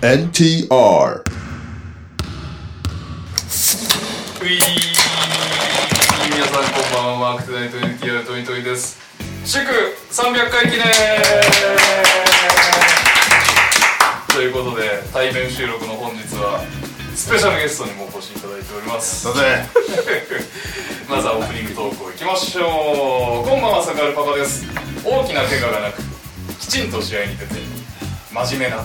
NTR うい皆さんこんばんはマークトゥナイト NTR トニトニです祝300回記念ということで対面収録の本日はスペシャルゲストにもお越しいただいておりますだぜまずはオープニングトークをいきましょうこんばんはサカルパカです大きな怪我がなくきちんと試合に出て真面目な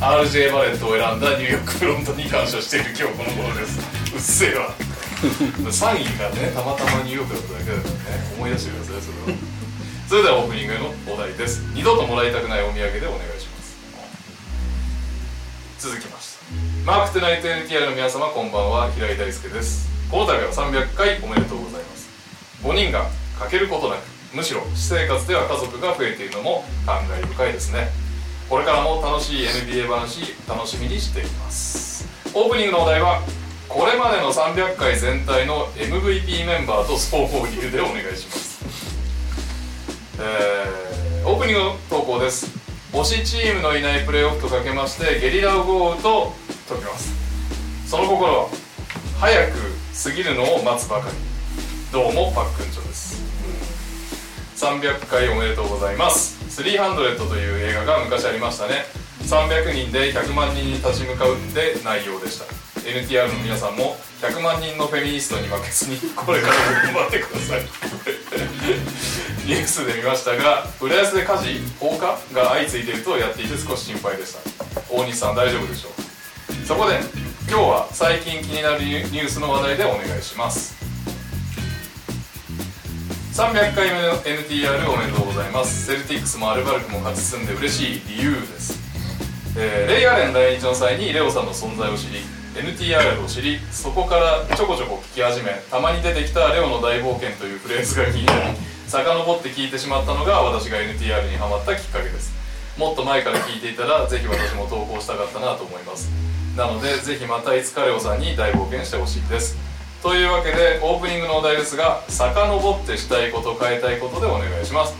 RJ バレットを選んだニューヨークフロントに感謝している今日この頃ですうっせえわ3位がねたまたまニューヨークだっただけだからね思い出してくださいそれはそれではオープニングのお題です二度ともらいたくないお土産でお願いします続きましたマークトゥナイト NTR の皆様こんばんは平井大輔ですこの度は300回おめでとうございます5人が欠けることなくむしろ私生活では家族が増えているのも感慨深いですねこれからも楽しい NBA 話楽しみにしていますオープニングのお題はこれまでの300回全体の MVP メンバーと総合理由でお願いしますえーオープニングの投稿です推しチームのいないプレーオフとかけましてゲリラ豪雨と解きますその心は早く過ぎるのを待つばかりどうもパックンチョです300回おめでとうございます300という映画が昔ありましたね300人で100万人に立ち向かうって内容でした NTR の皆さんも100万人のフェミニストに負けずにこれからも頑張ってください ニュースで見ましたが浦安で火事放火が相次いでいるとやっていて少し心配でした大西さん大丈夫でしょうそこで今日は最近気になるニュニュースの話題でお願いします300回目の NTR おめでとうございますセルティックスもアルバルクも勝ち進んで嬉しい理由です、えーレイアレン来日の際にレオさんの存在を知り NTR を知りそこからちょこちょこ聞き始めたまに出てきた「レオの大冒険」というフレーズが気になり遡って聞いてしまったのが私が NTR にハマったきっかけですもっと前から聞いていたらぜひ私も投稿したかったなと思いますなのでぜひまたいつかレオさんに大冒険してほしいですというわけでオープニングのお題ですが遡ってしたいこと変えたいことでお願いします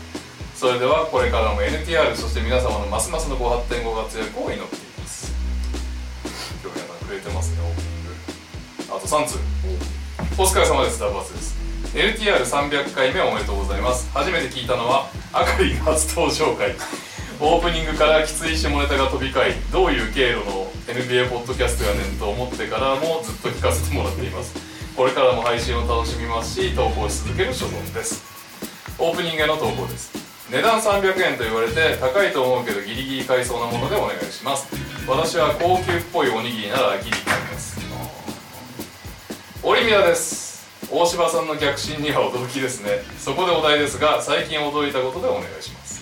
それではこれからも NTR そして皆様のますますのご発展ご活躍を祈っています今日皆さんくれてますねオープニングあと3通お疲れ様ですダブアツです NTR300 回目おめでとうございます初めて聞いたのはあかりが初登場回オープニングからきつい下ネタが飛び交いどういう経路の NBA ポッドキャストやねんと思ってからもずっと聞かせてもらっていますこれからも配信を楽しみますし投稿し続ける所存ですオープニングへの投稿です値段300円と言われて高いと思うけどギリギリ買いそうなものでお願いします私は高級っぽいおにぎりならギリ買いますオリミラです大柴さんの逆進には驚きですねそこでお題ですが最近驚いたことでお願いします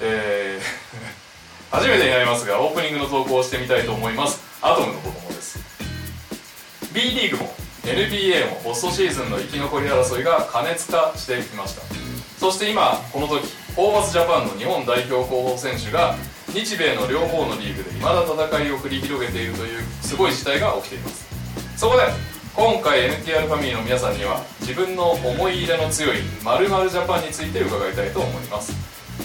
えー 初めてになりますがオープニングの投稿をしてみたいと思いますアトムの子供です B リーグも NBA もポストシーズンの生き残り争いが過熱化してきましたそして今この時ホーバスジャパンの日本代表候補選手が日米の両方のリーグで未だ戦いを繰り広げているというすごい事態が起きていますそこで今回 NTR ファミリーの皆さんには自分の思い入れの強い〇〇ジャパンについて伺いたいと思います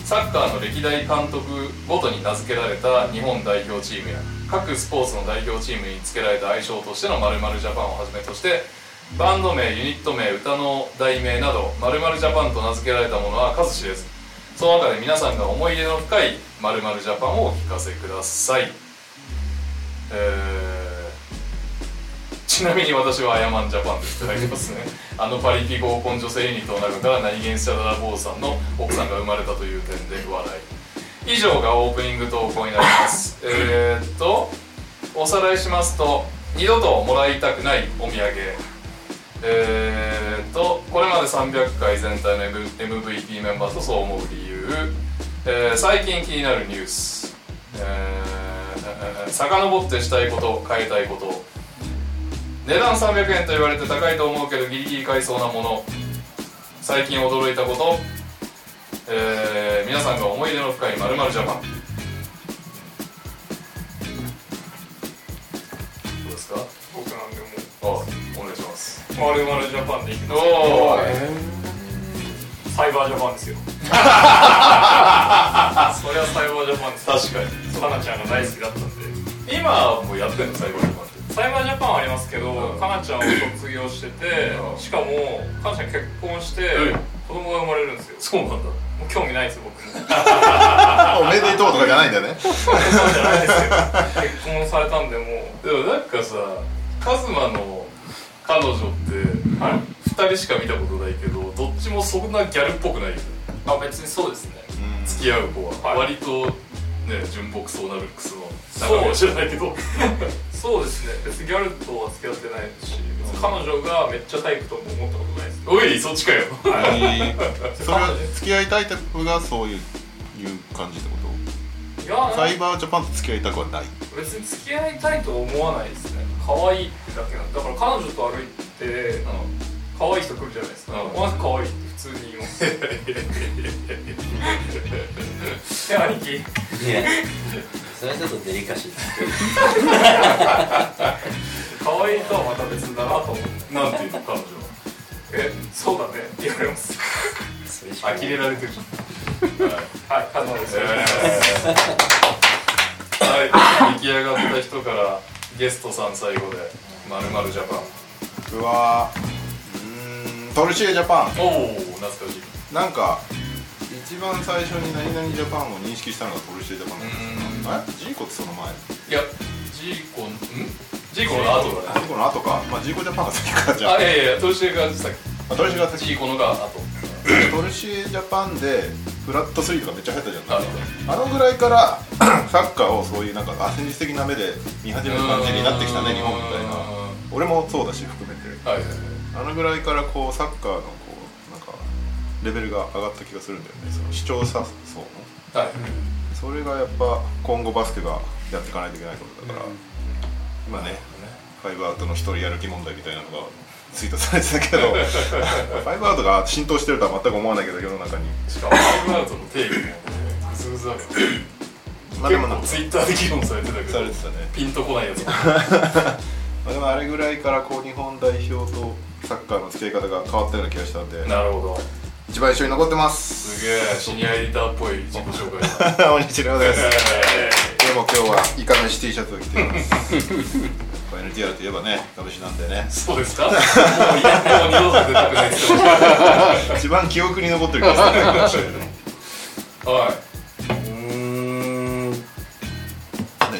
サッカーの歴代監督ごとに名付けられた日本代表チームや各スポーツの代表チームに付けられた愛称としての〇〇ジャパンをはじめとしてバンド名ユニット名歌の題名など〇〇ジャパンと名付けられたものは数知れずその中で皆さんが思い入れの深い〇〇ジャパンをお聞かせください、えー、ちなみに私はアヤマンジャパンですいただきますねあのパリピ合コン女性ユニットの中から何気にしちゃだら坊主さんの奥さんが生まれたという点で笑い以上がオープニング投稿になりますえーっとおさらいしますと二度ともらいたくないお土産えーっとこれまで300回全体の M- MVP メンバーとそう思う理由、えー最近気になるニュース、えー、遡ってしたいこと変えたいこと値段300円と言われて高いと思うけどギリギリ買いそうなもの最近驚いたこと、えー皆さんが思い出の深い〇〇ジャパンどうですか僕なんでもあお願いしますまるまるジャパンで行くおのお、 サイバージャパンですよそりゃサイバージャパンです確かにかなちゃんが大好きだったんで今もやってんのサイバージャパンってサイバージャパンはありますけど、かなちゃんを卒業してて、うんしかもかなちゃん結婚して、うん子供が生まれるんですよそうなんだもう興味ないです僕もおめでとうとかじゃないんだよねそうじゃない ですよ結婚されたんでもうでもなんかさカズマの彼女ってはい2人しか見たことないけどどっちもそんなギャルっぽくないよねあ別にそうですね付き合う子は、は割いとね純朴そうなルックスのそうなんか知らないけどそうですね別にギャルとは付き合ってないし別に彼女がめっちゃタイプとも思ったことないですおいそっちかよえーそれは付き合いたいタイプがそういういう感じってこいやなんとかサイバージャパンと付き合いたくはない別に付き合いたいとは思わないですね可愛いってだけなんでだから彼女と歩いて可愛い人来るじゃないですかうん同じ可愛いって普通に言いますいや兄貴いやそれはちょっとデリカシーです可愛いとはまた別だなと思ってなんていうの彼女はえそうだねって言われますそれしかない呆れられてるじゃんはいカズマですよろしくお願いしますはい、出来上がった人からゲストさん最後で「まるまるジャパン僕はうーんトルシエジャパ」おお懐かしいンなんか一番最初に何々ジャパンを認識したのがトルシエジャパンなんですあれジーコってその前いやジーコんジーコの後だねジーコの後かまあジーコジャパンが先かじゃああいやいやトルシエがさっまあトルシエがき先ジーコのが後トルシエジャパンでフラット3とかめっちゃ流行ったじゃんああのぐらいから サッカーをそういうなんかアセニス的な目で見始める感じになってきたね日本みたいなは俺もそうだし含めていはいはいあのぐらいからこうサッカーのこうなんかレベルが上がった気がするんだよねその視聴者層のはいそれがやっぱ今後バスケがやっていかないといけないことだから、今ねファイブアウトの一人やる気問題みたいなのがツイートされてたけ どファイブアウトが浸透してるとは全く思わないけど世の中にしかもライブアウトの定義もねグズグズだからまあでもなん結構かさツイッターで議論されてたけどれてたねピンとこないやつもまあ、でもあれぐらいからこう日本代表とサッカーの付き合い方が変わったような気がしたんでなるほど 一番一緒に残って ますすげえシニアエディターっぽい自己紹介だ大西亮ですでえも今日はイカ飯 T シャツを着ていますやっぱ NTR といえばねイカ飯なんでねーそうですかもういやもう二度と出たくない ですよ一番記憶に残ってる気がするはうーん何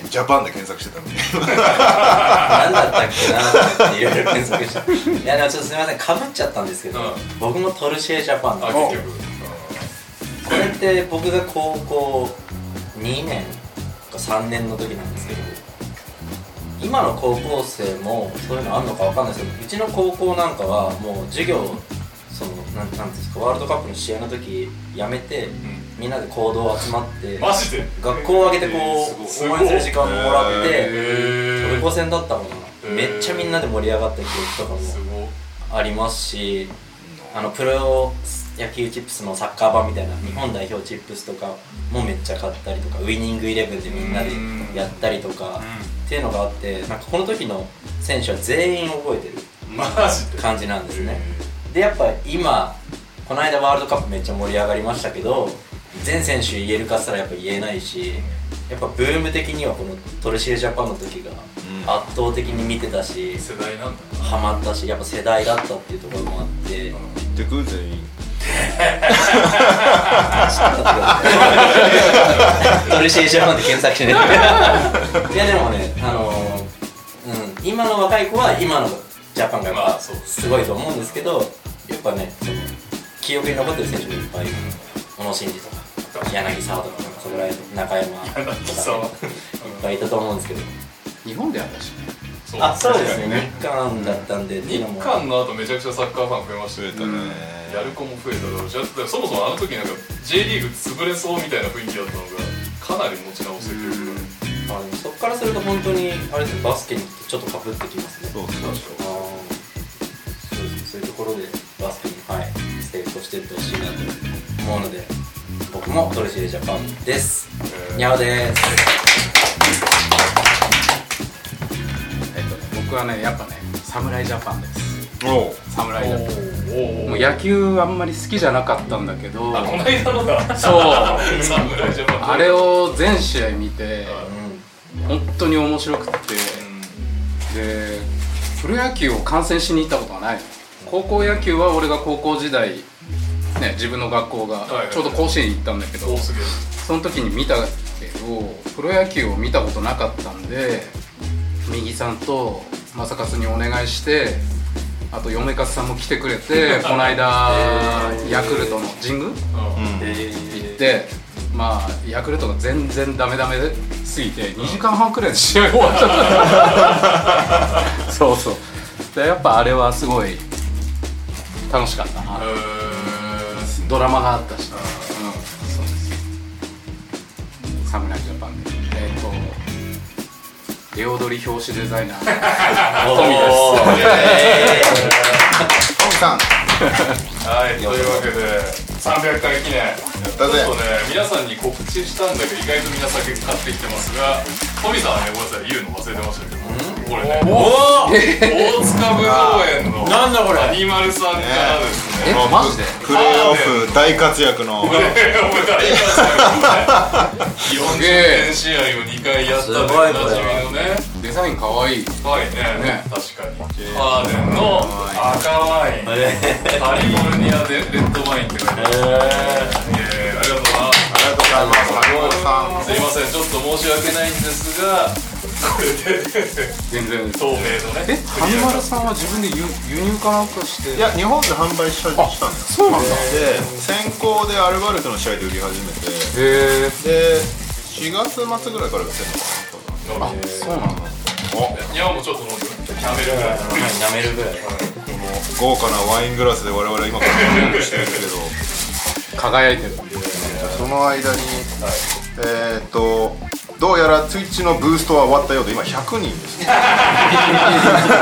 ジャパンで検索してたのに何だったっけなっていろいろ検索していやでもちょっとすみませんかぶっちゃったんですけど、うん僕もトルシエジャパンいなんあですよ結局これって僕が高校2年か3年の時なんですけど今の高校生もそういうのあんのかわかんないですけどうちの高校なんかはもう授業そのなんなんていうんですかワールドカップの試合の時やめてうんみんなで行動集まってマジで学校を挙げてこえーうすごい応援する時間をもらってトえルコ戦だったものえーめっちゃみんなで盛り上がった記憶とかすもごいありますしあのプロ野球チップスのサッカー版みたいな日本代表チップスとかもめっちゃ買ったりとかウイニングイレブンでみんなでやったりとかっていうのがあってなんかこの時の選手は全員覚えてるマジで感じなんですねでやっぱ今この間ワールドカップめっちゃ盛り上がりましたけど全選手言えるかっつったらやっぱ言えないしやっぱブーム的にはこのトルシエジャパンの時が圧倒的に見てたし世代なんだハマったしやっぱ世代だったっていうところもあって。でく全員 トルシエジャパンで検索してねいやでもねあのーうん、今の若い子は今のジャパンがやっまあぱそうですすごいと思うんですけどやっぱねその記憶に残ってる選手もいっぱいいる小野伸二とか柳沢とかなんかそこら辺中山とか、ね、いっ柳沢ぱいいたと思うんですけど日本では確かにそあそうです確かにねね日韓だったんでってい日うのも韓の後めちゃくちゃサッカーファン増えました増えねたね、やる子も増えただろうしだってそもそもあの時なんか J リーグ潰れそうみたいな雰囲気だったのがかなり持ち直してくれるぐらいあでもそこからすると本当にあれですねバスケにちょっとかぶってきますねそうそう確かあーそうですねそういうところでバスケに、はい、成功していってほしいなと思うので僕もトルシエジャパンですえーにゃおですえっとね僕はねやっぱね侍ジャパンですおう侍だったおもうや野球あんまり好きじゃなかったんだけどあこの間のだそう侍ジャパンあれを全試合見て本当に面白くってでプロ野球を観戦しに行ったことはないの高校野球は俺が高校時代、ね、自分の学校がはいはいちょうど甲子園行ったんだけど、うんおすげえその時に見たけどプロ野球を見たことなかったんで右さんと正勝にお願いしてあと嫁勝さんも来てく れてこの間、ヤクルトの神宮うんうん行ってまあヤクルトが全然ダメダメすぎて2時間半くらいで試合終わっちゃったそうそうでやっぱあれはすごい楽しかったな、えードラマがあったし、うん、そうです侍ジャパンでえっ、とレオドリ表紙デザイナ ートミさんはい、というわけで300回記念やったぜちょっとね皆さんに告知したんだけど意外と皆さん結構買ってきてますがトミさんはねごめんなさい言うの忘れてましたけどこれねおー大塚武道園のなんだこれアニマルさんからですねえマジでプレーオフ大活躍のこれ お前大活躍ね40点試合を2回やったでおなじみのねデザインかわいいはいねね確かにハーデンの赤ワインカリフォルニアでレッドワインって書いてあるいやいやありがとうございますありがとうございます萩本さんすいませんちょっと申し訳ないんですがこれで全然透明のえねハニマルさんは自分で輸輸入かなんかしていや日本で販売したりしたんですそうなんだで先行でアルバルクの試合で売り始めてへえで4月末ぐらいから売ってるのかなあそうなんだいやもうちょっと飲んでキャメルぐらい舐めるぐらいこの豪華なワイングラスで我々今から飲んしてるけど輝いてるその間に、えーっとどうやら Twitch のブーストは終わったようで今100人ですね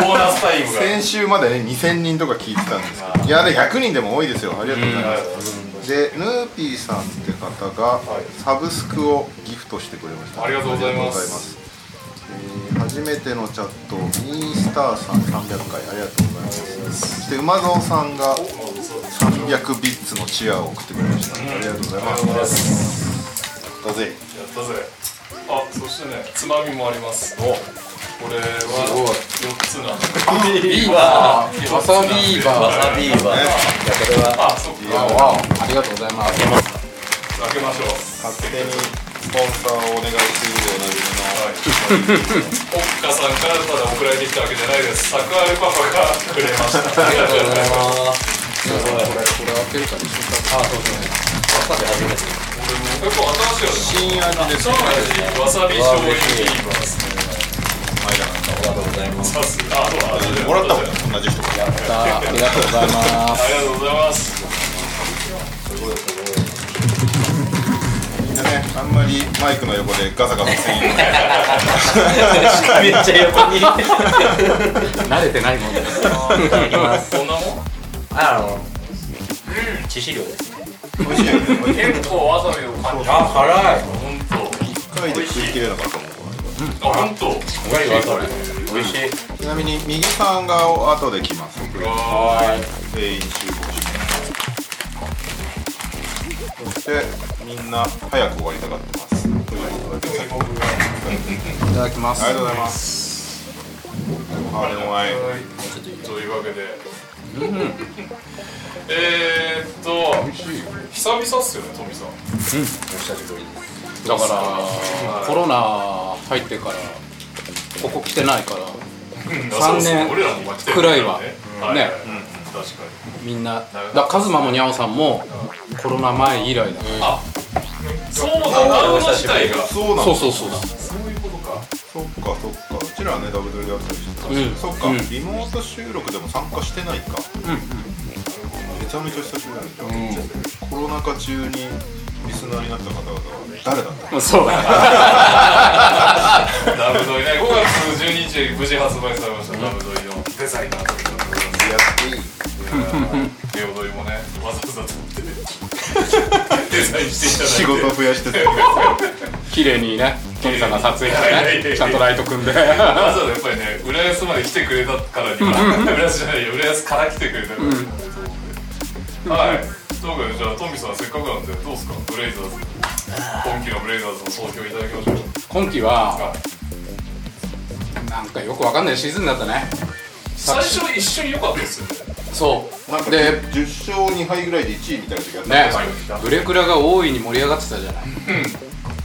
ボーナスタイムが先週までね2000人とか聞いてたんですけどいやで100人でも多いですよありがとうございますでヌーピーさんって方がサブスクをギフトしてくれましたありがとうございますありがとうごえー初めてのチャットミースターさん300回ありがとうございますそして馬蔵さんが300ビッツのチアを送ってくれました、ありがとうございますだぜやったぜあそしてねつまみもありますこれは4つなんでビーバーわさビーわバーさビーバーいやこれあはそっかわおわおありがとうございます開けましょう勝手にスポンサーをお願いするでおなじみのおっかさんからただ送られてきたわけじゃないですサクアルパパがくれましたありがとうございますすごいこれこれ開けるから一緒かあそうですね結構新しい新味ですよね新味わさび醤油ビーバーですねさすがあありがとうもごらざっいたまもんす同じ人からあありがとうございますありがとうございますみんなねあんまりマイクの横でガサガサせんようにめっちゃ横に慣れてないもんですいただきますこんなもんあの致死量です結構わさびの感じあ辛い本当一回で食い切れなかったもんあ本当わかるわかる美味しいちなみに右さんが後で来ますは全員集合してそしてみんな早く終わりたがってますということであいただきますりがとうございますあれお前ーいというわけでえーっと久々っすよねトミさんだからコロナ入ってからここ来てないからそうそう年俺らもまあ来てるくらいはねねはい確かにみんなだカズマもニャオさんもコロナ前以来だ、そうだなの自体がそうなのそうそうそうだそっかそっかうちらはねダブドリでやったりしてたし、うんそっか、うんリモート収録でも参加してないかめちゃめちゃ久しぶりだねコロナ禍中にリスナーになった方々は誰だったのそうだダブドリね5月12日無事発売されましたダブドリのデザイナーということでございますやっていいレオドリもねわざわざ撮ってデザインしていただいて仕事増やしてたよ綺麗にね鳥さんが撮影いやいやいやいしてやねちゃんとライト組んでわざわざやっぱりね浦安まで来てくれたからには浦安じゃないよ浦安から来てくれたから、はいというわけでじゃあトンビさんせっかくなんでどうですかブレイザーズ今期のブレイザーズの総評いただきましょう今季ははいなんかよくわかんないシーズンだったね最初一緒に良かったですよねそうなんかで10勝2敗ぐらいで1位みたいな時あったねブレクラが大いに盛り上がってたじゃない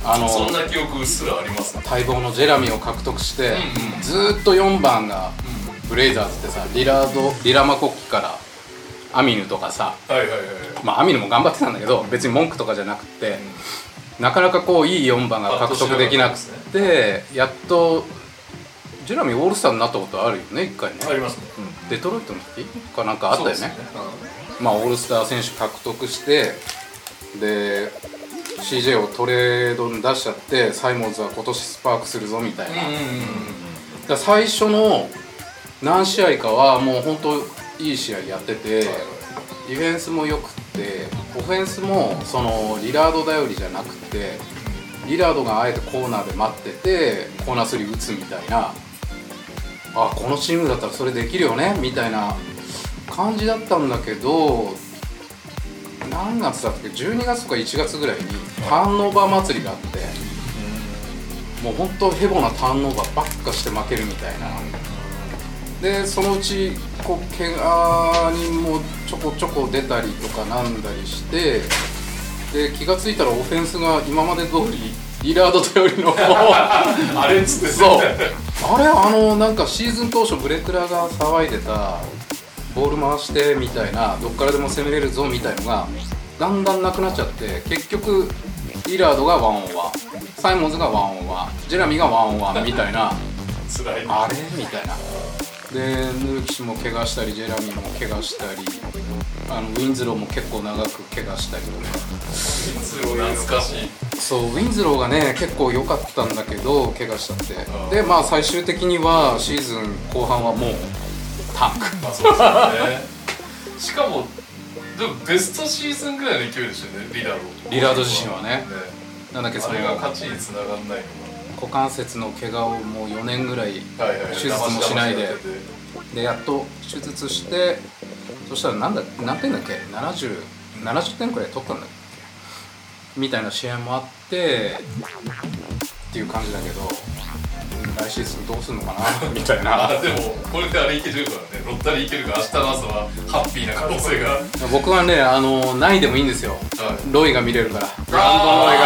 あのそんな記憶うっすらありますね待望のジェラミーを獲得して、ずーっと4番がブレイザーズってさリラードリラマ国旗からアミヌとかさ、はいはいはいはいまあ、アミヌも頑張ってたんだけど別に文句とかじゃなくて、なかなかこういい4番が獲得できなくてやっとジェラミーオールスターになったことあるよね1回ね、ありますねうんデトロイトの時かなんかあったよねそうですまあ、オールスター選手獲得してで CJ をトレードに出しちゃってサイモンズは今年スパークするぞみたいな、うんうんだから最初の何試合かはもう本当いい試合やってて、ディフェンスも良くてオフェンスもそのリラード頼りじゃなくてリラードがあえてコーナーで待っててコーナースリー打つみたいなあこのチームだったらそれできるよねみたいな感じだったんだけど何月だったっけ12月とか1月ぐらいにターンオーバー祭りがあって。もう本当ヘボなターンオーバーばっかして負けるみたいなでそのうちこう怪我にもちょこちょこ出たりとかなんだりしてで気が付いたらオフェンスが今まで通りリラード頼りのうん あれっつってそうあれあのなんかシーズン当初ブレクラが騒いでたボール回してみたいなどっからでも攻めれるぞみたいのがだんだんなくなっちゃって結局リラードがワンオンワンサイモンズがワンオンワンジェラミーがワンオンワンみたいなつらいあれみたいなでヌルキシも怪我したりジェラミーも怪我したりあのウィンズローも結構長く怪我したりとか。懐か しいそうウィンズローがね結構良かったんだけど怪我しちゃってあーでまあ最終的にはシーズン後半はもうタンクまあそうですよねしかもでもベストシーズンぐらいの勢いでしたよねリラードリラード自身はねねなんだっけそあれれがが勝ちにつながんないの股関節の怪我をもう4年ぐらいがはいはいはい手術もしないで騙騙やっててでやっと手術してそしたらなんだ何点だっけ7070点くらい取ったんだっけみたいな試合もあってっていう感じだけどうん来シーズンどうするのかな みたいなあでもこれであれいけるからねロッタリーいけるから明日の朝はハッピーな可能性が僕はねあのないでもいいんですよロイが見れるからブランドンロイが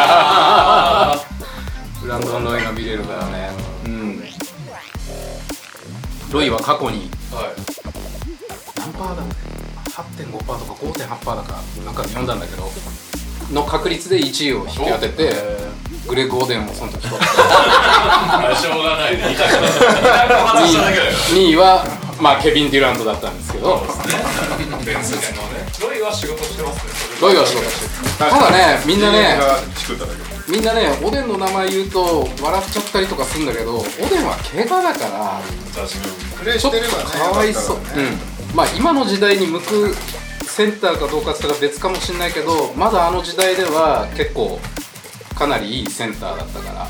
あブランドンロイが見れるからねうんロイは過去にはい何パーだ8.5%とか5.8%だかなんかで読んだんだけどの確率で1位を引き当ててグレッグ・オーデンもその時取って あしょうがないね痛くなっちゃった痛くなっちゃっただけだよ2位はまあケビン・デュラントだったんですけど伝説のねロイは仕事してますねロイは仕事してただねみんなねがチクっただけみんなねおでんの名前言うと笑っちゃったりとかするんだけどおでんは怪我だ確からかにプレーちしょっとてればねかわいそう、だからねうん、まあ今の時代に向くセンターかどうかって言ったら別かもしれないけどまだあの時代では結構かなりいいセンターだったから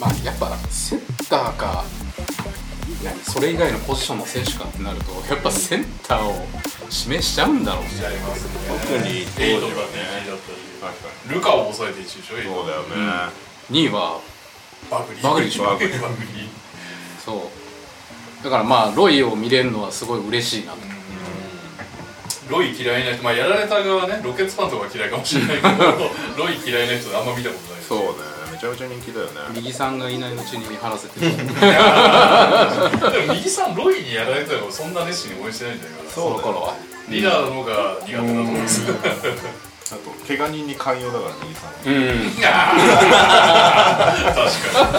まあやっぱセンターか何それ以外のポジションの選手かってなるとやっぱセンターを示しちゃうんだろうねやりますね特にエイトだったりだった確かにりルカを抑えて一緒でしょそうだよね、 2位はバグリーバグリーでしょバグリーバグリーそうだからまあロイを見れるのはすごい嬉しいなとロイ嫌いな人、まあ、やられた側ねロケッツファンとか嫌いかもしれないけ どロイ嫌いな人あんま見たことないそうねめちゃめちゃ人気だよね右さんがいないうちに張らせてるでも右さんロイにやられたらそんな熱心に応援してないんじゃないかなその頃はリラーの方が苦手だと思うんですよ あと怪我人に寛容だから右さんはうん確か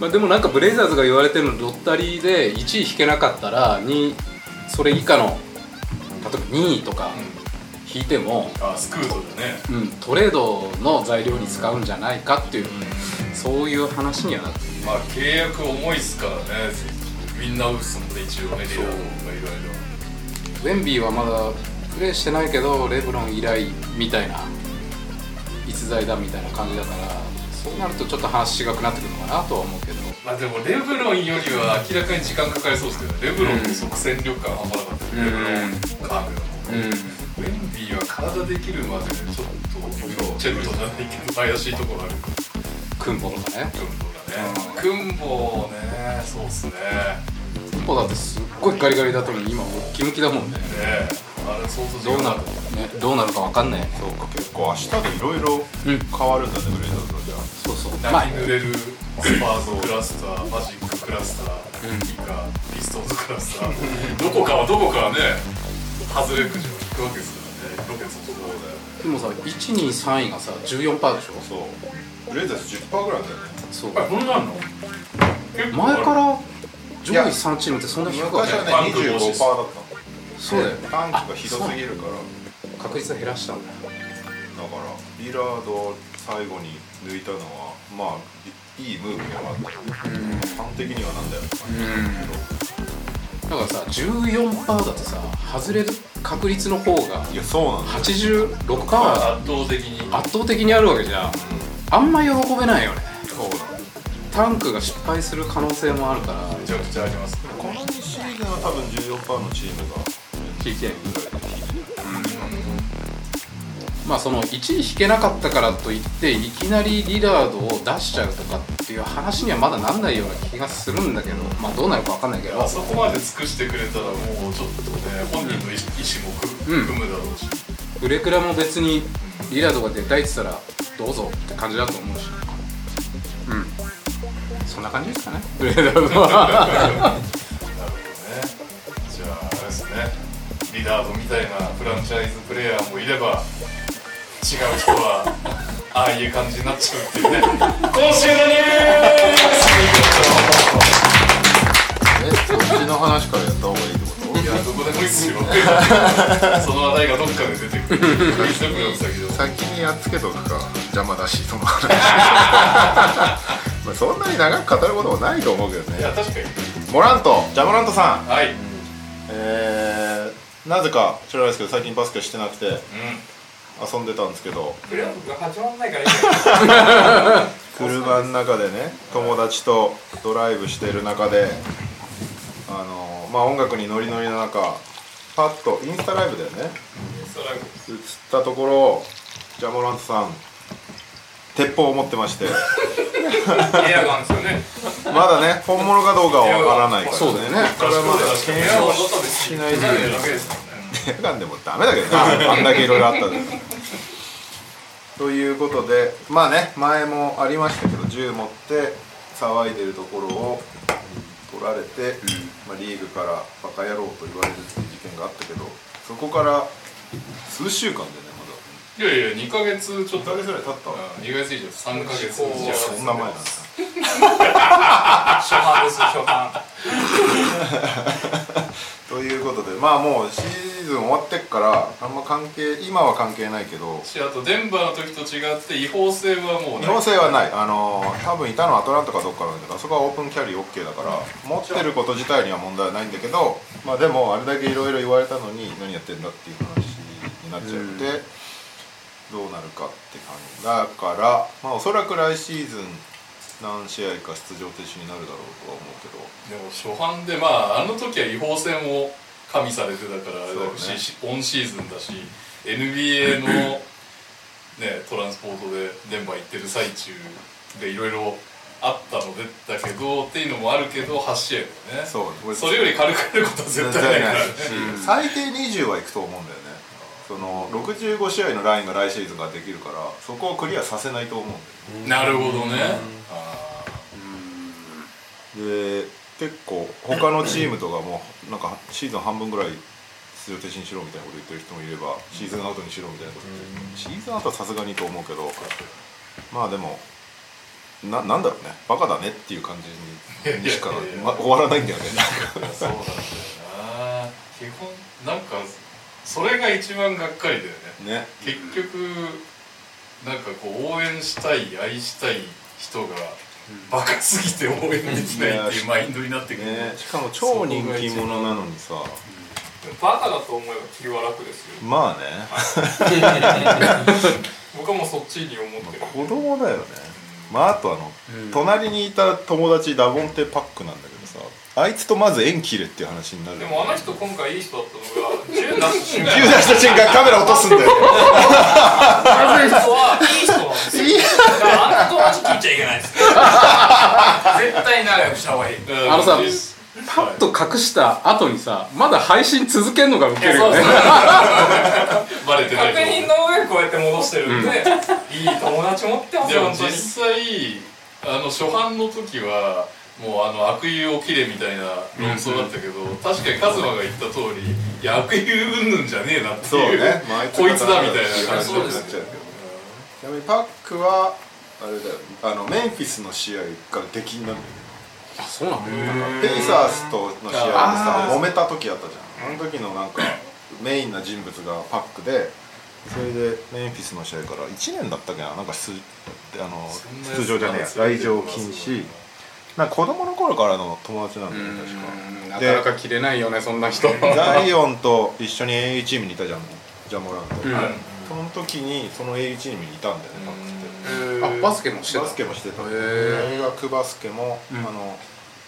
まあ、でもなんかブレイザーズが言われてるのロッタリーで1位引けなかったら2それ以下の例えば2位とか引いても、にあスクートでねうん、トレードの材料に使うんじゃないかっていう、そういう話にはなってるまあ契約重いっすからねみんなウスもね一応ねリラーの方がいろいろウェンビーはまだプレーしてないけどレブロン以来みたいな逸材だみたいな感じだからそうなるとちょっと話がくなってくるのかなとは思うけどまあでもレブロンよりは明らかに時間かかりそうですけどレブロンの即戦力感半端なかった、レブロンカーブのウェンディは体できるまででちょっとチェットじゃないけど怪しいところあるからクンポとかねクンボね、そうっすね。ねクンポだってすっごいガリガリだったのに今ムッキムキだもんねえあれ相当時どう間なかるかっねどうなるかわかんないそうか結構明日でいろいろうん変わるんだね、ブレイザーズはじゃあそうそうたまあ泣き濡れるスパーズクラスター、マジッククラスター、うんイカ、ピストンズクラスター、どこかはどこかはね、外れくじを引くわけですからね、ロケットところで。でもさ123位がさ14パーでしょそうブレイザーズ10%ぐらいあるんだよねそうあ、こんなんの結構ある前から上位3チームってそんな低くは昔はねパンク25%防止ですだっそうだたよねのタンクがひどすぎるからだか確率減らしたんだよらリラードを最後に抜いたのはまあいいいムーブにはなったファン的にはなんだよって感じだけだからさ14パーだとさ外れる確率の方がどいやそうなんだよ86パー圧倒的に。圧倒的にあるわけじゃんあんま喜べないよねそうなんだよタンクが失敗する可能性もあるからめちゃくちゃありますね。この2シーズンは多分14%のチームが TK ぐらいで引いてるまあその1位引けなかったからといっていきなりリラードを出しちゃうとかっていう話にはまだなんないような気がするんだけどまあどうなるかわかんないけどあそこまで尽くしてくれたらもうちょっとね、本人の意思も組うんむ組むだろうし。ウレクラも別にリラードが出たいって言ったらどうぞって感じだと思うしうんそんな感じですかねウレクラはなるほどねじゃああれですねリダードみたいなフランチャイズプレイヤーもいれば違う人はああいう感じになっちゃうっていうね今週のニューえそっちの話からやった方がいいってことスいやどこでもいいっすよその話題がどっかで出てくるクリスタプロの先で先にやっつけとくか邪魔だしその 話まあそんなに長く語ることもないと思うけどいねや確かにモラントジャモラントさんはい、うん、えー、なぜか知らないですけど最近バスケしてなくて遊んでたんですけどプレーオフが始まらないからいい車の中でね友達とドライブしてる中であのまあ音楽にノリノリの中パッとインスタライブだよねそれは映ったところジャモラントさん鉄砲を持ってましてけどエアガンですよねまだね本物かどうかはわからないからねそうだよねこれはまだ確かに検エアガン証だったんですしよないでだけですもんね 映画でもダメだけどなあんだけいろいろあったんでということでまあね前もありましたけど銃持って騒いでるところを取られて、まあ、リーグからバカ野郎と言われるっていう事件があったけどそこから数週間でねいやいや2ヶ月ちょっまだと1ヶ月ぐらい経ったわ2ヶ月以上3ヶ月そうじゃあそんな前なんですね初版です初版ということでまあもうシーズン終わってっからあんま関係今は関係ないけどしあとデンバーの時と違って違法性はもう日ね本製はない、あのー多分いたのはアトランタかどっかなんだけどあそこはオープンキャリー OK だから持ってること自体には問題はないんだけど、まあ、でもあれだけいろいろ言われたのに何やってんだっていう話になっちゃって、どうなるかって感じだから、まあ、おそらく来シーズン何試合か出場停止になるだろうとは思うけどでも初版でまああの時は違法戦を加味されてたからあれだし、そうねしオンシーズンだし NBA の、 ね、トランスポートでデンバー行ってる最中でいろいろあったのでだけどっていうのもあるけど8試合だよねそうこれそれより軽くやることは絶対ないからね最低20はいくと思うんだよねその65試合のラインが来シーズンができるからそこをクリアさせないと思うんだよねなるほどねあで結構他のチームとかもなんかシーズン半分ぐらい出場停止にしろみたいなこと言ってる人もいればシーズンアウトにしろみたいなこと言ってる人もシーズンアウトはさすがにと思うけどまあでもななんだろうねバカだねっていう感じににしかいやいやいやま終わらないんだよねーいやそうなんだよな基本なんかそれが一番がっかりだよねね結局なんかこう応援したい愛したい人がバカすぎて応援できないっていうマインドになってくる、ねしかも超人気者なのにさバカだと思えば気は楽ですよまあね僕はもうそっちに思ってる子供だよねまああとあの、隣にいた友達ダボンテパックなんだけどさあいつとまず縁切れっていう話になるでもあの人今回いい人だったのが10出した瞬間急出した瞬間カメラ落とすんだよねあの人はいい人なんですよだからあの友達聞いちゃいけない です絶対仲良くした方がいいあのさうんパッと隠した後にさまだ配信続けるのがウケるそようねそうバレてない確と思う認の上こうやって戻してるんで、いい友達持ってますでよも本当実に際あの初版の時はもうあの悪友を切れみたいな論争だったけど、確かにカズマが言った通りいや悪友うんぬんじゃねえなってそういうね、まあ、あこいつだみたいな感じになっちゃうけどねちなみにパックはあれだよあのメンフィスの試合から出禁なんだよあそうなのペイサーズとの試合でさ揉めた時あったじゃんあの時のなんかメインな人物がパックでそれでメンフィスの試合から1年だったっけななんか出あの出場じゃねえや来場禁止なんか子供の頃からの友達なんだよね確か。うんなかなか切れないよねそんな人ザイオンと一緒に AU チームにいたじゃんジャモランと、うんあその時にその AU チームにいたんだよねパックってバスケもしてたバスケもしてたへ大ー学バスケも、うんあの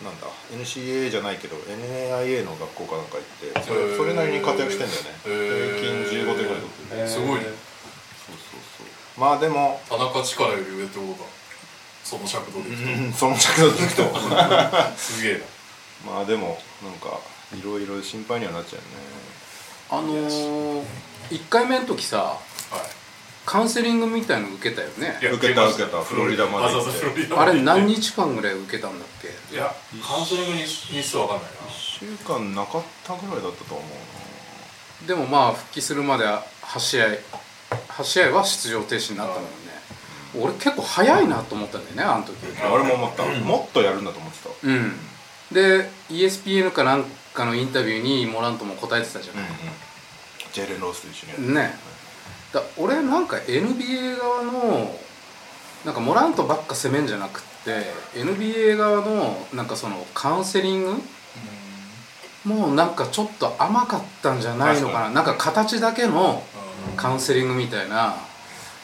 なんだ NCAA じゃないけど NAIA の学校かなんか行ってそへーれそれなりに活躍してんだよねへー平均15点ぐらい取ってるすごいそねうそうそうまあでも、田中力より上ってことだその尺度でいく と、うん、その着度でいくとすげえまあでもなんかいろいろ心配にはなっちゃうよねあのー、1回目の時さな、はカウンセリングみたいの受けたよねい、いや受けた受けたフロリダまでわ行ざわっざてフロリダあまでれ何行っ日間ぐらい受けたんだっけていやカウンセリングに日数わかんないな1週間なかったぐらいだったと思うなでもまあ復帰するまで8試合8試合は出場停止になったもんね俺結構早いなと思ったんだよねあの時俺も思った、もっとやるんだと思ってた、うんで ESPN かなんかのインタビューにモラントも答えてたじゃない、ジェイレン・ロースと一緒にやる、ねだ俺なんか NBA 側のなんかモラントばっか攻めんじゃなくって NBA 側のなんかそのカウンセリングもうなんかちょっと甘かったんじゃないのかななんか形だけのカウンセリングみたいな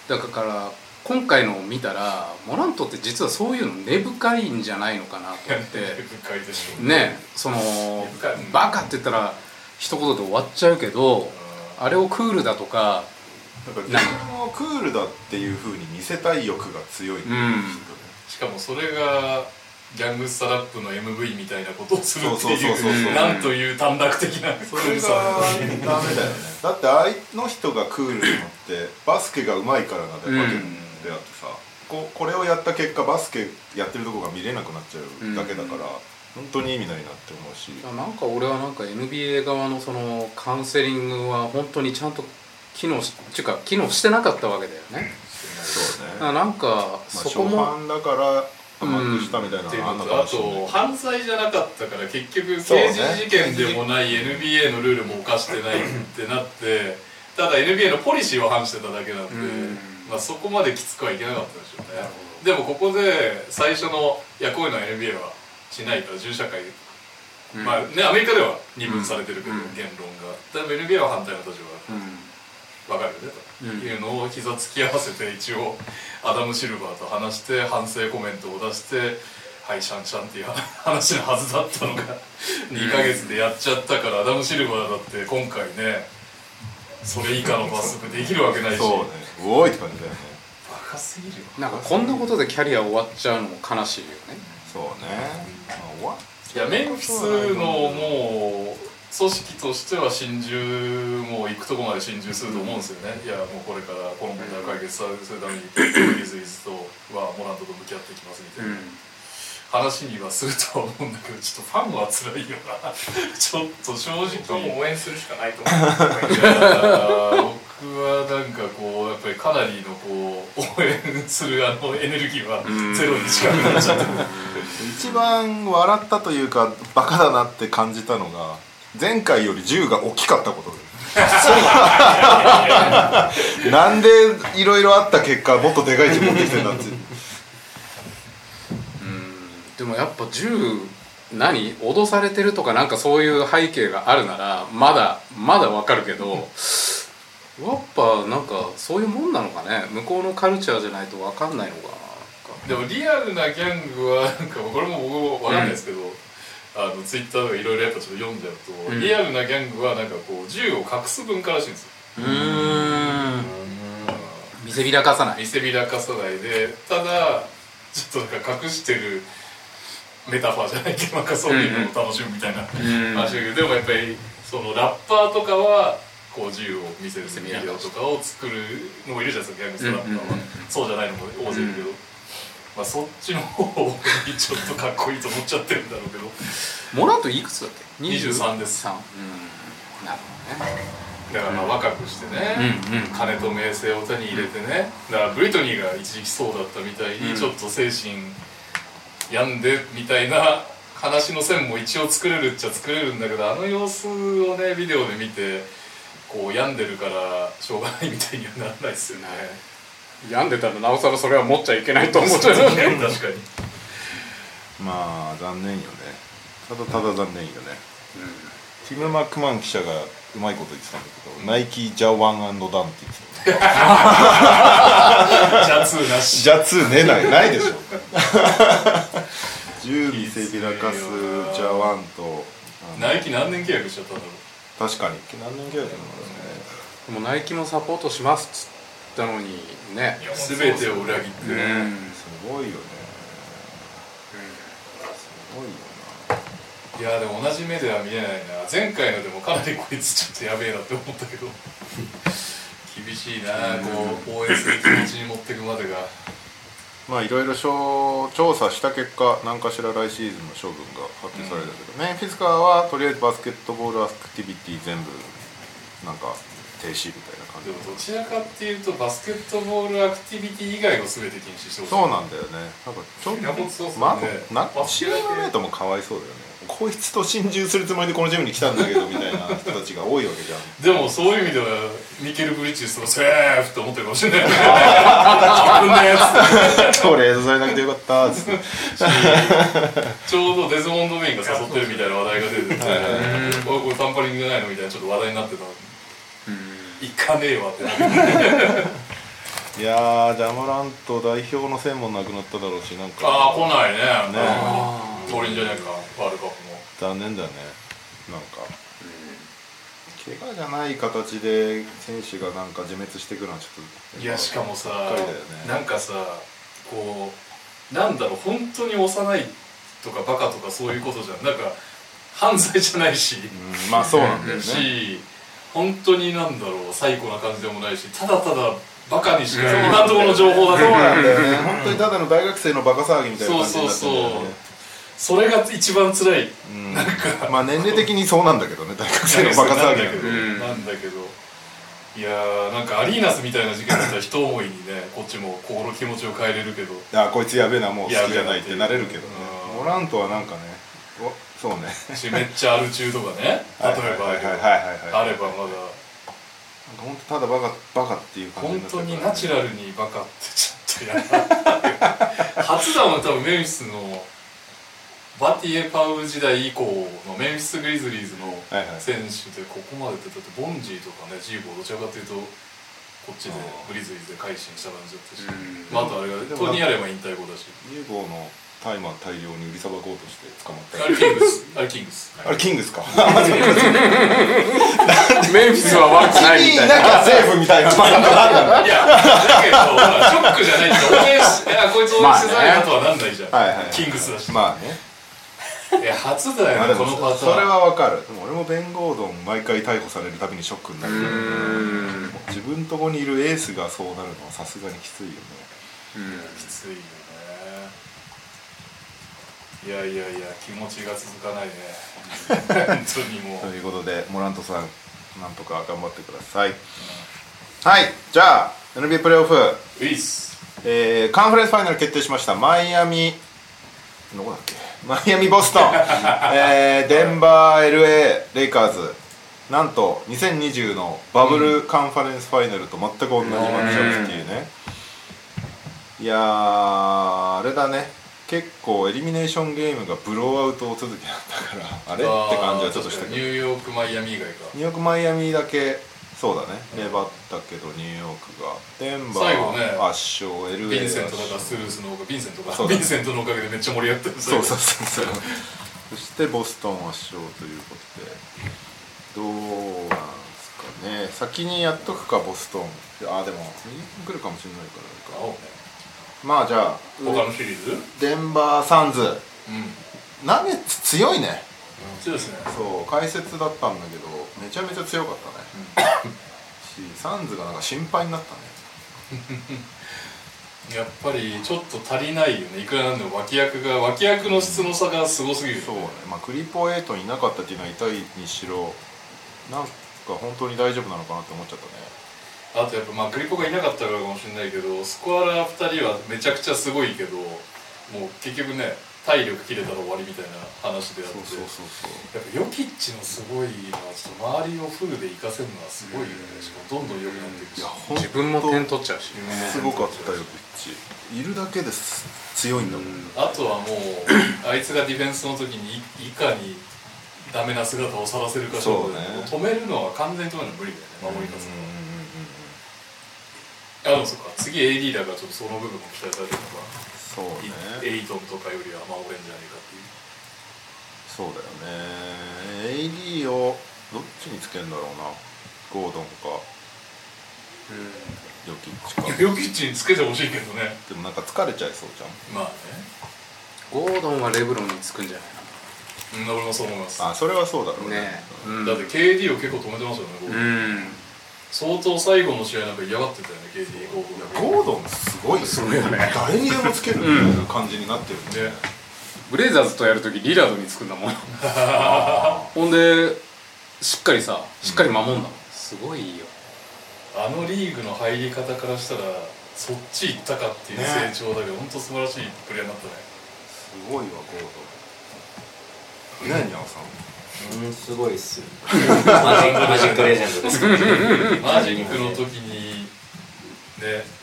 だから今回のを見たらモラントって実はそういうの根深いんじゃないのかなと思っや っててる深いでしょねその深いバカって言ったら一言で終わっちゃうけどあれをクールだとかなんか自分をクールだっていうふうに見せたい欲が強い、うんしかもそれがギャングスタラップの MV みたいなことをするってそうそうそういそううなんという短絡的なそれがさダメだよねだってあの人がクールなのってバスケがうまいからなだけであってさ、ここれをやった結果バスケやってるとこが見れなくなっちゃうだけだから、本当に意味ないなって思うし、いやなんか俺はなんか NBA 側のそのカウンセリングは本当にちゃんと機能しっていうか機能してなかったわけだよねそうねだからなんかまあ、そ初こも版だから甘くしたみたいなっていうのあんののかとあもしれないと犯罪じゃなかったから結局そうね刑事事件でもない NBA のルールも犯してないってなってただ NBA のポリシーを反してただけなんで、んまあ、そこまできつくはいけなかったでしょうねでもここで最初の「いやこういうのは NBA はしないから銃社会」まあねアメリカでは二分されてるけど、言論がでも NBA は反対の立場だうわかるよねというのを膝つき合わせて一応アダム・シルバーと話して反省コメントを出して「はいシャンシャン」っていう話のはずだったのが2ヶ月でやっちゃったからアダム・シルバーだって今回ねそれ以下の罰則できるわけないしそうねおーいって感じだよねバカすぎるよんなんかこんなことでキャリア終わっちゃうのも悲しいよねそうね、まあ、終わっいやメンフィスのもう組織としては心中もう行くとこまで心中すると思うんですよね、いやもうこれからこの問題を解決さするためにイズイズとはモラントと向き合っていきますみたいな、話にはするとは思うんだけどちょっとファンは辛いよな ちょっと正僕はも直う応援するしかないと思ういやー僕はなんかこうやっぱりかなりのこう応援するあのエネルギーはゼロに近くなっちゃってる一番笑ったというかバカだなって感じたのが前回より銃が大きかったことで なんでいろいろあった結果もっとでかい銃持ってきてんだってうんでもやっぱ銃何脅されてるとかなんかそういう背景があるならまだまだわかるけどやっぱなんかそういうもんなのかね向こうのカルチャーじゃないとわかんないのかでなもリアルなギャングはなんかこれも僕も分かんないですけど、あのツイッターとかいろいろやっぱちょっと読んじゃうと、うんリアルなギャングはなんかこう銃を隠す文化らしいんですようーん見せびらかさない見せびらかさないでただちょっとなんか隠してるメタファーじゃないけどなんかそういうのを楽しむみたいなうん話だけど、でもやっぱりそのラッパーとかはこう銃を見せるビデオとかを作るのもいるじゃないですかギャングスラッパーは、うんうんうんそうじゃないのも大勢いるけど、まあ、そっちの方にちょっとかっこいいと思っちゃってるんだろうけどモラートいくつだっけ23です23うんなるほどねだからまあ若くしてね、うんうん金と名声を手に入れてねだからブリトニーが一時期そうだったみたいに、うんちょっと精神病んでみたいな話の線も一応作れるっちゃ作れるんだけどあの様子をねビデオで見てこう病んでるからしょうがないみたいにはならないですよね。病んでたらなおさらそれは持っちゃいけないと思っちゃ確うかよにねまあ残念よねただただ残念よね、ティム・マックマン記者がうまいこと言ってたんだけど、ナイキジャワンダンって言ってたジャツーなしジャツーねないないでしょ10見せびらかすジャワンとあのナイキ何年契約しちゃったんだろう確かに何年契約なのかで もナイキもサポートしますっつったのにね全てを裏切って、うんねすごいよねすごいよいやでも同じ目では見えないな前回のでもかなりこいつちょっとやべえなって思ったけど厳しいなこう応援する気持ちに持ってくまでがなまあいろいろ小調査した結果何かしら来シーズンの処分が発表されたけど、メンフィスカーはとりあえずバスケットボールアクティビティ全部なんか停止みたいな感でじもどちらかっていうとバスケットボールアクティビティ以外を全て禁止してほしいそうなんだよねなんかちょっいや本当そうっすとまねああとなチームメイトもかわいそうだよねこいつと心中するつもりでこのジムに来たんだけどみたいな人たちが多いわけじゃんでもそういう意味ではミケル・ブリッジスとかセーフって思ってるかもしれないよ ね自分のやとりあえずそれだけでよかったっつってつちょうどデズモンド・メインが誘ってるみたいな話題が出てて「おいこれタンパリングじゃないの?」みたいなちょっと話題になってたのに行かねえわってなっていやージャモラント代表の線もなくなっただろうしなんあかあ来ないねね通りんじゃねえかワールドカップも残念だねなんか怪我じゃない形で選手がなんか自滅していくのはちょっといやしかもさっかりだよねなんかさこうなんだろう本当に幼いとかバカとかそういうことじゃんなんか犯罪じゃないし、うんまあそうなんだよねし本当になんだろう最古な感じでもないしただただバカにしか今のところの情報だそうとなんだよね本当にただの大学生のバカ騒ぎみたいなそう感じにそうなってそんだうよねそれが一番辛いうんまあ年齢的にそうなんだけどね大学生のバカ騒ぎなんだけど、うんなんだけどいやーなんかアリーナスみたいな事件だったら一思いにねこっちも心の気持ちを変えれるけどあこいつやべえなもう好きじゃないってなれるけどねうモんラントはなんかねおそうねしめっちゃアル中とかね例はいえばはいだけどはいはあいはいればなんかまだ本当ただバカバカっていう感じ本になっちゃ当うからねにナチュラルにバカってちょっとやだ 初弾は多分メンフィスのバティエ・パウ時代以降のメンフィス・グリズリーズのはいはい選手でここまでってだってボンジーとかねジーボーどちらかというとこっちでグリズリーズで改心した感じだったし、うんまあ、あとあれがトニー・アレンは引退後だしユーゴの大麻大量に売りさばこうとして捕まったアルキングスアルキングスあれキングスかメンフィスは悪くないみたいななセーフみたいないや、だけど、ほらショックじゃないって、応援し、いや、こいつ応援してないなとはなんないじゃん。まあねはいはいはいキングスだし。まあねいや、初だまあでよね、こものパタそれーン。はわかるでも俺もベン・ゴードン毎回逮捕されるたびにショックになるけどうん自分とこにいるエースがそうなるのはさすがにきついよねきついよね。いやいやいや、気持ちが続か ないね。本当にもとう。いうことでモラントさんなんとか頑張ってください、はいじゃあ NBA プレーオフ、ウィス。えーカンファレンスファイナル決定しましたマイアミどこだっけマイアミボ ストン、えーデンバー LA レイカーズなんと2020のバブルカンファレンスファイナルと全く同じマッチアップっていうね、いやーあれだね結構エリミネーションゲームがブローアウト続きだったからあれって感じはちょっとしたけどニューヨーク、マイアミ以外か。ニューヨークマイアミだけそうだね粘ったけどニューヨークがデンバ最後ねー圧勝 LA ヴィンセントだか圧勝らスルースの方がヴィンセントがそうヴだィンセントのおかげでめっちゃ盛り上がってるそうそうそうそうそしてボストン圧勝ということでどうなんですかね先にやっとくかボストンああでも来るかもしれないから青ねまあじゃあ他のシリーズうデンバーサンズんナゲッツ強いねそうですねそう解説だったんだけどめちゃめちゃ強かったね、 しサンズがなんか心配になったねやっぱりちょっと足りないよねいくらなんでも脇役が脇役の質の差がすごすぎるそうね、まあ、クリポエイトにいなかったっていうのは痛いにしろなんか本当に大丈夫なのかなって思っちゃったねあとやっぱまあグリコがいなかったからかもしれないけどスコアラー2人はめちゃくちゃすごいけどもう結局ね体力切れたら終わりみたいな話であってそうそうそうそうやっぱヨキッチのすごいのはちょっと周りをフルで活かせるのはすごいよねしかもどんどん良くなっていくいしや本自分も点取っちゃうし当すごかったよピッチいるだけです強いんだもん、あとはもうあいつがディフェンスの時にいいかにダメな姿を晒せるか勝負でそうねもう止めるのは完全に止めるのは無理だよね守り勝つのは。あでもそっか次 AD だからちょっとその部分も期待されてるのかそうねエイトンとかよりはまあ俺んじゃねえかっていうそうだよね AD をどっちにつけるんだろうなゴードンかヨキッチかヨキッチにつけてほしいけどねでもなんか疲れちゃいそうじゃんまあねゴードンはレブロンにつくんじゃないうん俺もそう思いますだあそれはそうだろかうなねねうんって KD を結構止めてますよね、ゴーうルん相当最後の試合なんか嫌がってたよね KD ゴーいルやゴードンすごいすごいよね誰にでもつけるみたいな感じになってるんで、ねブレイザーズとやるときリラードにつくんだ もんほんでしっかりさしっかり守んだもんすごいよあのリーグの入り方からしたらそっち行ったかっていう成長だけど、本当素晴らしいプレーになったねすごいわゴードンねえにゃおさんうんすごいっすよマジックマジックレジェンドですからねマジックの時にね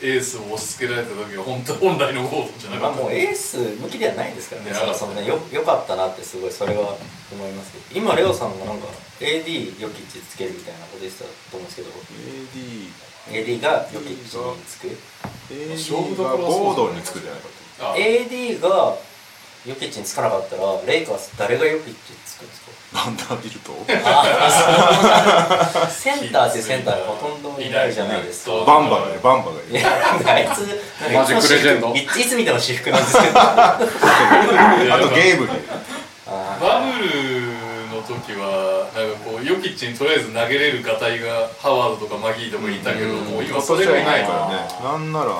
エースを押し付けられた時は本当本来のゴールじゃなまかあったもうエース向きではないですからねねそもそもねよよかったなってすごいそれは思いますけど今レオさんがなんか AD ヨキッチつけるみたいなこと言ってたと思うんですけど AD AD がヨキッチにつく AD がゴードンにつくじゃないかとあ AD がヨキッチにつかなかったらレイカーズ誰がヨキッチにつくんですかバンダービルトあそうなんだセンターってセンターがほとんどいないじゃないですかいないバンバがねバンバがいいるやなんかあいつマジックレジェンドいついつ見ても私服なんですけどああとゲーブリーバブルの時はなんかこうヨキッチにとりあえず投げれるがたいがハワードとかマギーとかいたけど、もう今それがいないかかららねなんなら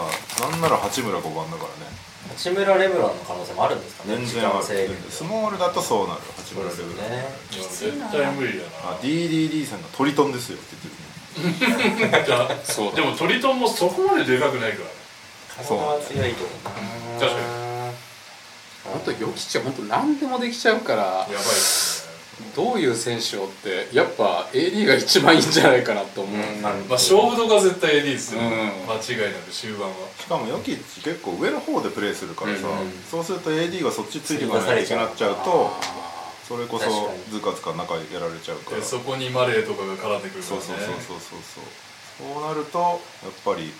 なんなら八村5番だからね八村レブロンの可能性もあるんですかね全時然あ間る制限スモールだとそうなる八そう村でレすベよルねいや絶対無理だなあ DDD さんが鳥飛んですよって言ってるねじゃあそうでもトリトンもそこまででかくないからね体は強いけどな確かに本当ヨキッチは本当何でもできちゃうからやばいですねどういう選手をってやっぱ AD が一番いいんじゃないかなと思う、まあまあ勝負どこは絶対 AD ですよ、うん間違いなく終盤はしかもヨキッチ結構上の方でプレーするからさ、うんうんそうすると AD がそっちついてこないとなっちゃうとそれこそ確かにずかずか中やられちゃうからでそそうこにマレーとかが絡んでくるかそらうねそうそうそうそうそうなるとやっぱり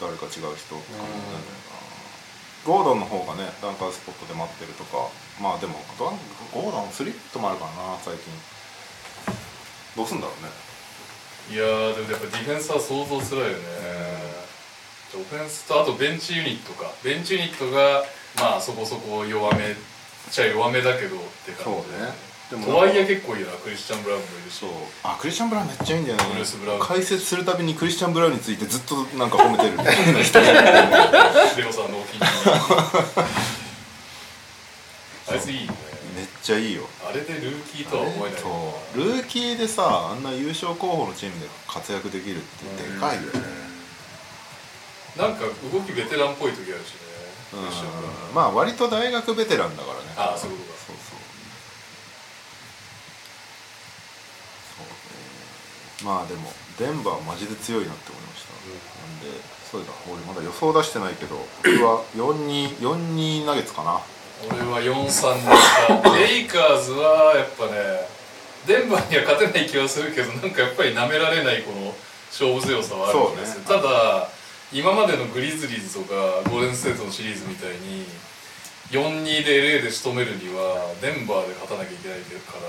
誰か違う人って感じになるんだよな、ゴードンの方がねダンカースポットで待ってるとかまあでもダンゴードンスリットもあるからな最近どうすんだろうねいやーでもやっぱディフェンスは想像するよね、オフェンスとあとベンチユニットかベンチユニットがまあそこそこ弱めっちゃ弱めだけどって感じそうねでもとはいえ結構いいなクリスチャン・ブラウンもいるしそうあクリスチャン・ブラウンめっちゃいいんだよねブルースブラウン解説するたびにクリスチャン・ブラウンについてずっとなんか褒めてる 人レオさんのお気に入 りあいついいよねめっちゃいいよあれでルーキーとは思えないそうルーキーでさあんな優勝候補のチームで活躍できるってでかいよねなんか動きベテランっぽい時あるしうね、クリスチャンブラウンんまあ割と大学ベテランだからねああそういうことかそうそうそうねまあでもデンバーマジで強いなって思いました、なんでそうだ俺まだ予想出してないけど僕は4-2 4-2ナゲッツかな俺は4-3でしたレイカーズはやっぱねデンバーには勝てない気はするけどなんかやっぱり舐められないこの勝負強さはあるんでする、ただ今までのグリズリーズとかゴールデンステートのシリーズみたいに4-2で LA で仕留めるにはデンバーで勝たなきゃいけないから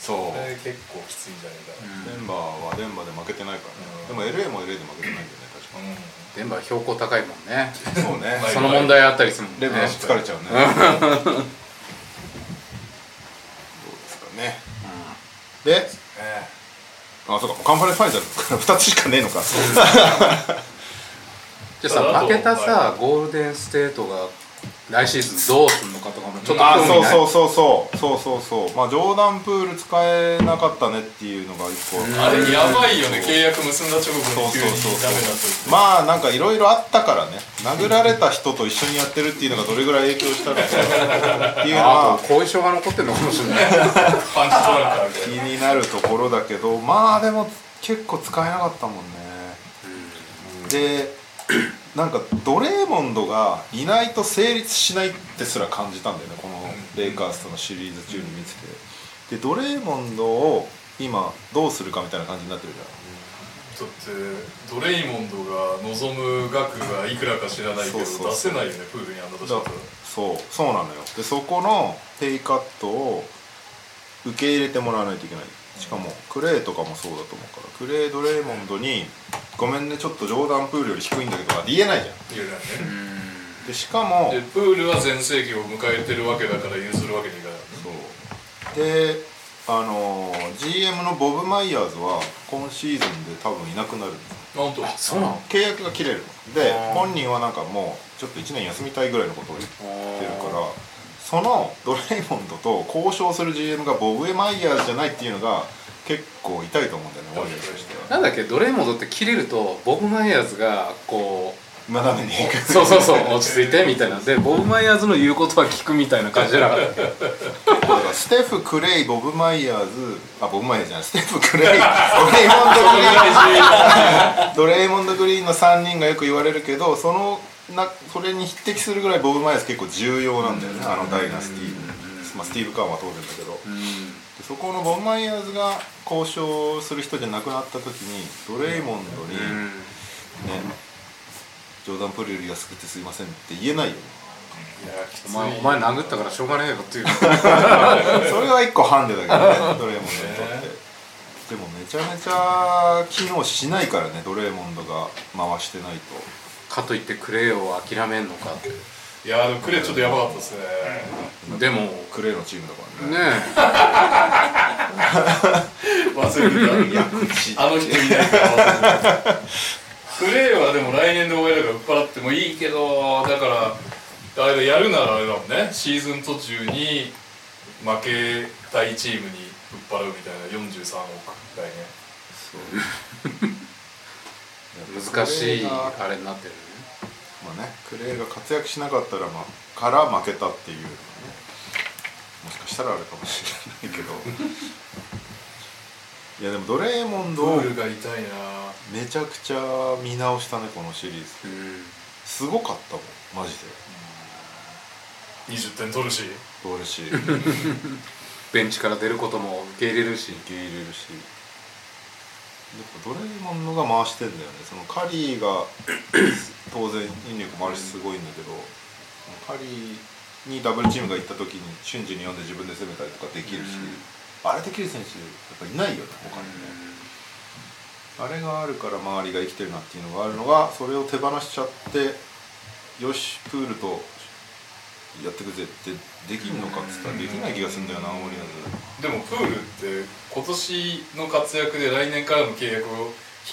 そうこれ結構きついんじゃないかな、デンバーはデンバーで負けてないからね、でも LA も LA で負けてないんだよねうん電波標高高いもんね確かにそうねはいその問題あったりするもんねレブロン疲れちゃうねどうですかねであそうかカンファレンスファイナル2つしかねえのかじゃあさ負けたさゴールデンステートが来シーズンどうするのかとかもちょっと興味ないあそうそうそうそうそうそうそうまあジョーダンプール使えなかったねっていうのが一個あれやばいよね契約結んだ直後に急にダメだとまあなんかいろいろあったからね殴られた人と一緒にやってるっていうのがどれぐらい影響したのかっていうのあはと後遺症が残ってるのかもしれ なパンいチ取られたみ気たいなになるところだけどまあでも結構使えなかったもんね、でなんかドレーモンドがいないと成立しないってすら感じたんだよねこのレイカーズとのシリーズ中に見ててでドレーモンドを今どうするかみたいな感じになってるじゃんだってドレイモンドが望む額がいくらか知らないけそうどそうそう出せないよねプールにあんなとしただらそうそうなのよでそこのペイカットを受け入れてもらわないといけないしかもクレイとかもそうだと思うからクレイ・ドレイモンドに「ごめんねちょっとジョーダンプールより低いんだけど」とか言えないじゃん言えないねでしかもでプールは全盛期を迎えてるわけだから譲るわけにいかないそうであのー GM のボブ・マイヤーズは今シーズンで多分いなくなるなんとそうなの契約が切れるであー本人はなんかもうちょっと1年休みたいぐらいのことを言ってってるからそのドレイモンドと交渉する GM がボブ・エ・マイヤーズじゃないっていうのが結構痛いと思うんだよね確ワかリにエとしてはなんだっけドレーモンドって切れるとボブ・マイヤーズがこう 斜 めに行くそうそうそう落ち着いてみたいなんでボブ・マイヤーズの言うことは聞くみたいな感じじゃな かっただからステフ・クレイボブ・マイヤーズあボブ・マイヤーズじゃないステフ・クレイドレイモンド・グリーンドレイモンド・グリーンの3人がよく言われるけどそのなそれに匹敵するぐらいボブ・マイヤーズ結構重要なんだよねあのダイナスティー、まあ、スティーブ・カーンは当然だけど。でそこのボンマイヤーズが交渉する人じゃなくなった時にドレイモンドに、ね「ジョーダンプールより安くてすいません」って言えないよねいやきつおい前お前殴ったからしょうがねえよっていうそれは一個ハンデだけどね ドレイモンドにとって。でもめちゃめちゃ機能しないからねドレイモンドが回してないとかといってクレイを諦めんのかっていやでもクレイちょっとやばかったですねでもクレイのチームだからねね忘れてたあの人いないから忘れてたクレイはでも来年で終えるから売っ払ってもいいけどだからあれやるならあれだもんねシーズン途中に負けたいチームに売っ払うみたいな43億来年え難しいクレイがあれになってるねまあね、クレイが活躍しなかったら、まあ、から負けたっていうのはねもしかしたらあるかもしれないけ どいやでもドレーモンドドをールが痛いなめちゃくちゃ見直したねこのシリーズすごかったもんマジで20点取るしドレシーベンチから出ることも受け入れるし受け入れるしやっぱドレーモンドが回してんだよねそのカリー が当然引力もあるしすごいんだけど、カリーにダブルチームが行った時に瞬時に読んで自分で攻めたりとかできるし、あれできる選手やっぱいないよね他にね、あれがあるから周りが生きてるなっていうのがあるのがそれを手放しちゃってよしプールとやってくぜってできんのかっつったらできない気がするんだよなオリアンズ でもプールって今年の活躍で来年からの契約を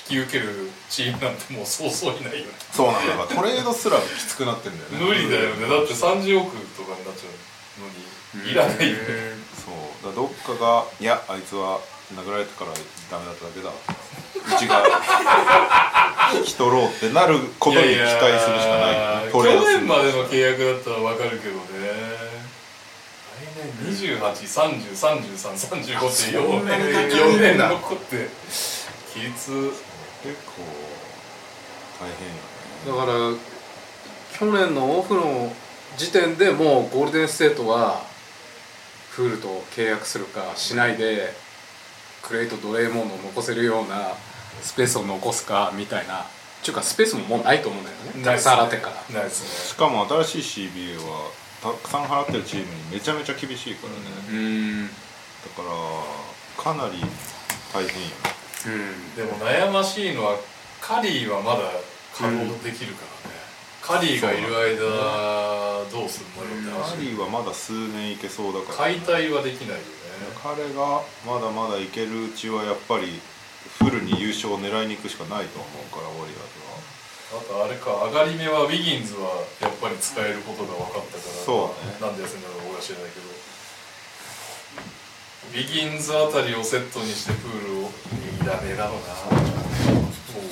引き受けるチームなんてもうそうそういないよねそうなんだよトレードすらきつくなってんだよね 無理だよねだって30億とかになっちゃうのにいらないよねそうだからどっかが「いやあいつは殴られたからダメだっただけだ」うちが引き取ろうってなることに期待するしかない去トレードする年までの契約だったら分かるけどね来年28303335って4年4年残って規律結構大変よねだから去年のオフの時点でもうゴールデンステートはフールと契約するかしないでクレイとドレーモンドを残せるようなスペースを残すかみたいなっていうかスペースももうないと思うんだよねサラテからないですしかも新しい CBA はたくさん払ってるチームにめちゃめちゃ厳しいからね、ねうんだからかなり大変よでも悩ましいのはカリーはまだ稼働できるからね、カリーがいる間どうするのよってカ話リーはまだ数年いけそうだから、解体はできないよね彼がまだまだいけるうちはやっぱりフルに優勝を狙いに行くしかないと思うからウォリアーズはあとあれか上がり目はウィギンズはやっぱり使えることが分かったからそうねなんで休んだのか俺は知らないけどウィギンズあたりをセットにしてプールをいいだねだろうなそうだ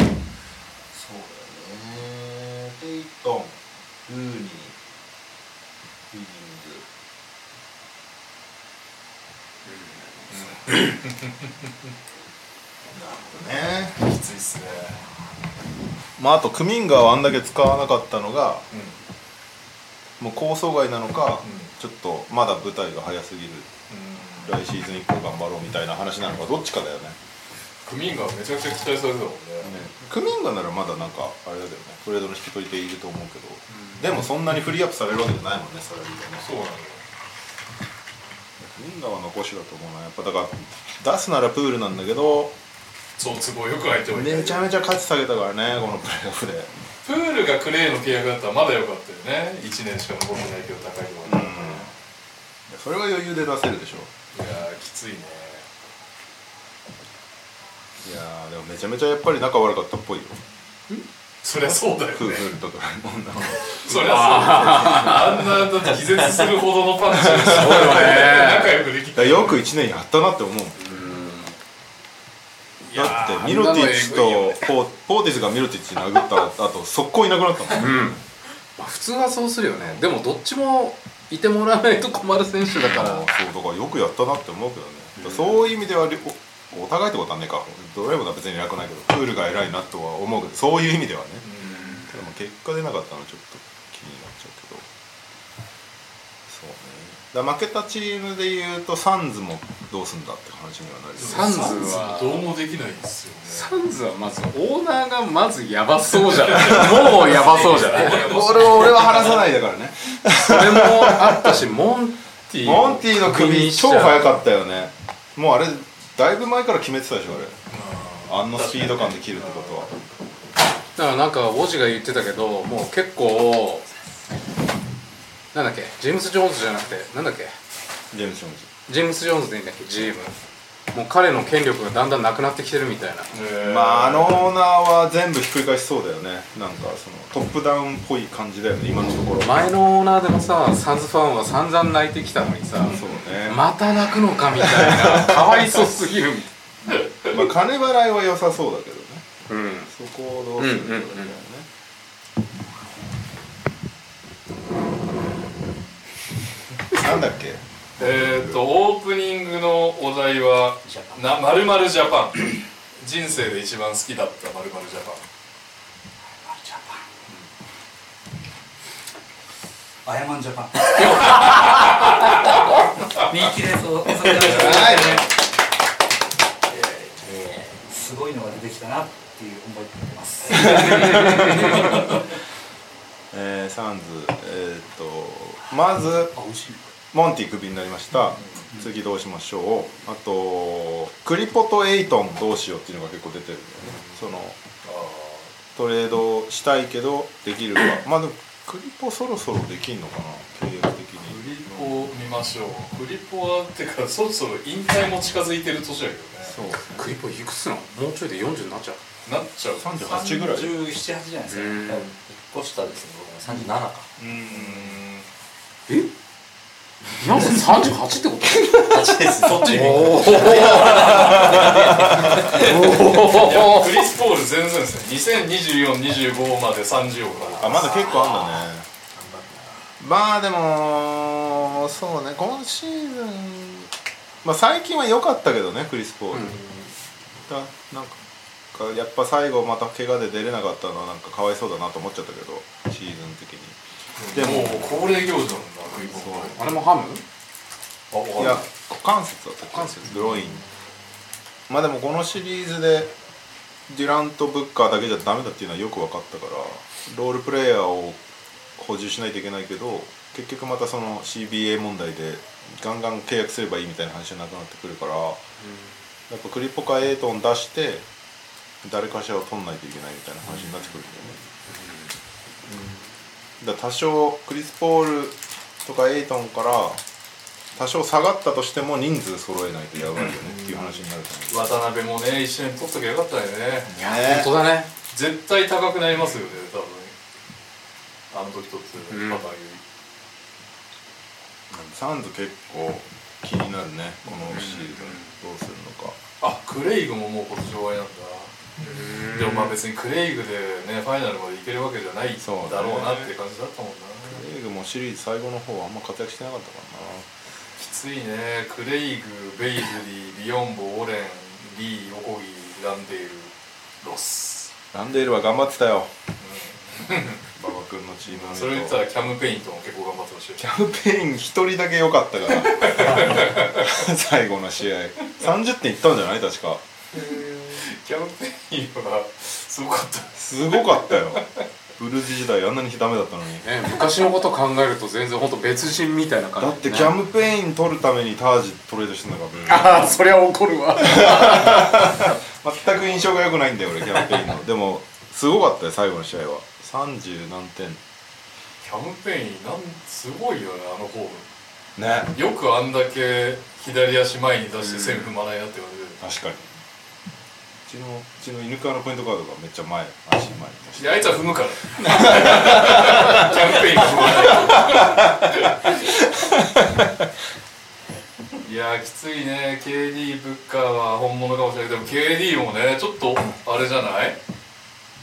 よねペイトンルーニーウィギンズねきついっすねまああとクミンガーをあんだけ使わなかったのがうんもう構想外なのか、うんちょっとまだ舞台が早すぎるう来んシーズン以降頑張ろうみたいな話なのかどっちかだよねクミンがめちゃくちゃ期待されてたもんねクミンガならまだなんかあれだけどねトレードの引き取り手いると思うけど、でもそんなにフリーアップされるわけじゃないもんねサラリーがねそうなのよクミンガは残しだと思うなやっぱだから出すならプールなんだけどそう都合よく相手をめちゃめちゃ価値下げたからねこのプレーオフでプールがクレイの契約だったらまだ良かったよね1年しか残ってないけど高いところ、いそれは余裕で出せるでしょやーきついねいやーでもめちゃめちゃやっぱり仲悪かったっぽいよそりゃそうだよねプールとドラ えもんなのそりゃそうだよあんなだって気絶するほどのパンチをして仲良くできだからたよく1年やったなって思うもんいやだってーミロティッチとポーポーティスがミロティッチ殴った後速攻いなくなったもんまあ普通はそうするよねでもどっちもいてもらわないと困る選手だからあーそうだからよくやったなって思うけどね、だからそういう意味ではりおお互いってことはねえかドライブは別に偉くないけどプールが偉いなとは思うけどそういう意味ではね、でも結果出なかったのはちょっと気になっちゃうけどそうねだから負けたチームでいうとサンズもどうすんだって話にはなるよねサンズはどうもできないんですよねサンズはまずオーナーがまずヤバそうじゃないもうヤバそうじゃないこれを俺は話さないだからねそれもあったしモンテ ィモンティの首超か速ったかったよねもうあれだいぶ前から決めてたでしょあれあのスピード感で切るってことはだからなんかオジが言ってたけどもう結構なんだっけジェームス・ジョーンズじゃなくてなんだっけジェームス・ジョーンズジェームス・ジョーンズでいいんだっけ GM もう彼の権力がだんだんなくなってきてるみたいなまああのオーナーは全部ひっくり返しそうだよねなんかそのトップダウンっぽい感じだよね今のところ前のオーナーでもさサンズファンは散々泣いてきたのにさそうね、ままた泣くのかみた いなかわいそうすぎるみあ金払いは良さそうだけどねたいなうんそこをどうするかだよね、うんうんうんなんだっけえーっとオープニングのお題はジャパ「なまるまるジャパン」人生で一番好きだったまるまるジャパンアヤマンジャパン見切れそうそれははいすごいのが出てきたなっていう思いがありますえー、サンズえーっとまずあ美味しいモンティクビになりました次どうしましょうあとクリポとエイトンどうしようっていうのが結構出てるんだよねそのトレードしたいけどできるかまあでもクリポそろそろできんのかな契約的フにリポ見ましょうフリポはてかそろそろ引退も近づいてる年だけどねそうクリップいくつなのもうちょいで40になっちゃうなっちゃう38ぐらい178じゃないですかう多ん分1個下ですね僕は37かえなんか38ってこと8ですねそっちおおいやクリス・ポール全然ですね202425まで30億あまだ結構あんだねまあでもそうね今シーズンまあ最近は良かったけどねクリス・ポール、だなんかやっぱ最後また怪我で出れなかったのはなんかかわいそうだなと思っちゃったけどシーズン的にでもう恒例行事だもんなクリス・ポそうールあれもハムあわかいんなやい股関節だった股関節グロインまあでもこのシリーズでデュランとブッカーだけじゃダメだっていうのはよく分かったからロールプレイヤーを補充しないといけないけど結局またその CBA 問題でガンガン契約すればいいみたいな話じゃなくなってくるから、やっぱクリポカ・エイトン出して誰かしらを取んないといけないみたいな話になってくるんだよね。だから多少クリス・ポールとかエイトンから多少下がったとしても人数揃えないとやばいよねっていう話になると思う渡辺もね一緒に取っときゃよかったよね本当だね絶対高くなりますよね多分あの時取ってたパターンよサンズ結構気になるねこのシーズンどうするのかあクレイグももう今年終わりなんだでもまあ別にクレイグでねファイナルまでいけるわけじゃないそうだろうなっていう感じだったもんなレイグもシリーズ最後の方はあんま活躍してなかったからなきついねクレイグベイズリービヨンボオレンリーオコギランデールロスランデールは頑張ってたよ、馬場君のチームメイトそれを言ったらキャム・ペイントも結構頑張ってましたキよャンペーン一人だけ良かったから 最後の試合30点いったんじゃない確かキャム・ペインはすごかったすごかったよブルーズ時代あんなにダメだったのにね昔のこと考えると全然本当別人みたいな感じだってキャムペーン取るためにタージトレードしてんだからブルーズ ああそりゃ怒るわ 全く印象が良くないんだよ俺キャンペーンのでもすごかったよ最後の試合は30何点キャム・ペインなんすごいよねあのフォームねよくあんだけ左足前に出してセーフ踏まないなって言われる、確かにうちのうちの犬川のポイントカードがめっちゃ前足前に出しいてやあいつは踏むからキャンペーン踏まないいやーきついね KD ブッカーは本物かもしれないけどでも KD もねちょっとあれじゃない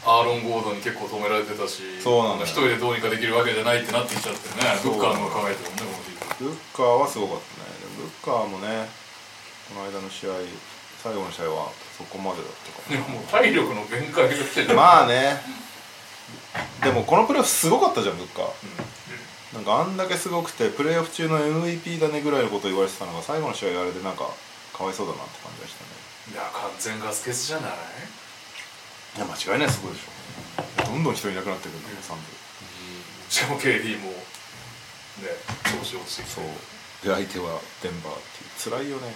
アーロン・ゴードンに結構止められてたしそうなんだよ一人でどうにかできるわけじゃないってなってきちゃってねブそうッカーの方が考えてるもんねこのブッカーはすごかったねでもブッカーもねこの間の試合最後の試合はそこまでだったか時でももう体力の限界が来てるもまあねでもこのプレーオフすごかったじゃんブッカー、なんかあんだけすごくてプレーオフ中の MVP だねぐらいのこと言われてたのが最後の試合あれでなんかかわいそうだなって感じがしたねいや完全ガス欠じゃないいや間違いないすごいでしょどんどん人いなくなってくるんだよ3部しかも KD もね調子落ちてきそてうで相手はデンバーっていう辛いよね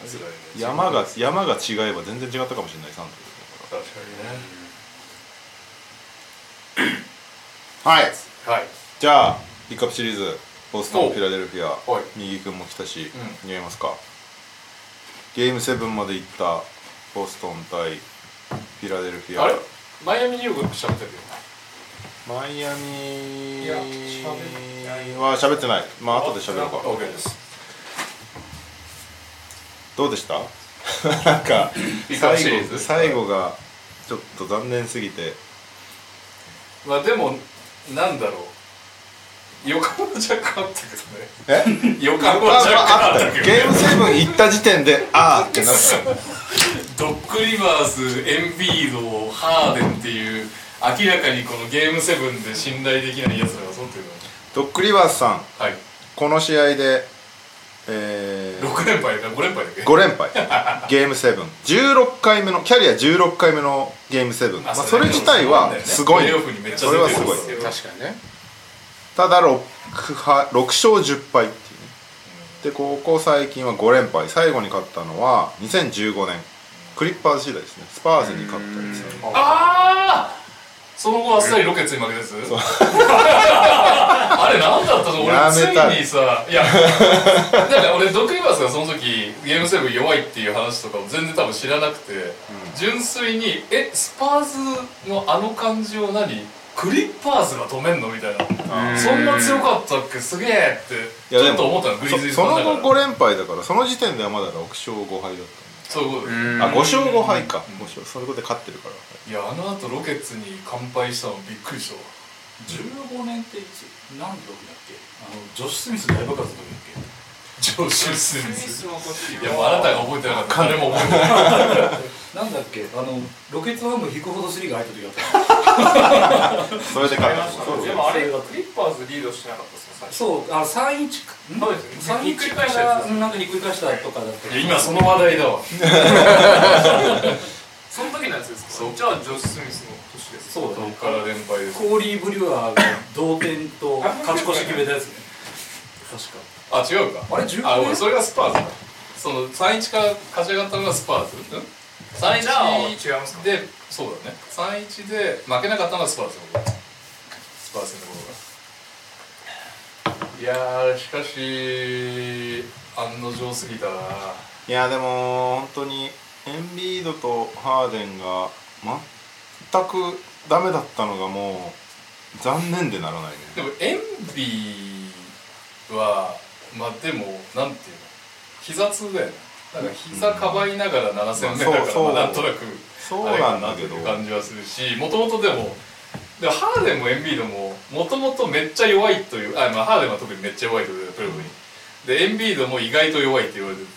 辛いね山が山が違えば全然違ったかもしれない3部だか確かにねらはいはいじゃあピックアップシリーズボストおンフィラデルフィアはい右君も来たし、似合いますかゲーム7まで行ったボストン対フィラデルフィアあれマイアミによく喋ってるよマイアミいや喋ってないは喋ってないまあ後で喋ろうか OK ですどうでした なんかピックアップシ最リー後ズ最後がちょっと残念すぎてまあでもなんだろう予感は若干あったけえ どね予感はまあ若干ああっったたよけどゲームねセブン行った時点であーってなったドックリバースエンビードハーデンっていう明らかにこのゲームセブンで信頼できないやつらがそうってるのドックリバースさんはいこの試合で、えー6連敗か5連敗だっけ5連敗ゲームセブン16回目のキャリア16回目のゲームセブン、まあ、それ自体はすごいプレーオフにめっちゃそれはすごい出てるんですよ確かにねただ 6, は6勝10敗っていうねでここ最近は5連敗最後に勝ったのは2015年クリッパーズ時代ですねスパーズに勝ったんですよねああその後あっさりロケッツに負けたやつ あれ何だったのや俺つめたいにさいやだから俺ドックリバースがその時ゲームセブン弱いっていう話とかも全然多分知らなくて、純粋にえスパーズのあの感じを何クリッパーズが止めんのみたいなそんな強かったっけすげえっていやちでょもっと思ったのグリズリそーズそファのンだから後5連敗だからその時点ではまだ6勝5敗だっそういうことですた、あ5勝5敗か5勝そういうことで勝ってるからいやあの後ロケッツに乾杯したのびっくりしたわ15年っていつ何の時だっけあのジョシュ・スミス大爆発の時だっジョーシュ・スミススミスの年いやもうあなたが覚えてなかったら誰も覚えてないなんだっけあのロケットハム引くほどスリーが入った時だったそれで勝ったそうでもあれクリッパーズリードしてなかったですか最初そう、あの三一か、んそうですね三一ひっくりか返したやつなんかひっくり返したとかだったいや今その話題だ わその時のやつですかじゃあジョシュ・スミスの年ですそうだそねこ。から連敗ですコーリー・ブリュワーが同点と勝ち越し決めたやつね。確か。あ違うかあれ十あ五俺年？それがスパーズだその3-1から勝ち上がったのがスパーズうんじゃあ違い3-1ますかでそうだね3-1で負けなかったのがスパーズのことだスパーズのことがいやーしかし案の定すぎたないやでも本当にエンビードとハーデンが全くダメだったのがもう残念でならないねでもエンビーはまあでもなんていうの膝痛だよねなんか膝かばいながら7戦目だから、うんそうそうまあなんとなくそうなんだけどあれかなという感じはするしもともとでもでもハーデンもエンビードももともとめっちゃ弱いというあ、まあ、ハーデンは特にめっちゃ弱いというプレーにでエンビードも意外と弱いって言われてて、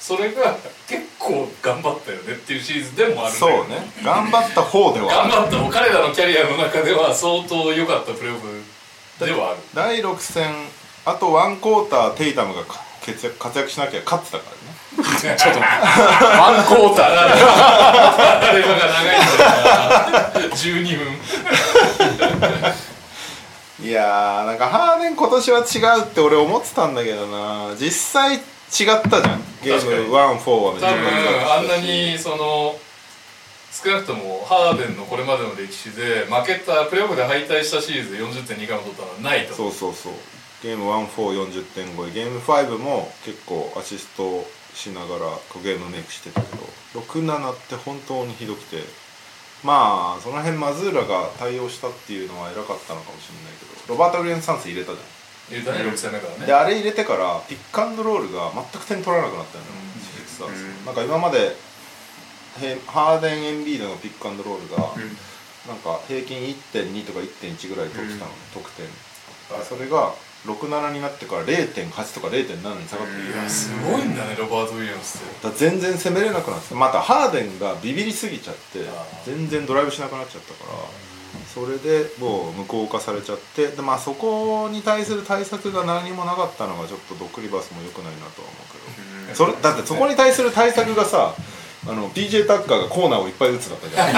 それが結構頑張ったよねっていうシリーズでもあるんだけそどうね頑張った方ではあ頑る張ったも彼らのキャリアの中では相当良かったプレーオフではある第6戦あとワンクォーターテイタムが活躍活躍しなきゃ勝ってたからねワンクォーターなんだ。 あれが長いんだよな。十二分。いやーなんかハーデン今年は違うって俺思ってたんだけどな実際違ったじゃんゲ確かーにム1、4はめっち多ゃ分あんなにその少なくともハーデンのこれまでの歴史で負けたプレーオフで敗退したシリーズで40.2回も取ったのはないと。そうそうそうゲーム1440点超えゲーム5も結構アシストしながらゲームメイクしてたけど67って本当にひどくてまあその辺マズーラが対応したっていうのは偉かったのかもしれないけどロバート・グリーンサンス入れたじゃ言うたら6戦目かんでらね。あれ入れてからピックアンドロールが全く点取らなくなったよねうんシリクサーズなんか今までへハーデン・エンビードのピックアンドロールがなんか平均1.2とか1.1ぐらい取ってたの、得点はいそれが67になってから0.8とか0.7に下がってるだかすごいんだねロバート・ウィリアムスって。ら全然攻めれなくなってまたハーデンがビビりすぎちゃってあ全然ドライブしなくなっちゃったからそれでもう無効化されちゃってで、まあ、そこに対する対策が何もなかったのがちょっとドックリバースも良くないなとは思うけどそれだってそこに対する対策がさあの PJ タッカーがコーナーをいっぱい打つだったじゃん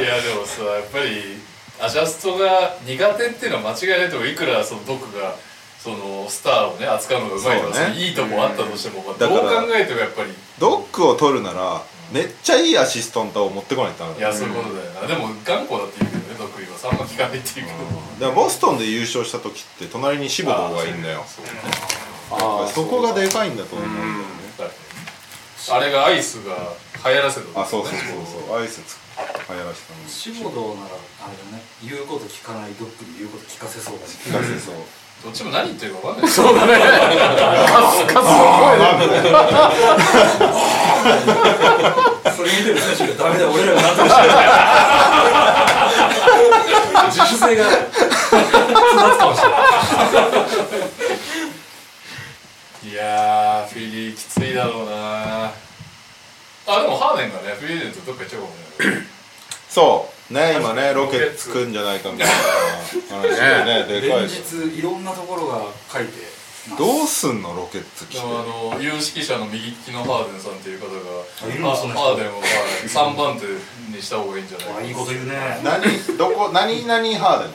いやでもさやっぱりアジャストが苦手っていうのは間違いないと思ういくらそのドクがそのスターをね扱うのがうまいとかそそうう、ねいいとこあったとしても、まあだどかうら考えてもやっぱりいドックを取るならめっちゃいいアシスタントを持ってこないとダメだやそういうことだよな、でも頑固だって言うけどねドク今さんま聞かないっていうけど、だからボストンで優勝した時って隣に渋野がいいんだよそこがでかいんだと思うんだよねあれがアイスが流行らせたあそうそうそうそうアイスつ流行らせたのシモドならあれだね。言うこと聞かないドッグに言うこと聞かせそうだし。聞かせそうどっちも何言ってるか分かんないそうそうだね数数の声でそれ見てる選手がダメだ俺らが納得してる。自主性がある。いやーフィリーきついだろうなあでもハーデンがねフィリーデントどっか行っちゃうかもねそうね今ねロケッツくんじゃないかみたいな話がねでか連いし日いろんなところが書いてます。どうすんのロケッツ来でてもあの有識者の右利きのハーデンさんっていう方があいるまあ、のその人。ハーデンは3番手にした方がいいんじゃあないいいこと言うね。何どこ何何ハーデンなの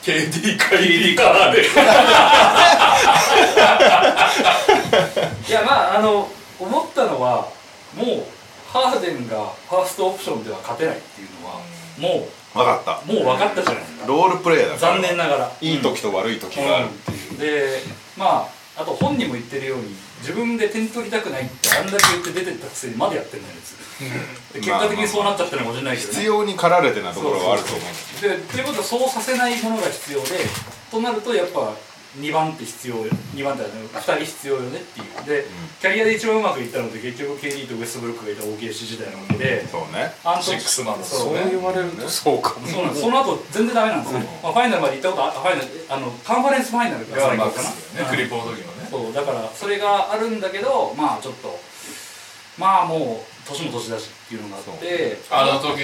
KD か KD かハーデンいやまああの思ったのはもうハーデンがファーストオプションでは勝てないっていうのはも分かったうもう分かったじゃないですかロールプレイだから残念ながらいい時と悪い時があるっていうでまああと本人も言ってるように自分で点取りたくないってあんだけ言って出てったくせにまだやってんのよ別にで結果的にそうなっちゃったのかもしれないけど必ね要に駆られてなところはあると思うでということはそうさせないものが必要でとなるとやっぱ2番って必要よ2番って2人必要よねっていうで、キャリアで一番うまくいったのって結局 KD とウエストブルックがいた OKC 時代なわけで、そうねアントシックスマンそうね言われるとそうかもそうなんですその後全然ダメなんですよ、まあ、ファイナルまで行ったことあファイナルあのカンファレンスファイナルがが最マ高ッかクな、スだよねクリップの時のねそうだからそれがあるんだけどまあちょっとまあもう年も年だしっていうのがあってあの時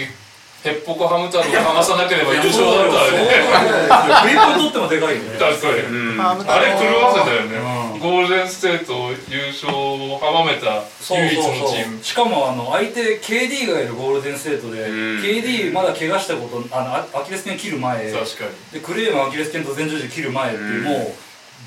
ヘッポコハム太郎をかまさなければ優勝だったらね フリップにとってもでかいよね確かにあれ狂わせたよね、ゴールデンステート優勝を阻めたそう唯一そのうチーそムうしかもあの相手 KD がいるゴールデンステートで KD まだ怪我したことあのアアキレス腱切る前確かにでクレームアキレス腱と前十字切る前っていうもう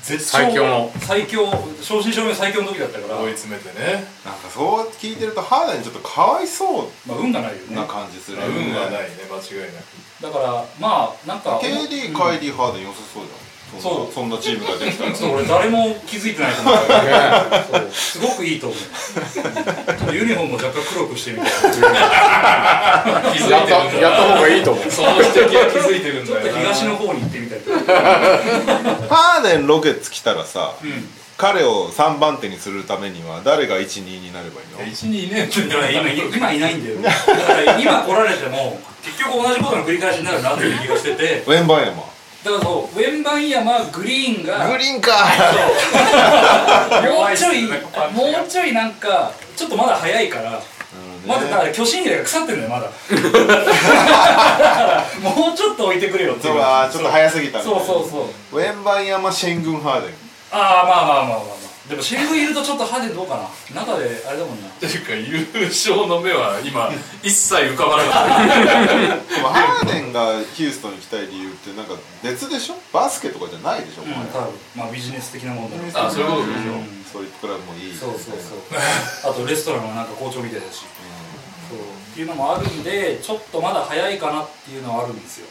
絶頂最強の最強正真正銘最強の時だったから、追い詰めてねなんかそう聞いてるとハーデンちょっとかわいそまあ、運がないようねな感じするよね運はないね間違いなくだからまあなんか KD、カイリー、ハーデン良さそうじゃんそうそんなそんなチームができたらちょっと俺誰も気づいてないと思う からそうすごくいいと思うちょっとユニフォームも若干黒くしてみたい 気やづいったてるんだやった方がいいと思うその指摘は気 づいてるんちょだっとよな東の方に行ってみたいハーデンロケッツ来たらさ、ん彼を3番手にするためには誰が12になればいいの1にいねえんだよ今今いないん だよだから今来られても結局同じことの繰り返しになるなっていう気がしててウェンバンヤマだからそうウェンバンヤマグリーンがグリーンかもうちょいもうちょいなんかちょっとまだ早いからまだだから巨神兵が腐ってるんだよ まだだからもうちょっと置いてくれよっていううわーちょっと早すぎたねそうそうそうウェンバンヤマシェングンハーデンああまあまあまあまあ、まあ、でもシェイブいるとちょっと歯でどうかな中であれだもんなというか優勝の目は今一切浮かばなかったでもハーデンがヒューストンに来たい理由ってなんか別でしょバスケとかじゃないでしょ、お前多分まあビジネス的なものだろうあそういうことでしょそういうクラブもいいそうそう そうあとレストランもなんか好調みたいだし、そうっていうのもあるんでちょっとまだ早いかなっていうのはあるんですよ、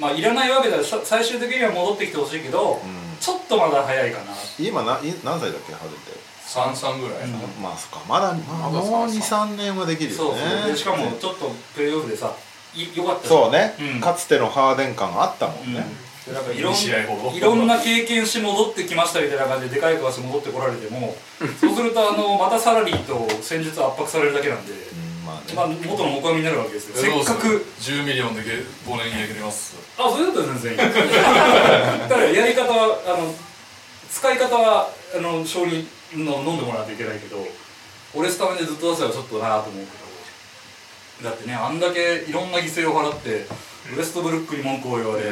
まあいらないわけだし最終的には戻ってきてほしいけど、んちょっとまだ早いかな今ない何歳だっけハーデンって33ぐらい、まあそっかまだ、まあ、まだもう23年はできるそようねそうでしかもちょっとプレーオフでさいよかったそうね、うんかつてのハーデン感あったもんね、うなんかいろ2ん試合ほどいろんな経験して戻ってきましたみたいな感じででかい顔して戻ってこられてもそうするとあのまたサラリーと戦術圧迫されるだけなんで、うんまあねまあ、元の木阿弥になるわけですよせっかく10ミリオンで5年にできますあそれだったら全然い いただやり方はあの使い方はあの承認の飲んでもらわないといけないけど俺スタメンでずっと出せばちょっとなと思うけどだってねあんだけいろんな犠牲を払ってウエストブルックに文句を言われ、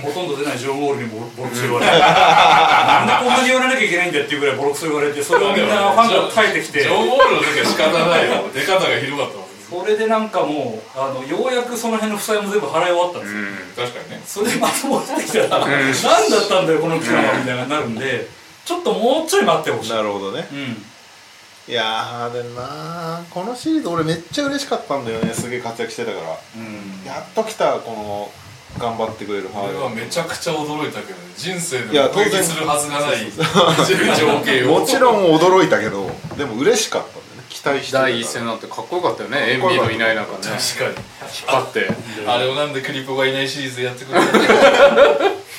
ほとんど出ないジョー・ウォールに もボロクソ言われなんでこんなに言われなきゃいけないんだっていうぐらいボロクソ言われてそれをみんなファンが耐えてきてジョーボールの時は仕方ない よ出方がひどかったもんそれでなんかもうあのようやくその辺の負債も全部払い終わったんですよ、確かにねそれでまた戻ってきた ら何だったんだよこの期間はみたいになるんでちょっともうちょい待ってほしい、なるほどねうん、いやーハーデンなーこのシリーズ俺めっちゃ嬉しかったんだよねすげえ活躍してたから、やっと来たこの頑張ってくれるハ俺はーデめちゃくちゃ驚いたけどね人生いでやも当然目撃するはずがない 情景ンをもちろん驚いたけどでも嬉しかったんだよね期待してたから第一戦なんてかっこよかったよねエンかっこよビかったーのいない中ね確か引っ張ってにあれをなんでクリポがいないシリーズやってくれた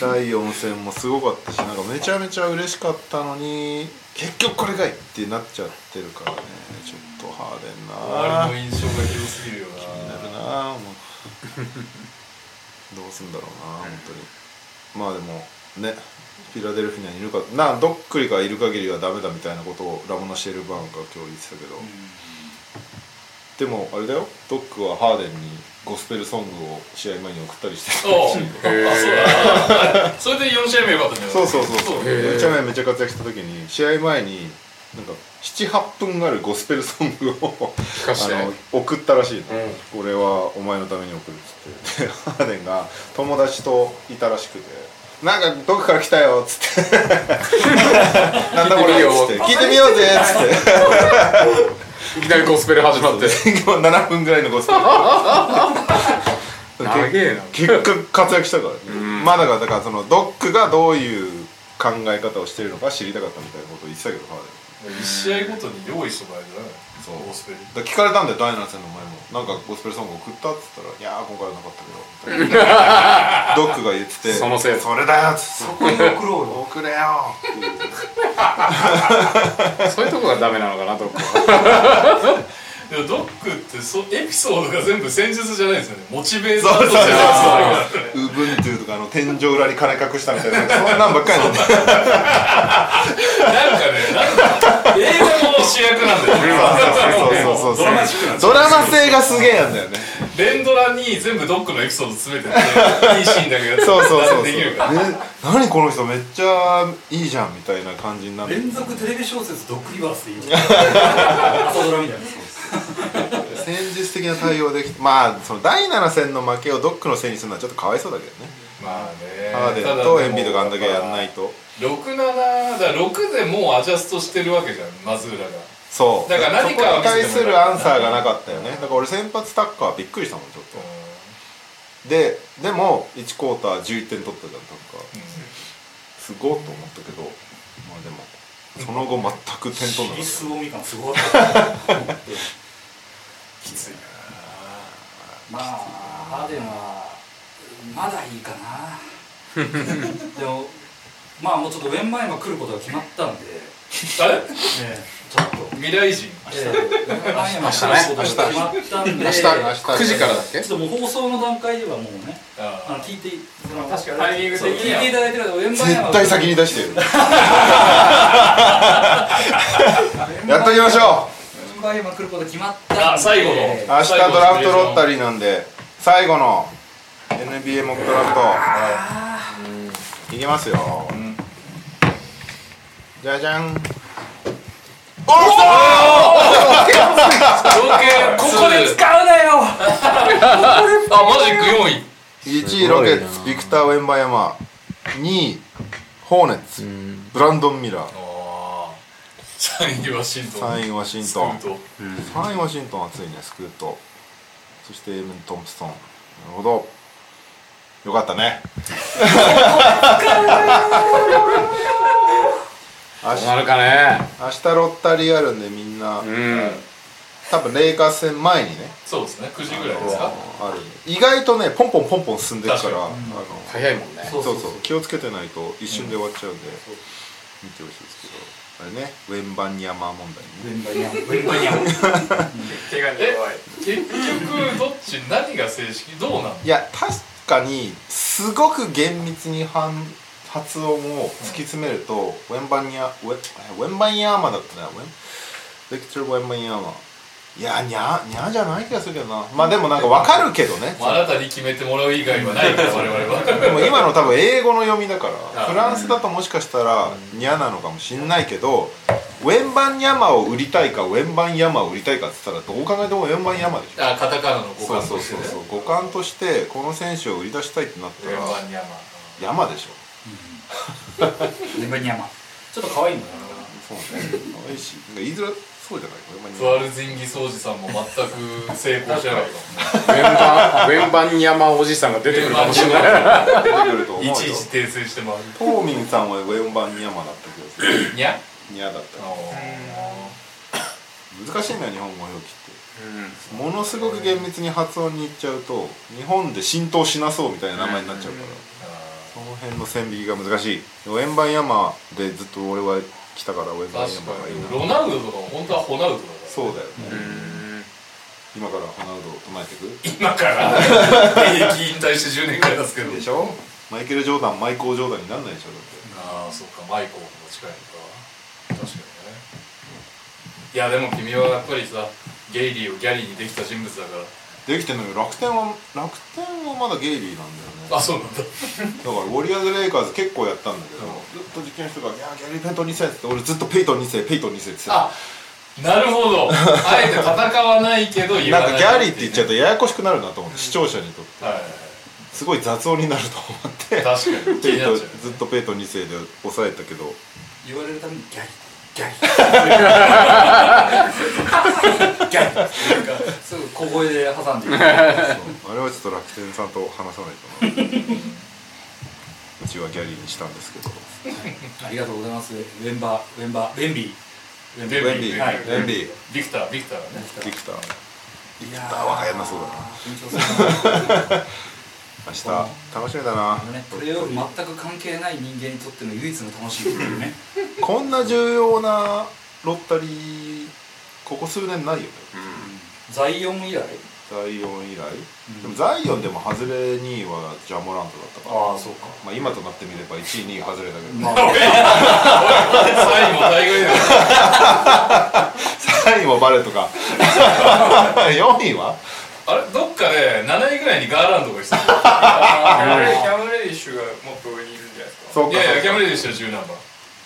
第4戦もすごかったしなんかめちゃめちゃ嬉しかったのに結局これかいってなっちゃってるからねちょっとハーデンなあれの印象がひどすぎるよななるなあもう どうすんだろうな本当にまあでもねフィラデルフィニアにいるかなどっくりがいる限りはダメだみたいなことをラモナ・シェルバーンが今日言ってたけど、でもあれだよドックはハーデンにゴスペルソングを試合前に送ったりしてたおらうしいあそうだそれで4試合目よかったんじゃない そうそうそうそううめちゃめちゃめちゃ活躍した時に試合前になんか78分あるゴスペルソングを聞かしてあの送ったらしいの、俺はお前のために送るっつってでハーデンが友達といたらしくて「なんかどこから来たよ」っつ って「なんだこれ」っつって「聞いてみようぜ」っつ っていきなりゴスペル始まって7分ぐらいのゴスペル長えな結果活躍したからね、まあだからだからそのドックがどういう考え方をしてるのか知りたかったみたいなことを言ってたけどハーデン1試合ごとに用意してもらえるじゃないそうゴスペルだから聞かれたんだよ第7戦の前もなんかゴスペルソング送ったっつったら「いやー今回はなかったけどみたいな」 ドックが言ってて「そのせいそれだよ」っつってそこに送ろうよ送れよっていうそういうとこがダメなのかなと思うでもドックってそエピソードが全部戦術じゃないですよねモチベーションそうそうとしてはそうウブントゥとかあの天井裏に金隠したみたいななんかそんなんばっかりなんだ よなんかねなんか映画の主役なんだよねそうそうそうそうドラマチックなんですドラマ性がすげえなんだよね連ドラに全部ドックのエピソード詰めてっていいシーンだけやってそうそうそうそうできるねから何この人めっちゃいいじゃんみたいな感じになる 連続テレビ小説ドックリバースでい い朝ドラみたいな戦術的な対応できてまあその第7戦の負けをドックのせいにするのはちょっとかわいそうだけどねまあねハーデンとエンビードがあんだけやんないと67だから6でもうアジャストしてるわけじゃん松浦がそうだから何そこかに対は見すせてもるらうアンサーがなかったよねだから俺先発タッカーびっくりしたもんちょっとででも1クォーター11点取ったじゃんタッカーすごっと思ったけどまあでもその後全く点取んなかキリっスオミカンすごかったきついなまあハーデンはまだいいかなでもまあもうちょっとウェンバイマ来ることが決まったんで、あれちょっと未来人ええウェンバイマ来ることが決まったんで明日明日9時からだっちょけっともう放送の段階ではもうねあのあ聞いてその確かにタイミング的そう聞にいていただいてるからウェンたバイマ絶対先に出 してるやっときましょうウェンバイマ来ることが決まったんであ最後のええ明日ドラフトロッタリーなんで最後の NBA モックドラフトいきますよじゃじゃん条件ここで使うなよあマジック4位1位ロケッツビクター・ウェンバヤマ2位ホーネッツブランドン・ミラーあ3位ワシントン3位ワシントンスクート3位ワシントン熱いねスクートそしてエムン・トンプソンなるほどよかったね明どう日なるかね明日ロッタリーあるんでみんなうん多分レイカーズ戦前にねそうですね9時ぐらいですかある意外とねポンポンポンポン進んでるから確あの早いもんねそうそそううそそうう気をつけてないと一瞬で終わっちゃうんで見てほしいですけどあれねウェンバンニヤマー問題ウねェンバイマウェンバイマ怪我に弱い結局どっち何が正式どうなのいや確かにすごく厳密に反発音を突き詰めると、ウェンバンニヤウェウェンバンヤーマだったねウェンビクトル・ウェンバンヤーマいやニャニャじゃない気がするけどなまあでもなんかわかるけどねもうあなたに決めてもらう以外はないから我々はでも今の多分英語の読みだかあらフランスだともしかしたらニャなのかもしんないけどウェンバンニャマを売りたいかウェンバンヤマを売りたいかって言ったらどう考えてもウェンバンヤマでしょあカタカナのそ五う感そとうしそうてそうね五感としてこの選手を売り出したいってなったウェンバらンヤマ山でしょウェンバイマちょっと可愛いんだよなそうね可愛いしなんか言いづらそうじゃないウェンバンニツャワルジンギ掃除さんも全く成功しなかったウェンバンウェンバン山おじさんが出てくるかもしれないマ出てくると思もうんよいちいち訂正してもらうトーミンさんはウェンバンニャマだったけどにゃニャだったあ難しいんだよ日本語表記ってものすごく厳密に発音にいっちゃうと日本で浸透しなそうみたいな名前になっちゃうから、その辺の線引きが難しいウェンバンヤマでずっと俺は来たからウェンーバン確ヤマがかいいになロナウドとかも本当はホナウドだからそうだよね今からホナウドを唱えてい今から 現役引退して10年くらい経つけどくでしょマイケル・ジョーダンマイコー・ジョーダンになんないでしょだっああそっかマイコーも近いのか確かにねいやでも君はやっぱりさゲイリーをギャリーにできた人物だかてできてんのよ楽天は楽天はまだゲイリーなんだよらあねそうなんだだからウォリアーズ・レイカーズ結構やったんだけど、ずっと実験の人が「いやーギャリー・ペイトン2世」って俺ずっとペイトン2世ペイトン2世って言ってたあなるほどあえて戦わないけど言なわんないかギャリーって言っちゃうとややこしくなるなと思って視聴者にとってはいはいすごい雑音になると思ってはい確かに気ペにイなトっずちゃうっとペイトン2世で抑えたけ ど言われるためにギャリギャリギャリなんかすぐ小声で挟 んでいくあれはちょっと楽天さんと話さないとなうちはギャリーにしたんですけどありがとうございますウェンバウェンバウェンビーウェンデウェンビビー、ーはいウェンビービクタービクターがねビクタービーいやあわかんなそうだな緊張する明日楽しみだなな、ね、プレーオフ全く関係ない人間にとっての唯一の楽しみっていうねこんな重要なロッタリーここ数年ないよねザイオン以来ザイオン以来、でもザイオンでも外れ2位はジャモラントだったからああそうかまあ今となってみれば1位2位外れだけど、まあ最後大概だよ3位もバレとか 4位はあれどっかで7位ぐらいにガーランドが来たキャムレディッシュがもっと上にいるんじゃないですかそういかやいそやうキャかムレディッシュの10ナンバー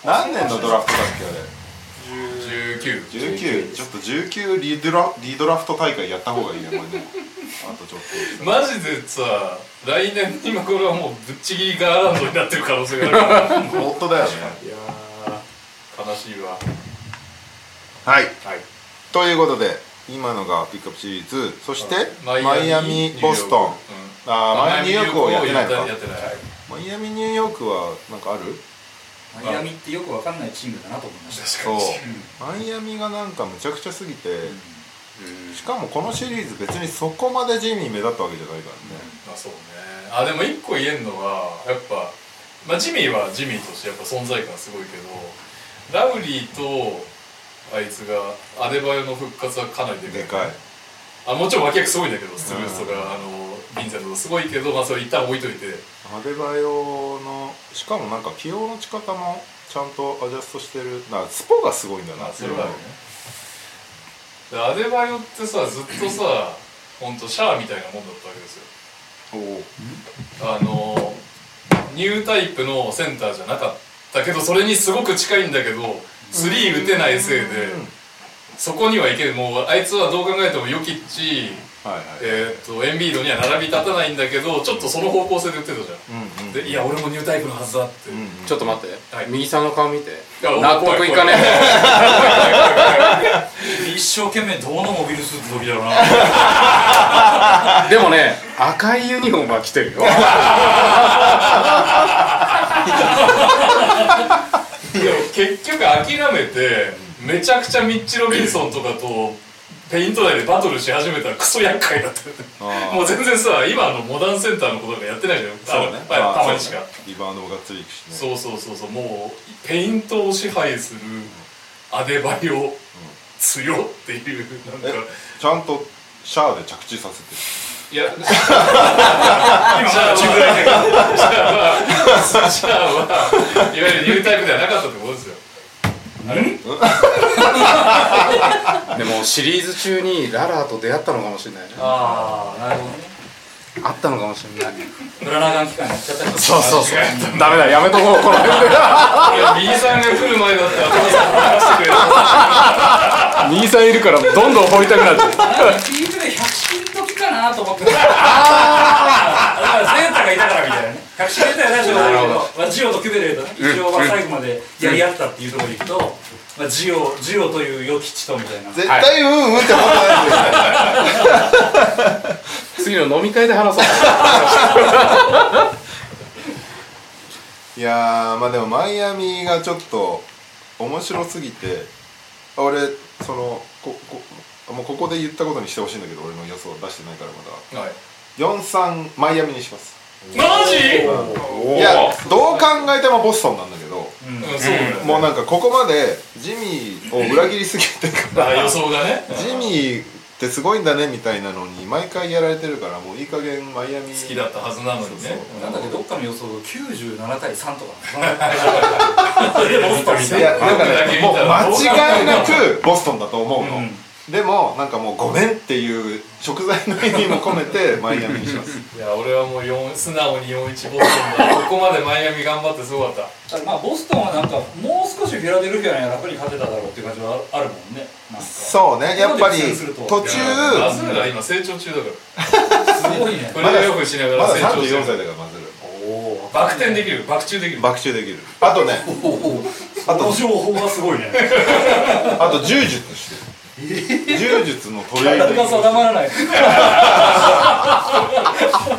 何年のドラフトだっけあれ19 19ちょっと19リドラリドラフト大会やった方がいいねこれねあとちょっとマジでさ来年今これはもうぶっちぎりガーランドになってる可能性があるから本当だよねいやー悲しいわはい、はいということで今のがピックアップシリーズそしてマイアミニューヨークボストンうんあーマイアミニューヨークをやってないのやかってないマイアミニューヨークはなんかあるマイアミってよくわかんないチームだなと思いました確かそうにマイアミがなんかむちゃくちゃすぎて、しかもこのシリーズ別にそこまでジミー目立ったわけじゃないからね、まあそうねあでも一個言えんのはやっぱ、まあ、ジミーはジミーとしてやっぱ存在感すごいけどラウリーとあいつがアデバヨの復活はかなりででかいかいあもちろん脇役すごいんだけどストゥルースとか、あのヴィンセントとかすごいけど、まあ、それ一旦置いといてアデバヨのしかもなんか起用の仕方もちゃんとアジャストしてるなスポがすごいんだなまあそれはあるね、でアデバヨってさずっとさ本当シャアみたいなもんだったわけですよおおあのニュータイプのセンターじゃなかったけどそれにすごく近いんだけどスリー打てないせいでそこにはいけるもうあいつはどう考えてもヨキッチ、はいはい、えー、とエンビードには並び立たないんだけどちょっとその方向性で打ってたじゃうんうんんでいや俺もニュータイプのはずだって、うんうんちょっと待って、はい右さんの顔見てや納得いかね一生懸命どうのモビルスーツの時だろうなえでもね赤いユニフォームは着てるよいや結局諦めてめちゃくちゃミッチ・ロビンソンとかとペイント内でバトルし始めたらクソ厄介だったよねあーもう全然さ今のモダンセンターのことがやってないじゃんそうねあのはいたまにしかあそうねリバウンドもがっつりいくしねそうそうそうそうもうペイントを支配するアデバイオ強っていうなんかえちゃんとシャアで着地させていやじゃあじゃあじゃあいわゆるニュータイプではなかったってことですよでもシリーズ中にララーと出会ったのかもしれないねああなるほどねあったのかもしれない裏長期間やっちゃったりとかそうそうそうダメだやめとこうこの 辺でいや右さんが来る前だったらお父さん話してくれる右さんいるからどんどん掘りたくなっちゃなうんかピークで100式の時かなと思ってたああだからセンターがいたからみたいなね100式出たよねジオなるほどまあ、ジオとクベレーとね一応は最後までやり合ったっていうところでいくと、まあ、ジオジオという良き地とみたいな絶対うんうんって思ってないんだよね次の飲み会で話そういやーまあでもマイアミがちょっと面白すぎて俺そのここもうここで言ったことにしてほしいんだけど俺の予想出してないからまだはい43マイアミにしますマジいやどう考えてもボストンなんだけどうんそうだよもうなんかここまでジミーを裏切りすぎてかあら予想がねジミーってすごいんだねみたいなのに毎回やられてるからもういい加減マイアミ好きだったはずなのにねなんだっけどっかの予想が97対3とか でボストンみたいいなやなんかねもう間違いなくボストンだと思うの、うんでもなんかもうごめんっていう食材の意味も込めてマイアミにしますいや俺はもう四素直に4-1ボストンだ ここまでマイアミ頑張ってすごかったただまあボストンはなんかもう少しフィラデルフィアには楽に勝てただろうっていう感じはあるもん ねなんかすそうねやっぱりそうですね途中マズーラ今成長中だからごいねプレーオフしながまらだ成長して34る歳だからマズルバク転できるバク中できる爆中できるあとねあこのと情報がすごいねあと柔術してる柔術のトレーニ誰ングが定まらない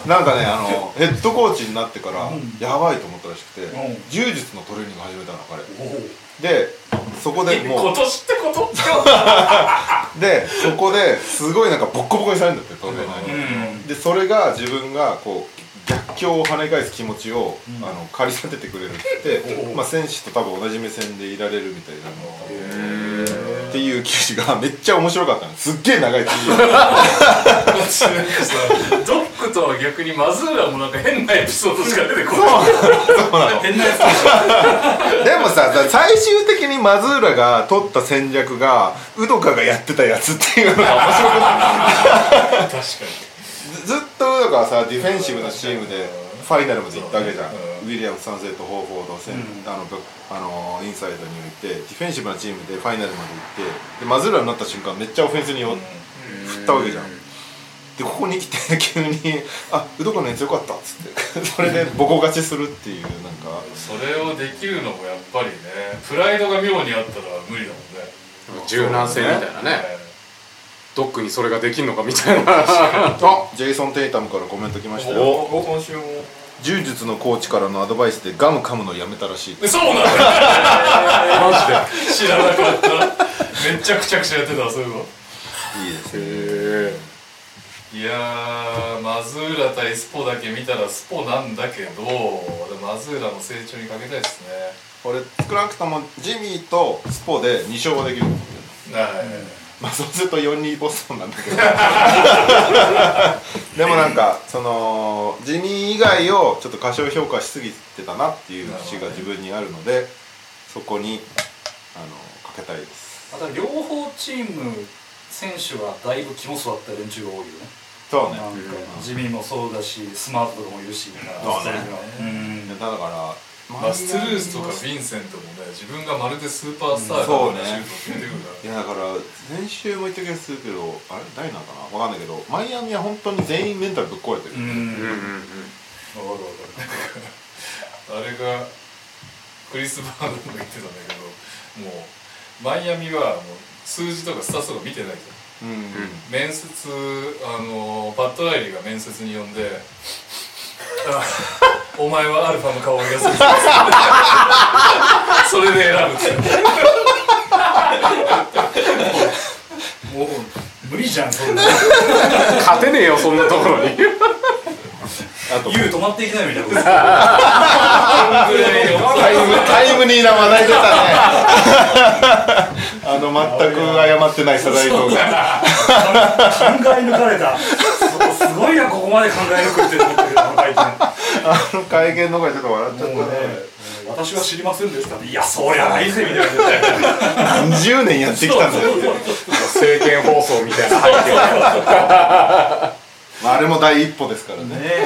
なんかねあのヘッドコーチになってからやばいと思ったらしくてうん柔術のトレーニング始めたの彼でそこでもう今年ってことでそこですごいなんかボッコボコにされるんだってトレーナーに、でそれが自分がこう逆境を跳ね返す気持ちを、あの駆り立ててくれるって、まあ、選手と多分同じ目線でいられるみたいなのっていう記事がめっちゃ面白かったのすっげえ長い記事さドックとは逆にマズーラもなんか変なエピソードしか出てこないでもささ最終的にマズーラが取った戦略がウドカがやってたやつっていうのが面白かった確かにずずっとウドカはさディフェンシブなチームでファイナルまで行ったわけじゃん、ウィリアムズ3世とホーフォード戦、あのぶあのインサイドに置いてディフェンシブなチームでファイナルまで行ってでマズーラになった瞬間めっちゃオフェンスによ、振ったわけじゃんでここに来て急に「あウドカのやつよかった」っつってそれでボコ勝ちするっていうなんかそれをできるのもやっぱりねプライドが妙にあったら無理だもんね柔軟性みたいなねドックにそれができんのかみたい なあジェイソン・テイタムからコメント来ましたよお今週も柔術のコーチからのアドバイスでガム噛むのやめたらしいえそ うなんだ知らなかっためっちゃくちゃくちゃやってたそういえばいいですいやーマズーラ対スポだけ見たらスポなんだけどでもマズーラの成長にかけたいですねこれ少なくともジミーとスポで2勝はできる はい、まあそうすると4 2ボストンなんだけ どでもなんかそのジミー以外をちょっと過小評価しすぎてたなっていう節が自分にあるのでそこにあのかけたいですあと両方チーム選手はだいぶ肝座った連中が多いよねそうねなんか地味もそうだしスマートとかもいるしみたいなそうねうんだからまあバストゥルースとかヴィンセントもね自分がまるでスーパースターだそうみたねいなシュートを決めてくるからいやだから先週も言った気がするけどあれ誰なのかなわかんないけどマイアミは本当に全員メンタルぶっ壊れてる、うんわかるわかるあれがクリス・バーンも言ってたんだけどもうマイアミはもう数字とかスタッツとか見てないとうん面接あのバットライリーが面接に呼んで「あお前はアルファの香りがする」それで選ぶってもう無理じゃんそんな勝てねえよそんなところにあと言う止まっていきないみたいなことぐらいタイムタイムリーな話題出た ねあの全く謝ってない謝罪動画考え抜かれたそうすごいなここまで考え抜くって思ったけどあの会見あの会見の方がちょっと笑っちゃったねもうね私は知りませんでしたねいやそりゃないぜみたいな何十年やってきたんだよ政見放送みたいな背景がまああれも第一歩ですからねいやいや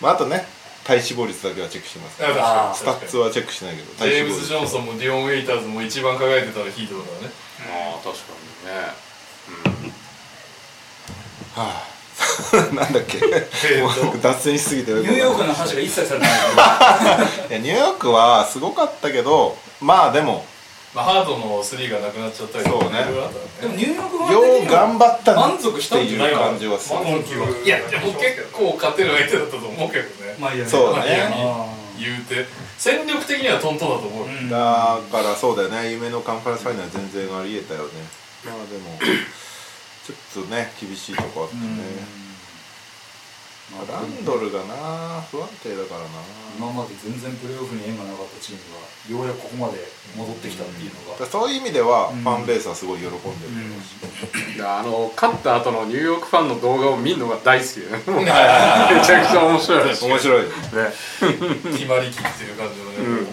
まああとね体脂肪率だけはチェックしてます確かにスタッツはチェックしないけどジ体ェー脂ム肪ズ・率ジョンソンもディオン・ウェイターズも一番輝いてたらヒートだからねまあ確かにねはあ なんだっけもう脱線しすぎてよくわニかんないューヨークの話が一切されてないいやニューヨークはすごかったけどまあでもまあ、ハードの3がなくなっちゃったりとかそうねいろいろあったからねでもニューヨークよ的うには頑張ったな満っ足したてんじいゃないうかな感じはする今季はいやでも結構勝てる相手だったと思うけどねまあいいやそうだねあ言うて戦力的にはトントンだと思う、ーようんだからそうだよね夢のカンファレンスファイナル全然ありえたよねまあでも ちょっとね厳しいとこあってねまあランドルがな不安定だからな今まで全然プレーオフに縁がなかったチームがようやくここまで戻ってきたっていうのだかがらそういう意味ではうフんァンベースはすごい喜んでるいやあの勝った後のニューヨークファンの動画を見るのが大好き でめちゃくちゃ面白いですね面白い決まりきっていう感じのね、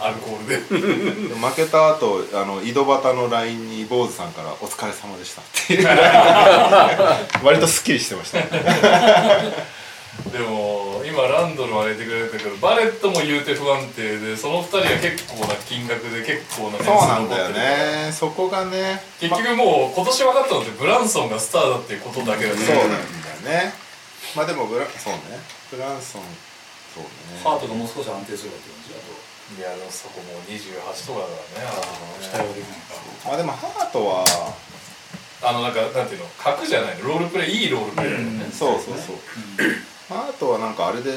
アルコールでで負けた後あの井戸端の LINE に坊主さんから「お疲れ様でした」っていう 割とすっきりしてましたでも今ランドルは挙げてくれたけどバレットも言うて不安定でその2人は結構な金額で結構な点数そうなん残だよってるからねそこがね結局もう今年分かったのってブランソンがスターだっていうことだけだねそうなんだよねまあでもブラそうねブランソンそうねハートがもう少し安定するかって感じだといやでもそこもう28とかだからね期待はできないかまあでもハートはあのなんかなんていうの格じゃないのロールプレイいいロールプレイだよね、そうそうそうハートはなんかあれでいい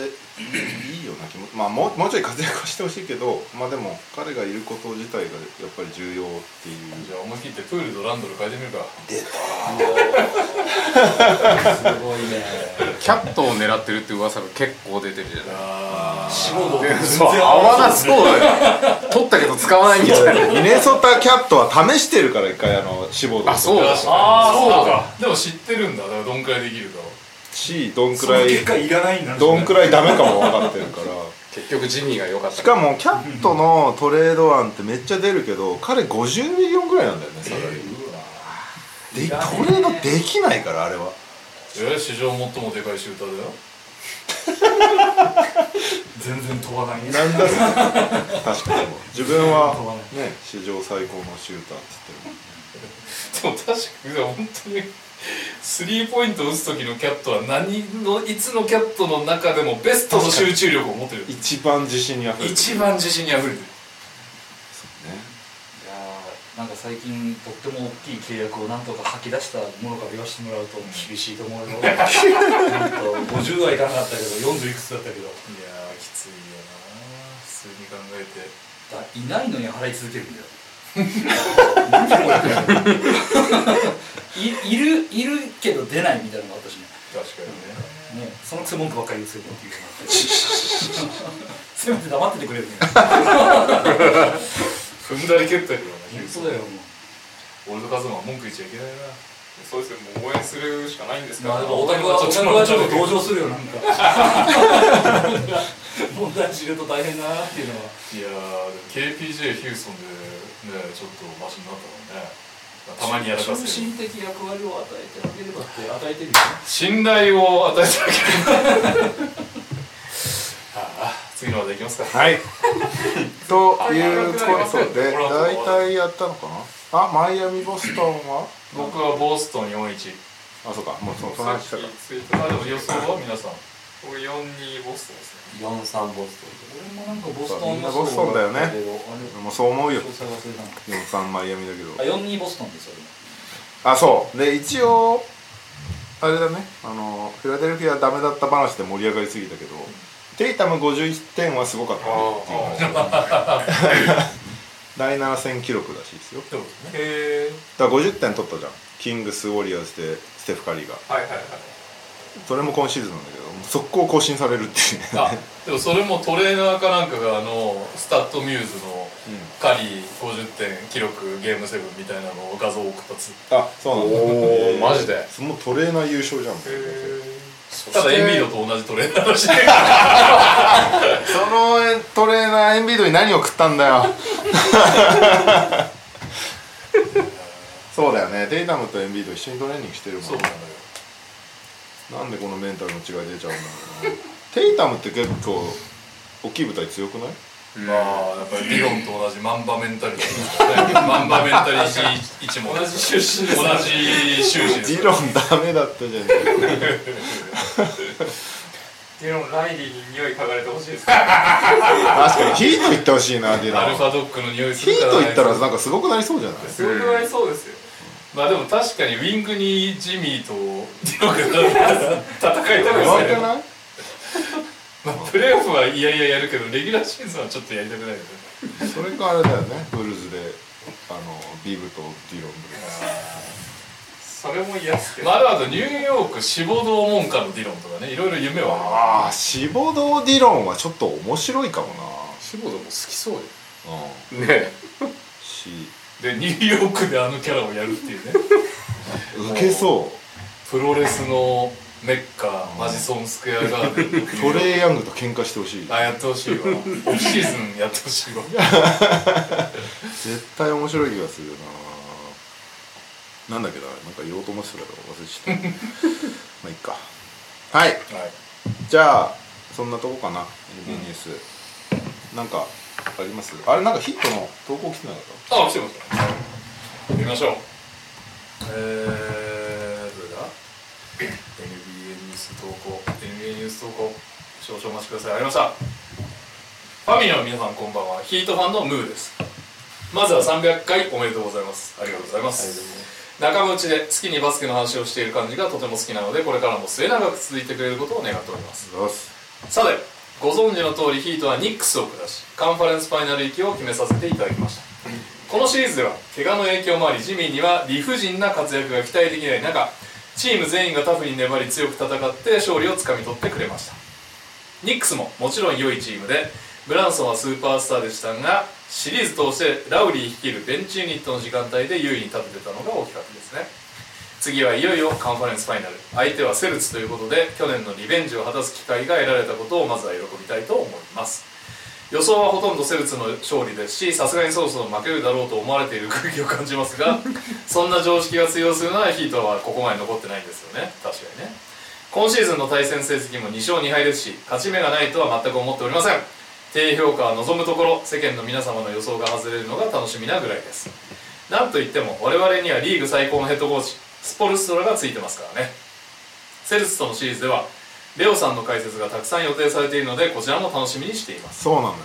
ような気もまあもうもうちょい活躍はしてほしいけどまあでも彼がいること自体がやっぱり重要っていうじゃあ思い切ってプールとランドル変えてみるかすごいね キャットを狙ってるって噂が結構出てるじゃないあ志望動全そう然合わなそうだよ取ったけど使わないみたいなミネソタキャットは試してるから一回あの志望動あそうだああそうかあでも知ってるんだだからどんくらいできるかを C どんくそのらい結果いらないんだどんくらいダメかも分かってるから結局ジミーが良かったしかもキャットのトレード案ってめっちゃ出るけど彼50ミリオンぐらいなんだよねサラリーでトレードできないからあれはえ史上最もでかいシューターだよ全然飛ばないねなんだろ う確かに自分飛ばはないね史上最高のシューターって言ってでも確かに本当にスリーポイント打つ時のキャットは何のいつのキャットの中でもベストの集中力を持ってるる一番自信にあふれてる一番自信にあふれてるいやーなんか最近とっても大きい契約をなんとか吐き出したものから言わせてもらうと厳しいと思うよなんと50はいかなかったけど40いくつだったけどいやーきついよな普通に考えてだいないのに払い続けるんだよいいるいるけど出ないみたいなのが私ね確かにねねそのくせ文句ばっかり言うせいっていうのがあってせめて黙っててくれるね踏んだり蹴ったりだな本当だよも俺とカズマは文句言っちゃいけないなそうですよもう応援するしかないんですうかまらあでもオタクはオタクはちょっと同情するよなん かなんか問題知ると大変だなっていうのはいやーでも KPJ ヒューストンでねちょっとマシになったからねたまにやらか中すけど心的役割を与えてあげればって与えてるよね信頼を与えてあげる ああ次の話題いきますかはい ということで大あ長くなりますね体やったのかなあマイアミボストンは僕はボストン41あそうかもうそのそのさっ話きしたからツイートあさでれもて予想は皆さん僕42ボストンですね43ボス俺もなんかボストみンんなボストンだよねあれをもうそう思うよ詳細忘れたの43マイアミだけどあ四42ボストンですよあそうで一応あれだねあのフィラデルフィアダメだった話で盛り上がりすぎたけど、テイタム51点はすごかったねっていう話第7戦記録らしいですよそうですねへえだから50点取ったじゃんキングス・ウォリアーズでステフ・カリーがはいはいはいそれも今シーズンなんだけどもう速攻更新されるっていうねあでもそれもトレーナーかなんかがあのスタッドミューズのカリー50点記録ゲームセブンみたいなのを画像を送ったつ あそう なんだおーマジでそのトレーナー優勝じゃんただエンビードと同じトレーナーらしいそのえトレーナーエンビードに何を食ったんだよそうだよねデイタムとエンビード一緒にトレーニングしてるもんそうねなんだよなんでこのメンタルの違い出ちゃうんだろうなテイタムって結構大きい舞台強くないまあやっぱり理論と同じマンバメンタリティですからねマンバメンタリティ一も同じ出身です同じ収支です理論ダメだったじゃんっていうのもライリーに匂い嗅がれてほしいです確かにヒート行ってほしいなディアラルンファドッグの匂いすヒるーからト行ったらなんかすごくなりそうじゃないすごくなりそうですよまあでも確かにウィングにジミーとディロが戦いやたくばないくないまあ、プレーオフはいやいややるけどレギュラーシーズンはちょっとやりたくないよねそれかあれだよねブルーズであのビブとディロンそれも嫌ですけどまあ、あとニューヨーク志望堂門下のディロンとかねいろいろ夢はあああ志望堂ディロンはちょっと面白いかも志望も好きそうよなうんねえしるでニューヨークであのキャラをやるっていうね受けそプロレスのメッカマジソンスクエアガーデンうのトレイヤングと喧嘩してほしいあやってほしいわオフシーズンやってほしいわ絶対面白い気がするななんだっけどなんか言おうと思ってたけど忘れちゃったまあいっかはいはいじゃあそんなとこかな NBA ニュース、なんかありますあれなんかヒットの投稿来てなかっあ、来てます見ましょう。えー、どれだ ?NBA ニュース投稿。NBA ニュース投稿。少々お待ちください。ありました。ファミリーの皆さん、こんばんは。ヒートファンのムーです。まずは300回おめでとうございます。ありがとうございます。仲間内で月にバスケの話をしている感じがとても好きなので、これからも末永く続いてくれることを願っております。たよしさてご存知の通りヒートはニックスを下しカンファレンスファイナル行きを決めさせていただきましたこのシリーズでは怪我の影響もありジミーには理不尽な活躍が期待できない中チーム全員がタフに粘り強く戦って勝利をつかみ取ってくれましたニックスももちろん良いチームでブランソンはスーパースターでしたがシリーズ通してラウリー率いるベンチユニットの時間帯で優位に立ててたのが大きかったですね次はいよいよカンファレンスファイナル相手はセルツということで去年のリベンジを果たす機会が得られたことをまずは喜びたいと思います予想はほとんどセルツの勝利ですしさすがにそろそろ負けるだろうと思われている空気を感じますがそんな常識が通用するならヒートはここまで残ってないんですよね確かにね今シーズンの対戦成績も2勝2敗ですし勝ち目がないとは全く思っておりません低評価は望むところ世間の皆様の予想が外れるのが楽しみなぐらいですなんといっても我々にはリーグ最高のヘッドコーチスポルストラがついてますからねセルツとのシリーズではレオさんの解説がたくさん予定されているのでこちらも楽しみにしていますそうなのよ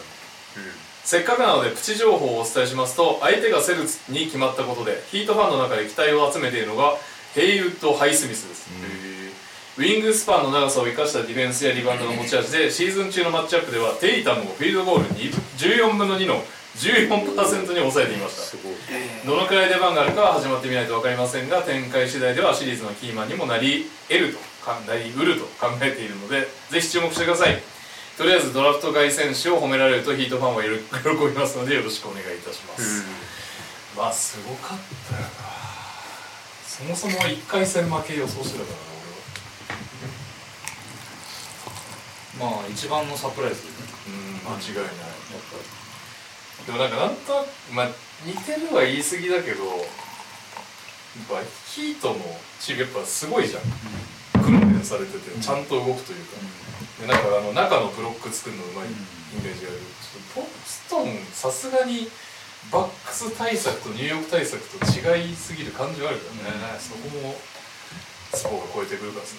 せっかくなのでプチ情報をお伝えしますと相手がセルツに決まったことでヒートファンの中で期待を集めているのがヘイウッド・ハイスミスです、ウィングスパンの長さを生かしたディフェンスやリバウンドの持ち味でシーズン中のマッチアップではテイタムをフィールドゴールに14分の2の14%に抑えていましたどのくらい出番があるかは始まってみないと分かりませんが展開次第ではシリーズのキーマンにもなり得るとかなりうると考えているのでぜひ注目してくださいとりあえずドラフト外選手を褒められるとヒートファンは喜びますのでよろしくお願いいたしますまあすごかったよなそもそも1回戦負け予想してたからな俺はまあ一番のサプライズうん間違いないでもなんかなんとなくまあ似てるは言い過ぎだけどやっぱヒートのチームやっぱすごいじゃん、訓練されててちゃんと動くというか、でなんかあの中のブロック作るのうまいイメージがある、ちょっとボストンさすがにバックス対策とニューヨーク対策と違いすぎる感じはあるからね、そこもスポーが超えてくるからです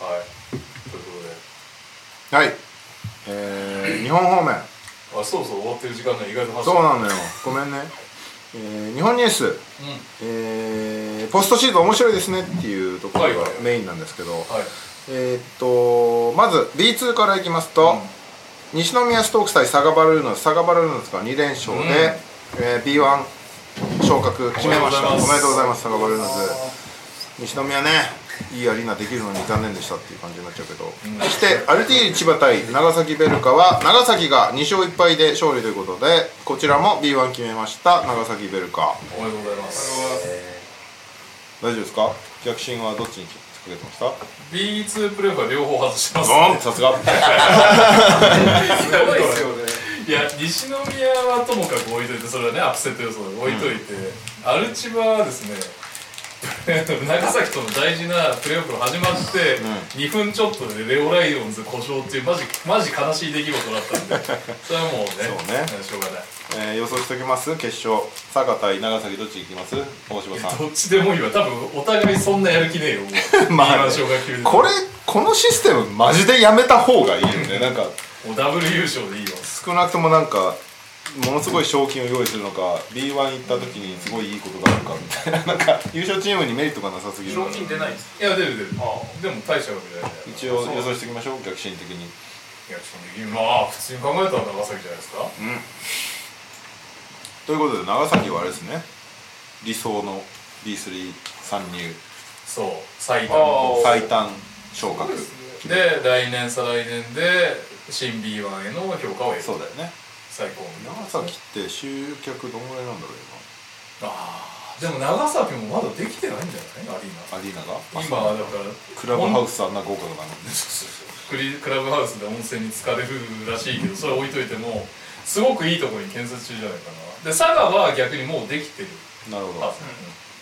ね、はいということではいえー、日本方面あそうそう終わってる時間ない意外と話してそうるなのよごめんね、えー、日本ニュース、えーポストシーズン面白いですねっていうところがはいはいメインなんですけど、はいえーっとまず B2 からいきますと、西宮ストークス対サガバルーノスサガバルーノスが2連勝で、うんえー B1 昇格決めましたおおめめででととうござうございいまますすサガバルーノス西宮ねいいアリーナできるのに残念でしたっていう感じになっちゃうけど、そしてアルティーリ千葉対長崎ベルカは長崎が2勝1敗で勝利ということでこちらも B1 決めました長崎ベルカおめでとうございます大丈夫ですか逆進はどっちにつけてました B2 プレーは両方外してますドンさすがすごいですよねいや西宮はともかく置いといてそれはねアップセット予想で置いといて、アルチバはですね長崎との大事なプレーオフが始まって、2分ちょっとでレオライオンズ故障っていうマジマジ悲しい出来事だったんでそれはもうねそうねしょうがないえー、予想しておきます決勝佐賀対長崎どっち行きます大島さんどっちでもいいわ多分お互いそんなやる気ねえよもうまあね今昇格級でこれこのシステムマジでやめた方がいいよねなんかもうダブル優勝でいいよ少なくともなんかものすごい賞金を用意するのか B1 行った時にすごいいいことがあるかみたいななんか優勝チームにメリットがなさすぎるか賞ら金出ないですいや出る出るでも大したわけじゃないんだよ一応予想しておきましょう逆進的にいやちょっと右まあ普通に考えたら長崎じゃないですかということで長崎はあれですね理想の B3 参入そう最短あー最短昇格で来年再来年で新 B1 への評価を得そるうだよね最高の長崎って集客どんぐらいなんだろうあーでも長崎もまだできてないんじゃないアリー今アリーナがナ今はだからクラブハウスあんな豪華なのクリクラブハウスで温泉に浸かれるらしいけどそれは置いといてもすごくいいところに建設中じゃないかなで佐賀は逆にもうできてるなるほどはず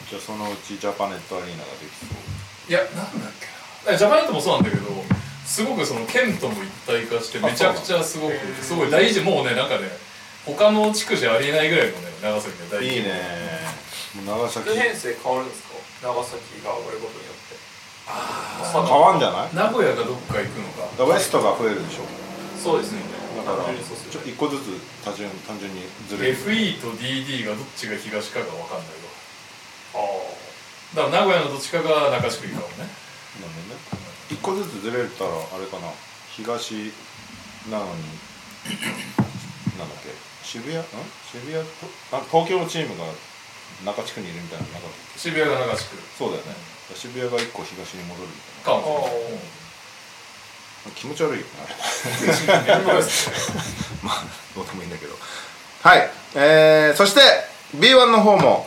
じゃあそのうちジャパネットアリーナができそういやなんだっけなジャパネットもそうなんだけどすごくその県とも一体化してめちゃくちゃすごくすごい大事もうねなんかね他の地区じゃありえないぐらいのね長崎の大事いいねもう長崎普通編成変わるんですか長崎が上がることによって変わんじゃない名古屋がどっか行くのかだからウエストが増えるでしょそうですねだから単純にそうすちょる一個ずつ単純単純にずれる FE と DD がどっちが東かが分かんないあとだから名古屋のどっちかが中地区行くかもねなんでね一個ずつずれたらあれかな東なのになんだっけ渋谷ん渋谷とあ東京のチームが中地区にいるみたいなのなかった渋谷が中地区そうだよね渋谷が一個東に戻るみたいなかあああも気持ち悪いよなまあどうでもいいんだけどはい、えー、そして B1 の方も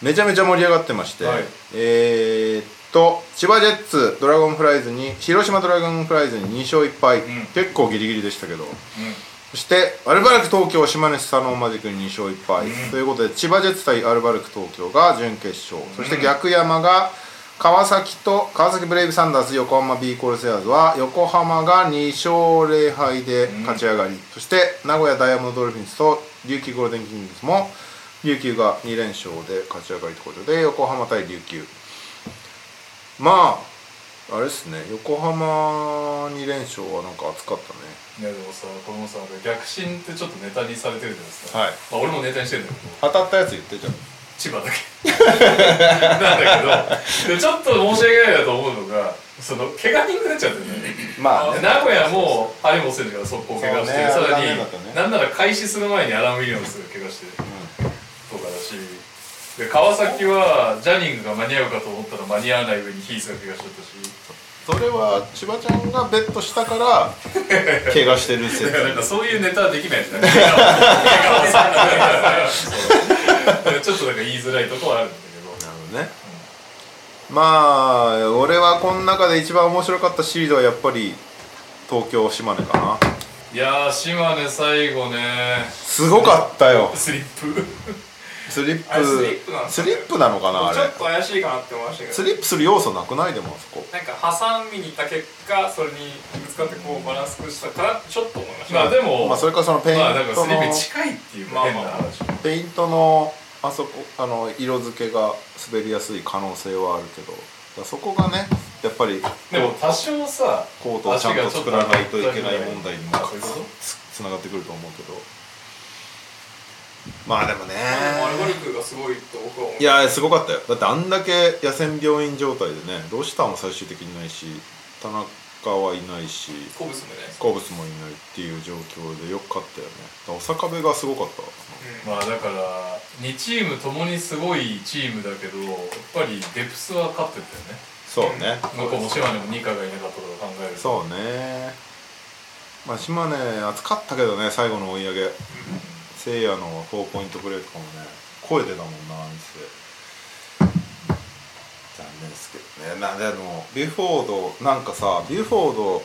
めちゃめちゃ盛り上がってまして、はいえー、っと千葉ジェッツドラゴンフライズに広島ドラゴンフライズに2勝1敗、ん結構ギリギリでしたけど、そしてアルバルク東京島根スサノーマジックに2勝1敗、ということで千葉ジェッツ対アルバルク東京が準決勝、そして逆山が川崎と川崎ブレイブサンダース横浜 B コルセアーズは横浜が2勝0敗で勝ち上がり、そして名古屋ダイヤモンドドルフィンズと琉球ゴールデンキングスも琉球が2連勝で勝ち上がりということで横浜対琉球まああれですね横浜2連勝はなんか熱かったねいやでもさこれもさ逆進ってちょっとネタにされてるじゃないですはいか、まあ、俺もネタにしてるんだけど当たったやつ言ってじゃん千葉だけ なんだけどでちょっと申し訳ないなと思うのがその怪我人が出ちゃってるんだよねまあでね名古屋も張本選手が速攻怪我して、そうねさらあれ残に、念だったねなんなら開始する前にアラン・ウィリアムスが怪我して、とかだしで川崎はジャニングが間に合うかと思ったら間に合わない上にヒースが怪我しちゃったしそれは千葉ちゃんがベッドしたから 怪我してる説 だからなんかそういうネタはできない じゃん。笑顔さんちょっとなんか言いづらいとこはあるんだけなるほどね、まあ俺はこの中で一番面白かったシリーズはやっぱり東京島根かなど。いやー島根最後ね。すごかったよスリップ。スリップあれスリップなんだスリップなのかなあちれょっと怪しいかなって思いましたけスどリップする要素なくないでもあそこなんか挟みに行った結果それにぶつかってこうバランス崩したからちょっと思いました、まあでも、まあそれからそのペインまあなんかトスリのップに近いっていうか変な話。ペイントのあそこあの色付けが滑りやすい可能性はあるけどだからそこがねやっぱりでも多少さ、コートをちゃんと作らないといけない問題にもあそういうことつつながってくると思うけどまあでもねでもアルゴリクがすごいと僕は思ういやすごかったよだってあんだけ野戦病院状態でねロシターも最終的にないし田中はいないしコブスもね好物もいないっていう状況でよく勝ったよねだから小坂部がすごかったまあだから2チームともにすごいチームだけどやっぱりデプスは勝ってたよそねうね向こうも島根もニカがいなかったことを考えるとそうねまあ島根暑かったけどね最後の追い上げせいやの4ポイントプレーとかもね声出たもんなあいつ残念ですけどねなでもビュフォードなんかさビュフォード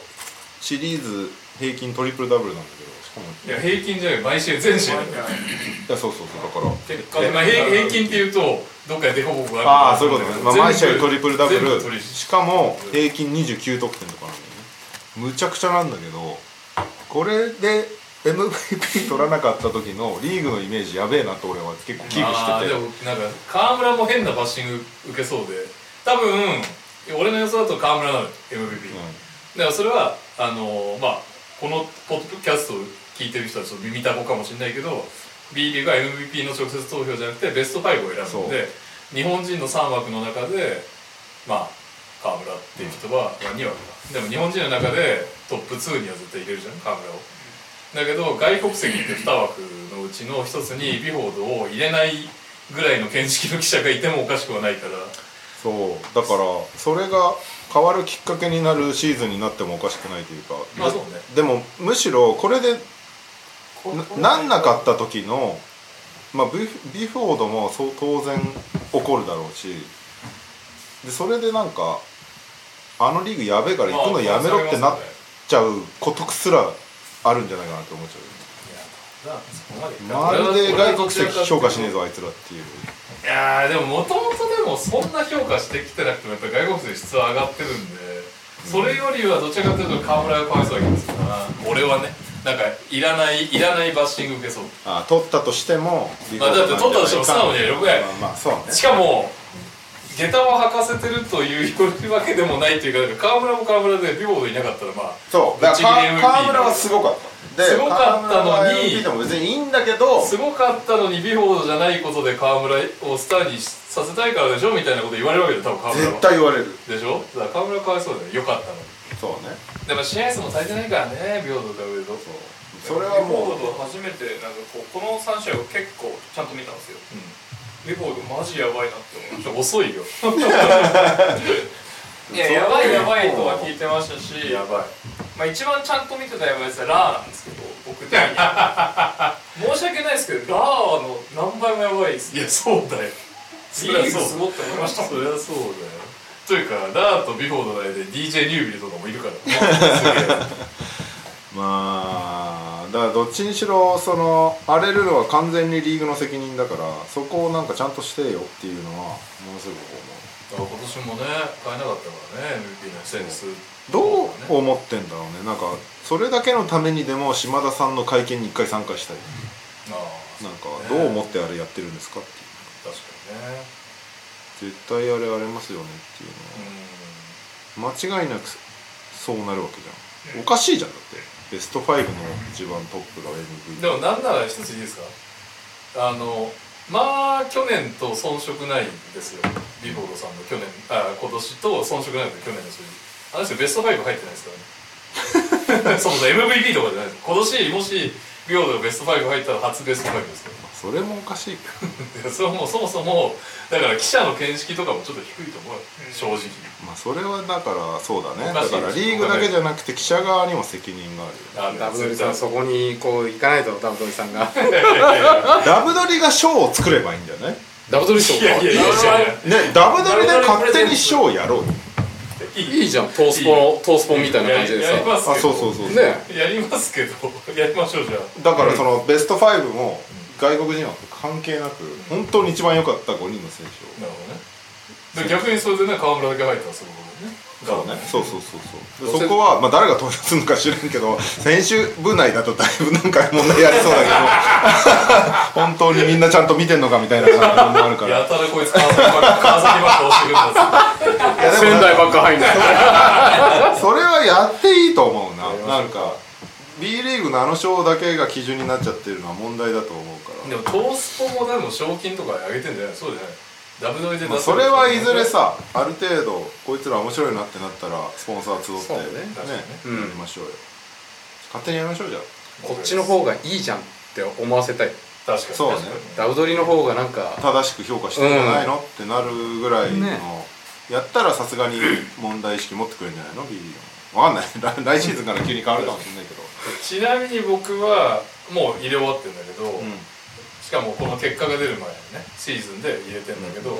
シリーズ平均トリプルダブルなんだけどしかもいや平均じゃない毎週全試合だよいやそうそうそうだから結果まあ、平平均っていうとどっかでデコボコがあああーそうるいうことね、まあ、毎試合トリプルダブ全部ル取りしかも平均29得点とかなんだよねむちゃくちゃなんだけどこれで MVP 取らなかった時のリーグのイメージやべえなって俺は結構危惧あしーてでてもなんか河村も変なバッシング受けそうで多分俺の予想だと河村なの MVP、うんだからそれはあのーまあこのポッドキャストを聞いてる人はちょっと耳たこかもしれないけど B リーグは MVP の直接投票じゃなくてベスト5を選ぶので日本人の3枠の中でまあ河村っていう人は、まあ、2枠だでも日本人の中でトップ2には絶対入れるじゃん河村をだけど外国籍って2枠のうちの1つにビフォードを入れないぐらいの見識の記者がいてもおかしくはないからそうだからそれが変わるきっかけになるシーズンになってもおかしくないというか、まあそうねでもむしろこれでななんなかった時の、まあ、ビフビフォードもそう当然起こるだろうしでそれでなんかあのリーグやべえから行くのやめろってなっちゃうことすらあるんじゃないかなって思っちゃうよねまるで外国籍評価しねえぞあいつらっていういやーでももともとでもそんな評価してきてなくてもやっぱり外国人質は上がってるんでそれよりはどちらかというと河村がかわいそうな気がするな俺はねなんかいらないいらないバッシング受けそうあ取ったとしてもまあだって取ったとしても素直にはよくないまあまあそうねしかも下駄を履かせてるというわけでもないというかだから河村も河村でビボードいなかったらまあそうだぶかっちぎらり MVP 河村はすごかったですごかったの河村には MVP でも別にいいんだけどすごかったのにビボードじゃないことで河村をスターにさせたいからでしょみたいなこと言われるわけで多分河村は絶対言われるでしょだから河村かわいそうだよよかったのにそうねでも試合数も足りてないからねビボードと上とそそうれはビフもォード初めてなんかこうこの3試合を結構ちゃんと見たんですよ、ビフォードマジやばいなって思いましちょっと遅いよたいややばいやばいとは聞いてましたしばいまあ、一番ちゃんと見てたやばいやつはラーなんですけど僕的に 申し訳ないですけどラーの何倍もやばいですいやそうだよそリりゃーグそうすごって思いましたそりゃそうだよというかラーとビフォーの間に DJ ニュービルとかもいる からまあだからどっちにしろその荒れるのは完全にリーグの責任だからそこをなんかちゃんとしてよっていうのはものすごく今年もね買えなかったからね MVP のセンス思うどう思ってんだろうねなんかそれだけのためにでも島田さんの会見に一回参加したいああなんかどう思ってあれやってるんですかっていう確かにね絶対あれありますよねっていううのはん間違いなくそうなるわけじゃんおかしいじゃんだってベスト5の一番トップが MVP でもなんなら一ついいですかあのまあ去年と遜色ないんですよビフォードさんの去年あ今年と遜色ないのが去年の数字あの人ベスト5入ってないですからね そもそも MVP とかじゃないです今年もしビフォードがベスト5入ったら初ベスト5ですけそれもおかしいか どいやそれはもうそもそもだから記者の見識とかもちょっと低いと思うよ、正直まあそれはだからそうだねおかしだいかですらリーグだけじゃなくて記者側にも責任があるよあのダブドリ絶さ対んそこにこう行かないとダブドリさんがダブドリが賞を作ればいいんだよねダブドリ賞いやいやいやいやいやねダブドリで勝手に賞やろうよいいじゃんトースポのトースポみたいな感じでさやりまあすけどそうそうそうそう、ねやりますけどやりましょうじゃあだからそのベスト5も外国人は関係なく本当に一番良かった5人の選手なるほどねで逆にそれでね川村だけ入ったらすごいことねをそうねそうそうそうそうでそこはまあ誰が投票するのか知らんけど選手部内だとだいぶなんか問題ありそうだけど本当にみんなちゃんと見てんのかみたいな感じもあるからやたらこいつ川崎ばっか川崎ばっか押してくるんだっいやでも仙台ばっか入んないそれはやっていいと思うななんか B リーグのあの賞だけが基準になっちゃってるのは問題だと思うからでもトースポもでも賞金とか上げてんじゃないそうじゃないダブドリで出せるまあそれはいずれさある程度こいつら面白いなってなったらスポンサー集ってそうねね確かにねうんやりましょうよ勝手にやりましょうじゃこっちの方がいいじゃんって思わせたい確かにそうねダブドリの方がなんかあ正しく評価してるんじゃないの、ってなるぐらいの、ねやったらさすがに問題意識持ってくるんじゃないの B リーグもわかんない来来シーズンから急に変わるかもしれないけど、ちなみに僕はもう入れ終わってんだけど、うんしかもこの結果が出る前にねシーズンで入れてんだけど、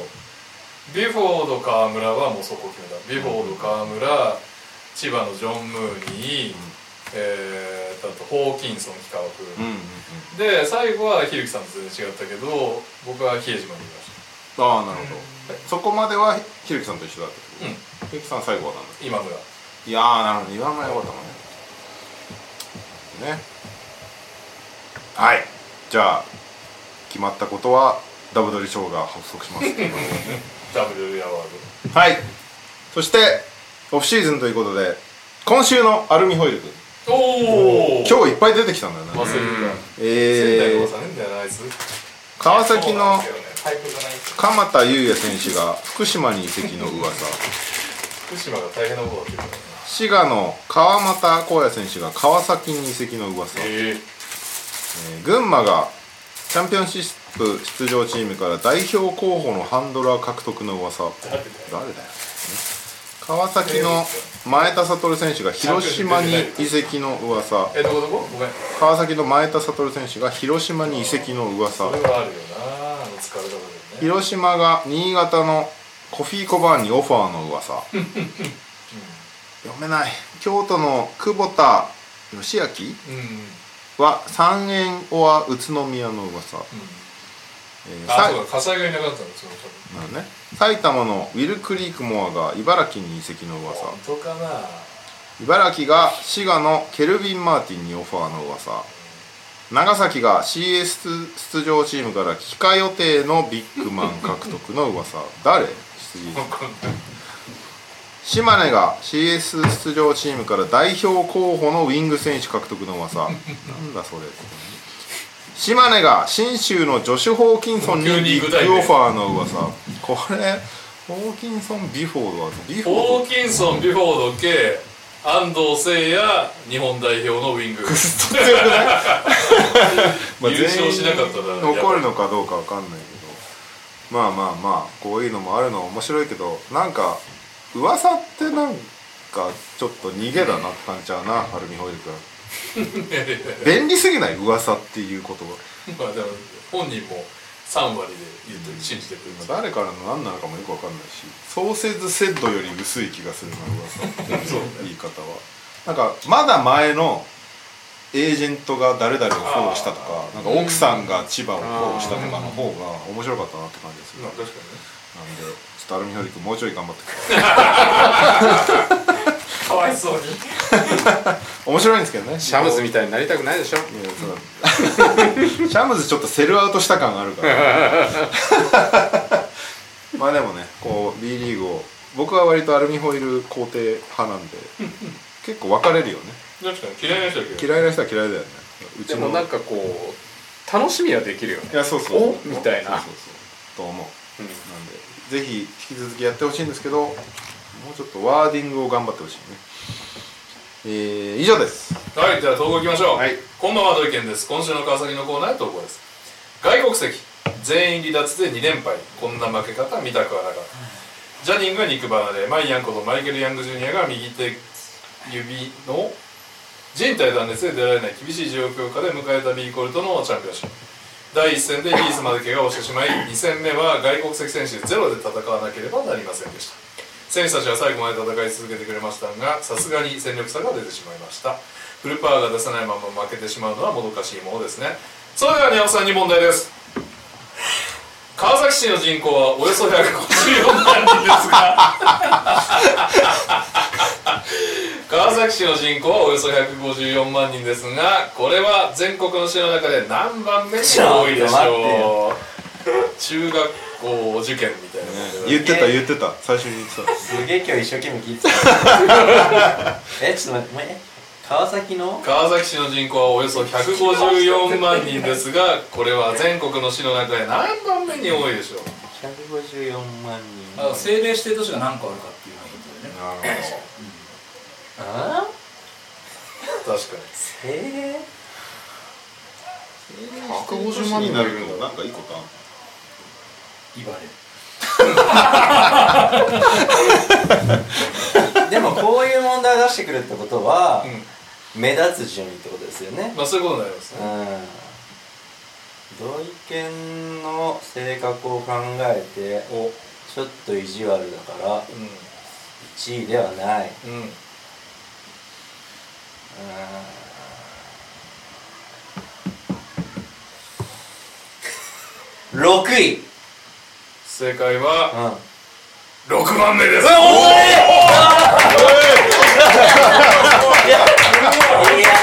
ビフォード川村はもうそこ決めたビフォード川村、千葉のジョン・ムーニー、えー、あとホーキンソン企画、うんうんうんで最後はひるきさんと全然違ったけど僕は比江島にいましああなるほど、そこまではひろきさんと一緒だったけど、うんひろきさん最後はなんだた今村いやーなるほど言わないこともねねはいじゃあ決まったことはダブドリ賞が発足します WL アワーはいそしてオフシーズンということで今週のアルミホイル君ドおお今日いっぱい出てきたんだよね忘れてた仙台えのー、さねんだよなあいつ川崎のそうなんですよねタイプがないです鎌田優也選手が福島に移籍の噂福島が大変なことだってるからね滋賀の川俣光也選手が川崎に移籍の噂、えええー群馬がチャンピオンシップ出場チームから代表候補のハンドラー獲得の噂誰だよ川崎の前田悟選手が広島に移籍の噂えどこどこごめん川崎の前田悟選手が広島に移籍の噂それはあるよなあの疲れたことでね広島が新潟のコフィーコバーンにオファーの噂読めない京都の久保田義明うんうんは三円オア宇都宮の噂、えーあさそうか火災がいなかったんですよなるほどね埼玉のウィル・クリークモアが茨城に移籍の噂本当かな茨城が滋賀のケルビン・マーティンにオファーの噂長崎が CS 出場チームから帰化予定のビッグマン獲得の噂誰島根が CS 出場チームから代表候補のウィング選手獲得の噂なんだそれ島根が信州のジョシュ・ホーキンソンにビ急にッ具体名グオファーの噂これホーキンソン・ビフォードはビフォードホーキンソンビフォード K 安藤誠也日本代表のウィングまあ優勝しなかったら全員残るのかどうかわかんないけどまあまあまあこういうのもあるのは面白いけどなんか噂ってなんかちょっと逃げだなったんちゃうなアルミホイル 君便利すぎない噂っていう言葉まあでも本人も3割で言ってる信じてくれます誰からの何なのかもよくわかんないしソーセーズセッドより薄い気がするな噂そう言い方はなんかまだ前のエージェントが誰々をフォローしたとかなんか奥さんが千葉をフォローしたとかの方が面白かったなって感じでするまあなんで確かちょっとアルミホイル君もうちょい頑張ってくれかわいそうに面白いんですけどねシャムズみたいになりたくないでしょいやそう シャムズちょっとセルアウトした感があるから まあでもねこう B リーグを僕は割とアルミホイル肯定派なんで結構分かれるよねにね確かに嫌いな人だけど嫌いな人は嫌いだよねうでちものなんかこう楽しみはできるよねいやそうそうおみたいなそうそうそうと思う、なんでぜひ引き続きやってほしいんですけどもうちょっとワーディングを頑張ってほしいねえー、以上ですはい、じゃあ投稿いきましょう。はいこんばんは、土井健です。今週の川崎のコーナーへ投稿です。外国籍、全員離脱で2連敗。こんな負け方見たくはなかった。ジャニングが肉離れ、マイヤンことマイケル・ヤング・ジュニアが右手指の人体断裂で出られない厳しい状況下で迎えたビーコルトのチャンピオンシップ。第1戦でリースまで怪我をしてしまい、2戦目は外国籍選手ゼロで戦わなければなりませんでした。選手たちは最後まで戦い続けてくれましたがさすがに戦力差が出てしまいましたフルパワーが出さないまま負けてしまうのはもどかしいものですねそれでは宮本さんに問題です川崎市の人口はおよそ154万人ですが川崎市の人口はおよそ154万人ですがこれは全国の市の中で何番目に多いでしちょっと待ってょう中学校受験みたいなもんで言ってた言ってた最初に言って たすげえ今日一生懸命聞いてたえちょっと待ってもうえ川崎の川崎市の人口はおよそ154万人ですがこれは全国の市の中で何番目に多いでしょう154万人あ政令指定都市が何個あるかっていうのがヒントでねなるほどああ確かにえ150万になるけどなんかいいことあんの茨ー、でもこういう問題を出してくるってことは、う目立つ順位ってことですよねまあそういうことになりますうねん同意見の性格を考えておうちょっと意地悪だからん1位ではないうんうん6位うん正解はあ6番目ですいや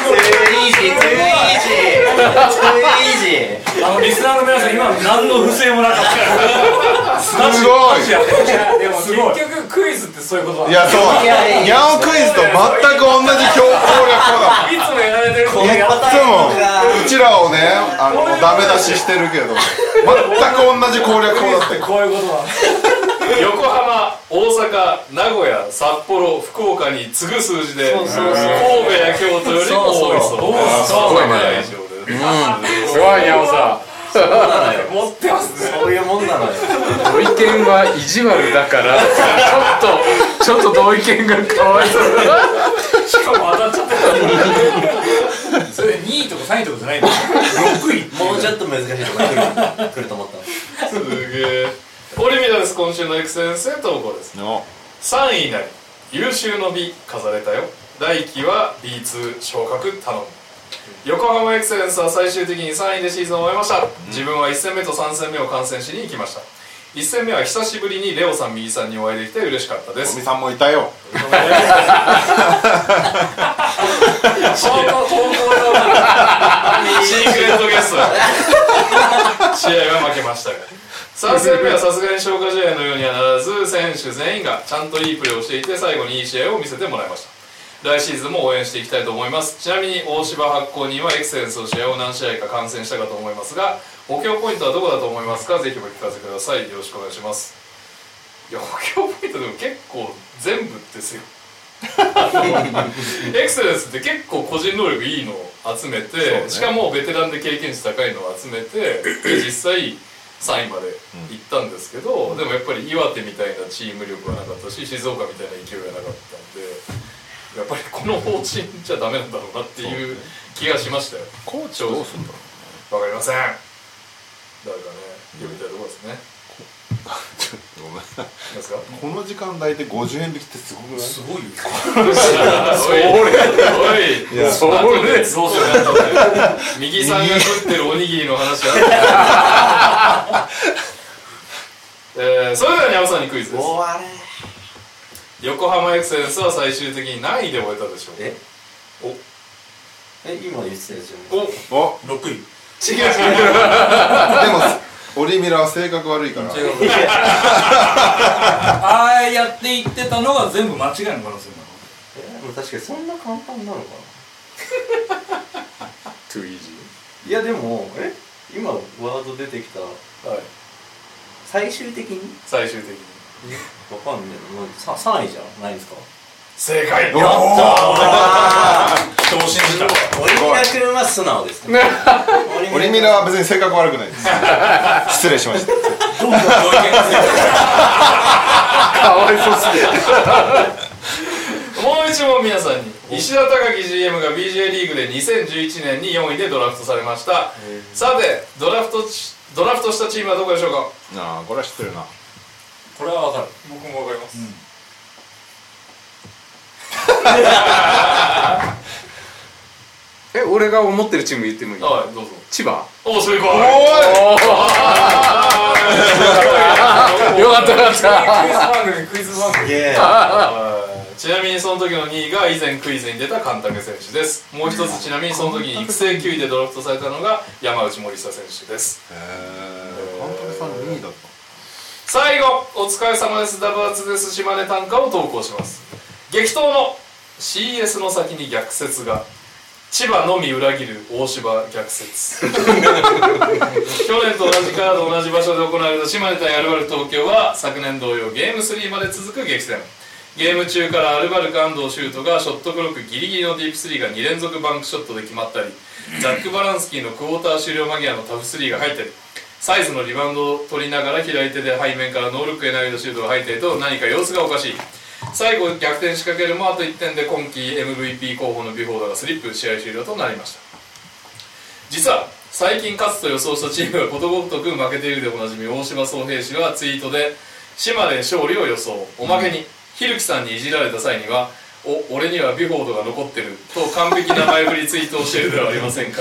トゥーイージートゥーイージートゥーイージー城あのリスナーの皆さん今何の不正もなかったからすすごいでも結ごい局クイズってそういうことだいやそういやいやいやニャオクイズと全く同じ強攻略法だいつもやられてるこのい 答つえもがうちらをねあのダメ出ししてるけど全く同じ攻略法だったよこういうことだ横浜大阪名古屋札幌福岡に次ぐ数字でそうそうそう神戸や京都よりも多いそうですそうそう多いね以上ですすごいにゃおさ持 ってますねそういうもんなのよん同意見は意地悪だからちょっとちょっと同意見がかわいそうしかも当たっちゃってた それ2位とか3位とかじゃないんだよ6位もうちょっと難しいところに来ると思ったのすげえオリミダです今週のエクセレンスへ投稿です3位以内優秀の美飾れたよ来季は B2 昇格頼む横浜エクセレンスは最終的に3位でシーズンを終えました、自分は1戦目と3戦目を観戦しに行きました1戦目は久しぶりにレオさん右さんにお会いできて嬉しかったでおみすさんもいたよ方向方向がシークレットゲスト試合は負けましたが3戦目はさすがに消化試合のようにはならず選手全員がちゃんといいプレーをしていて最後にいい試合を見せてもらいました来シーズンも応援していきたいと思いますちなみに大芝発行人はエクセレンスの試合を何試合か観戦したかと思いますが補強ポイントはどこだと思いますかぜひお聞かせくださいよろしくお願いしますいや補強ポイントでも結構全部ですよ エクセレンスって結構個人能力いいのを集めて、しかもベテランで経験値高いのを集めてで実際3位まで行ったんですけど、でもやっぱり岩手みたいなチーム力はなかったし静岡みたいな勢いはなかったんでやっぱりこの方針じゃダメなんだろうなっていう気がしましたよコーチどうすんだろわかりません誰かね呼びたいところですね うごめんいますかこの時間大体50円引きってすごくないすごいよそれおいいやそれそうじゃない右さんが食ってるおにぎりの話あるえー、それではにゃおさんにクイズですわれ横浜エクセレンスは最終的に何位で終えたでしょうかえ え今言ってたやつじゃんお違うあ6位違うでもオリミラは性格悪いからああやって言ってたのが全部間違いの可能性えでも確かにそんな簡単なのか な Too easy いやでもえ今ワード出てきたはい最終的に最終的にわかんねえなもうさ3位じゃないですか正解おあなの超信じたーオリミラ君は素直ですね ーオリミラは別に性格悪くないです失礼しましたどんどんご意見がついてるもう一問皆さんに石田貴樹 GM が BJ リーグで2011年に4位でドラフトされましたさてドラフトしドラフトしたチームはどこでしょうかああこれは知ってるなこれは分かる僕もわかり ます、え俺が思ってるチーム言ってもいいはいどうぞ千葉おおそれかおよかったよかったクイズ番組クイズ番組すげえ ちなみにその時の2位が以前クイズに出た神武選手ですもう一つちなみにその時に育成9位でドラフトされたのが山内森下選手ですへえ監督さん2位だった最後お疲れ様ですダブアツです島根短歌を投稿します激闘の CS の先に逆説が千葉のみ裏切る大芝逆説去年と同じカード同じ場所で行われた島根対アルバルク東京は昨年同様ゲーム3まで続く激戦ゲーム中からアルバルク安藤修斗がショットクロックギリギリのディープスリーが2連続バンクショットで決まったりザック・バランスキーのクォーター終了間際のタフスリーが入ったりサイズのリバウンドを取りながら左手で背面からノールックへ投げたシュートが入っていると何か様子がおかしい最後逆転仕掛けるもあと1点で今季 MVP 候補のビフォーダがスリップ試合終了となりました実は最近勝つと予想したチームがことごとく負けているでおなじみ大島総平氏はツイートで島根勝利を予想おまけにひるきさんにいじられた際には「お俺にはビフォードが残ってる」と完璧な前振りツイートをしているではありませ んか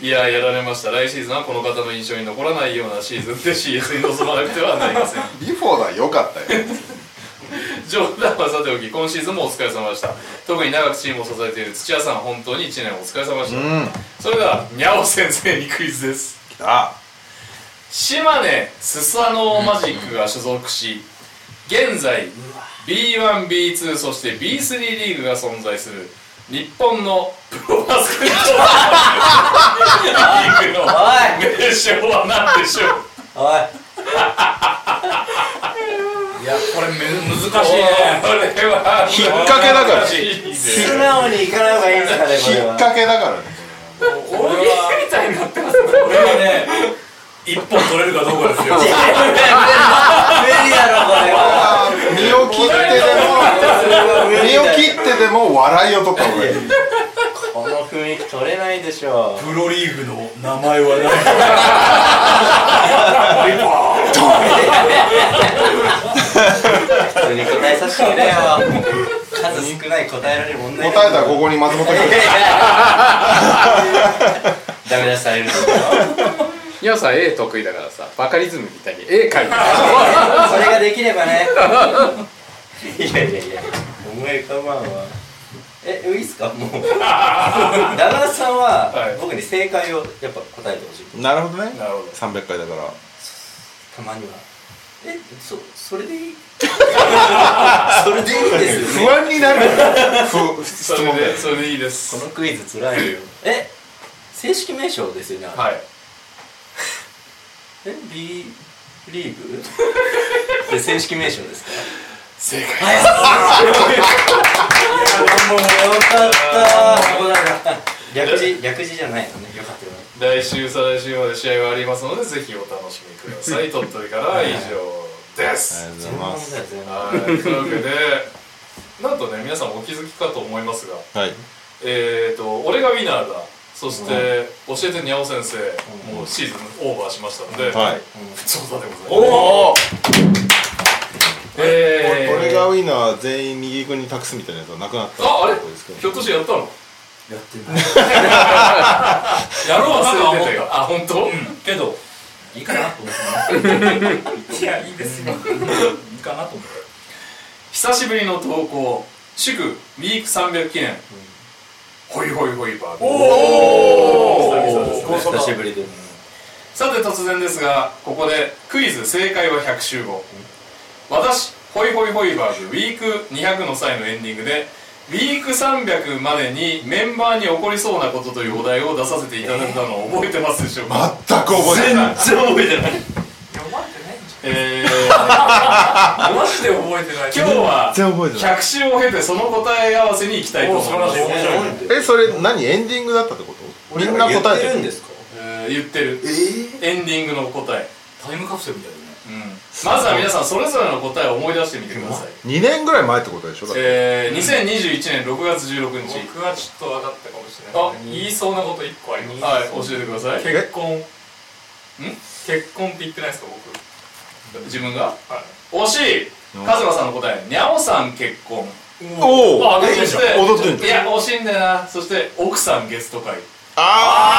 いややられました来シーズンはこの方の印象に残らないようなシーズンで CS に臨まなくてはなりませ んビフォーだ良かったよ冗談はさておき今シーズンもお疲れ様でした特に長くチームを支えている土屋さん本当に1年お疲れ様でした、うんそれではにゃお先生にクイズです来た島根スサノオマジックが所属し現在 B1B2 そして B3 リーグが存在する日本のプロバスケットリーグの名称は何でしょうおいいやこれめ難おーしいねこれは引っ掛けだから難しいね素直に行かない方がいいですかね引っこれは掛けだからね俺はみたいになってます俺はね一本取れるかどうかですよ 無理だろこれはあー身を切ってでも身を切ってでも笑いを取った方がいいこの雰囲気取れないでしょプロリーグの名前は何普通に答えさせてくれよ数少ない答えられる問答題えたらここに松本君ダメ出しされるんですよニャオさん A 得意だからさバカリズムみたいに A 書いてそれができればねいやいやいや思い浮かばんわえいいっすかもうダガラさんはいは僕に正解をやっぱ答えてほしいなるほどねなるほど300回だからたまにはえそそれで いいそれでいいです よね不安になるふ質それ問ででそれでいいですこのクイズつらいよえ正式名称ですよね、はいえ B リーグ で正式名称ですか正解もうよかったここだな略字略字じゃないのねよかったよ来週再来週まで試合はありますのでぜひお楽しみく ださい鳥取からは以上ですありがとうございます全問だよ全問はいというわけでなんとね皆さんお気づきかと思いますがはいえっ、と俺がウィナーだそして、教えてにゃお先生、もうシーズンオーバーしましたので、はい不調だでございますおおえー、俺がウィナー全員右軍に託すみたいなやつはなくなったああれとこですけどひょっとしてやったのやってないやろうかとは思忘れてたよったあ本当、けどいいかなと思っていやいいですよいいかなと思って久しぶりの投稿祝ウィーク300記念、ホイホイホイバーおお久しぶりでさて突然ですがここでクイズ正解は100集合、私ホイホイホイバーグウィーク200の際のエンディングでウィーク300までにメンバーに起こりそうなことというお題を出させていただいたのを覚えてますでしょう か、全く覚えてない読まれてないんじえゃんマジで覚えてないー、今日は全然覚えてない100週を経てその答え合わせに行きたいと思います、おー素晴らしいえそれ何エンディングだったってことみんな答えてるんるですかえー言ってる、エンディングの答え、タイムカプセルみたいだねうんまずは皆さんそれぞれの答えを思い出してみてください、 2年ぐらい前ってことでしょだってえー、2021年6月16日僕はちょっと分かったかもしれないあ言いそうなこと1個ありますはい教えてください結婚ん結婚って言ってないですか僕自分が、惜しいカズマさんの答えにゃおさん結婚おおあ踊ってるそしじゃんて踊ってるじいや惜しいんだよなそして奥さんゲスト会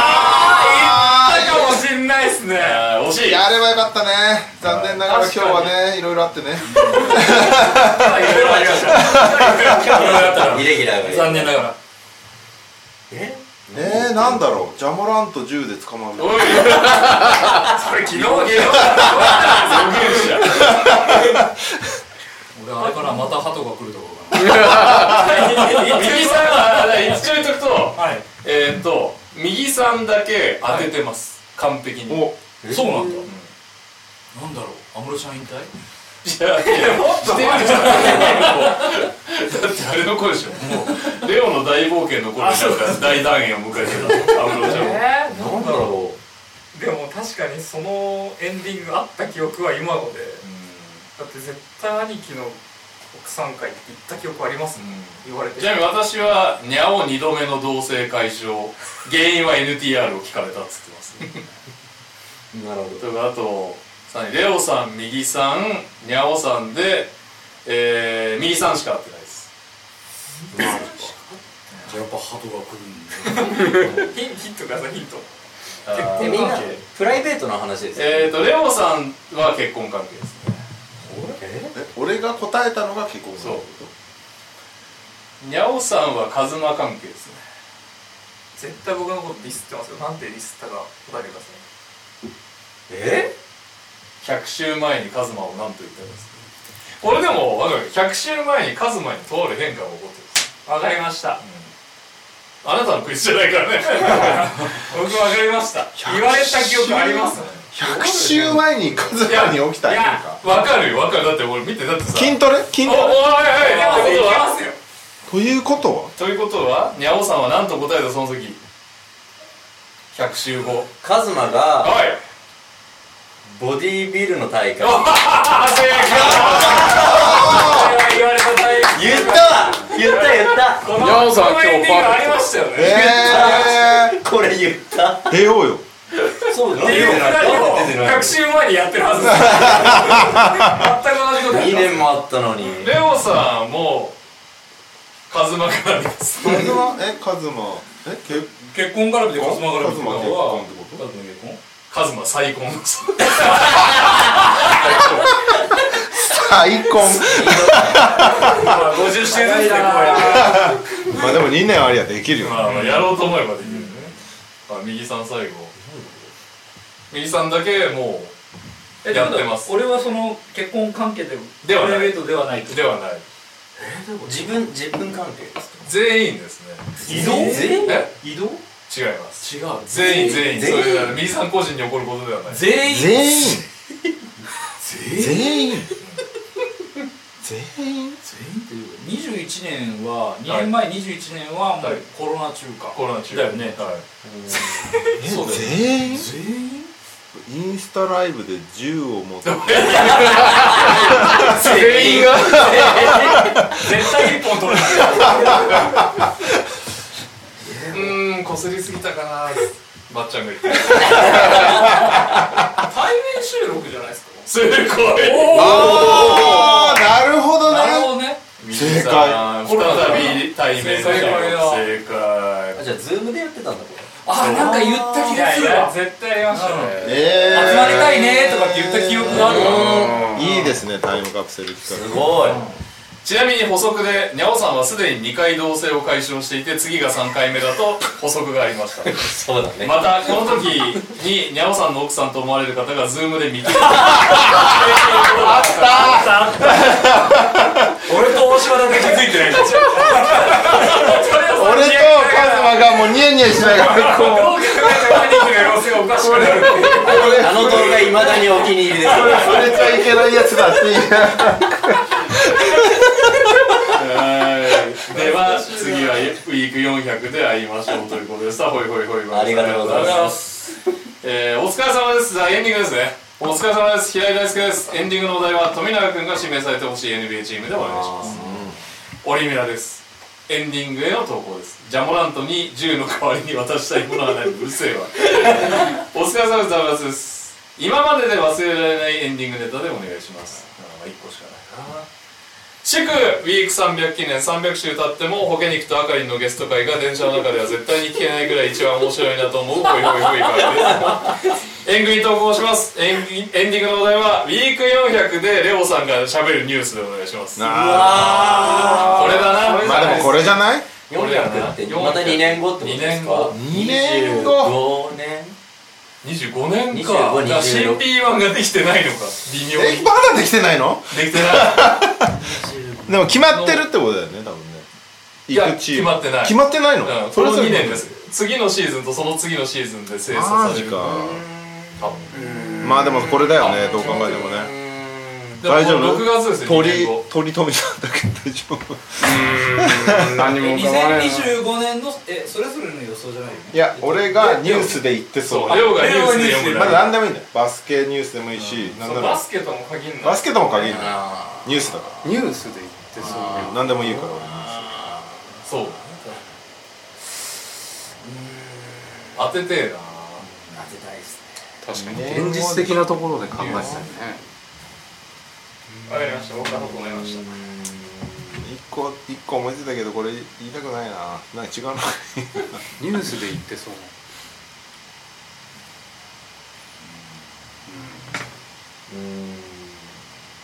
あかもしんないっすねあー惜しいやればよかったね残念ながら今日はねいろいろあってねあいろいろありましたいろいろあったらイレギュラーがいる残念ながらえー、なんだろうジャモラント銃で捕まるおいそれ昨日予言者俺あれからまた鳩が来るところかな右さんは一応言っとくと、はいえー、っと右さんだけ当ててます、完璧にいおそうなんだ、なんだろう安室ちゃん引退やいやもっとしてるじゃん だってあれの子でしょもうレオの大冒険の頃になんか大団円を迎えてた安室ちゃんもえーなんだろでも確かにそのエンディングあった記憶は今のでだって絶対兄貴の奥さん会って言った記憶ありますもん言われてちなみに私はにゃお2度目の同棲解消原因は NTR を聞かれたっつってますう なるほどとかあとさらにレオさん右さんにゃおさんで、えー、右さんしか合ってないですじゃあやっぱ鳩が来るんだヒンヒントくださいヒントあーえみんなプライベートの話ですよえー、とレオさんは結婚関係ですねえ俺が答えたのが結婚そうにゃおさんはカズマ関係ですね絶対僕のことディスってますよなんてディスったか答えてくださいえ100週前にカズマを何と言ったんですかこれでも分かる100週前にカズマにとある変化が起こってるんですわかりましたあなたのクイズじゃないからね 僕わかりました言われた記憶あります100週前にカズマに起きたいや変化分かるよ分かるだって俺見てだってさ筋トレ筋おトおいおいレいおいってことけはますよということはということはにゃおさんは何と答えたその時100週後カズマがはいボディービルの大会あ正解言われたタイプ言ったわ言った言ったこのヤオさんこのエンディングありましたよねえこれ言った ー、出ようよそうだっていうくだりを100週前にやってるはずです全く同じことやって2ます年もあったのにレオさんもカズマからですカズマえカズマえけ結婚絡みでカズマ絡みカってズこマ結とは婚ってことカズマ結婚カズマ再婚再婚50周年だまあでも2年ありゃできるよねまあまあやろうと思えばできるね、あ右さん最後右さんだけもえやってます俺はその結婚関係でではないプライベートではないとうではない自分自分関係ですか全員ですね移動全員え移動違う違います全員全員全そ員れだから右さん個人に起こることではない全員全 員全員全員21年は2年前21年はもはいうコロナ中かコロナ中だよねはえ全員インスタライブで銃を持ってい、全員が絶対一本取れない。うーんこすりすぎたかなばっちゃんが言ってる対面収録じゃないですか。すごいあーなるほどねなるほどね。正解再び対面正解正だ解あじゃあズームでやってたんだこれあなんか言った気がするわ。絶対やりましたね。集まりたいねとかって言った記憶があるわ。いいですねタイムカプセル企す画ごいちなみに補足でにゃおさんはすでに2回同棲を解消していて次が3回目だと補足がありましたそうだねまたこの時ににゃおさんの奥さんと思われる方がズームで見てあ俺と大島だけ気づいてない。俺とカズマがもうニヤニヤしながらこどう考えても兄貴の様子がおかしくなる。あの動画いまだにお気に入りですう触れちゃいけないやつだっていうはいでは次はウィーク400で会いましょうということでさほいほいほいありがとうございます、えーお疲れ様ですザエンディングですねお疲れ様です平井大輔ですエンディングのお題は富永君が指名されてほしい NBA チームでお願いしますオリミラですエンディングへの投稿ですジャモラントに銃の代わりに渡したいものはないうるせえ わお疲れ様ですザブラスです今までで忘れられないエンディングネタでお願いしますあー1個しかないな祝ウィーク300記念300週経ってもホケ肉とあかりんのゲスト会が電車の中では絶対に聞けないぐらい一番面白いなと思うホイホイホイからですエングに投稿しますエンギエンディングのお題はウィーク400でレオさんがしゃべるニュースでお願いしますこれだなまあでもこれじゃない400ってまた2年後ってことですか2年後5年25年か25 26だから CP1 ができてないのか微妙えにまだできてないのできてない でも決まってるってことだよね多分ねいや行くチーム決まってない決まってないの、うんこのぞれ2年です次のシーズンとその次のシーズンで精査さマれジるか多分まあでもこれだよねどう考えてもねでも大丈夫6月ですよ鳥2年後鳥富さんだけど大丈夫何も浮かばねえな2025年のえそれぞれの予想じゃないよねいや俺がニュースで言ってそうそう、レオがニュースで読むまだ何でもいいんだよバスケニュースでもいいし、なんだろバうスケとも限んない。バスケとも限るニュースだかニュースで言ってそうら何でもいいから俺ニューそう当ててえな確かに現実的なところで考えてたよねわかりました。僕はどこ思いました。ス1個一個思いついたけどこれ言いたくないななんか違うな ニュースで言ってそう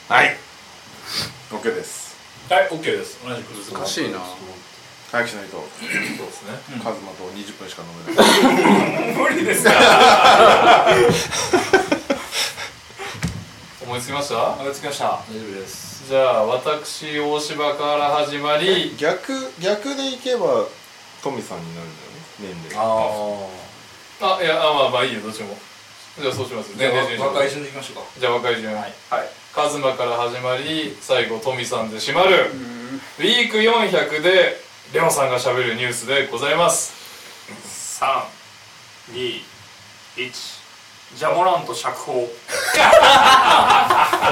はい OK ですはい OK です同じくおかしいな早くしないとそうですねカズマと20分しか飲めない無理ですか。思いつきました追いつきました。大丈夫ですじゃあ私大柴から始まり逆逆でいけばトミさんになるんだよね年齢ああいやあまあまあいいよどっちもじゃあそうしますねねねね若い順でいきましょうかじゃあ若い順はいカズマから始まり最後トミさんで締まるウィーク400でレオさんがしゃべるニュースでございます三、二、一。ジャモランと釈放。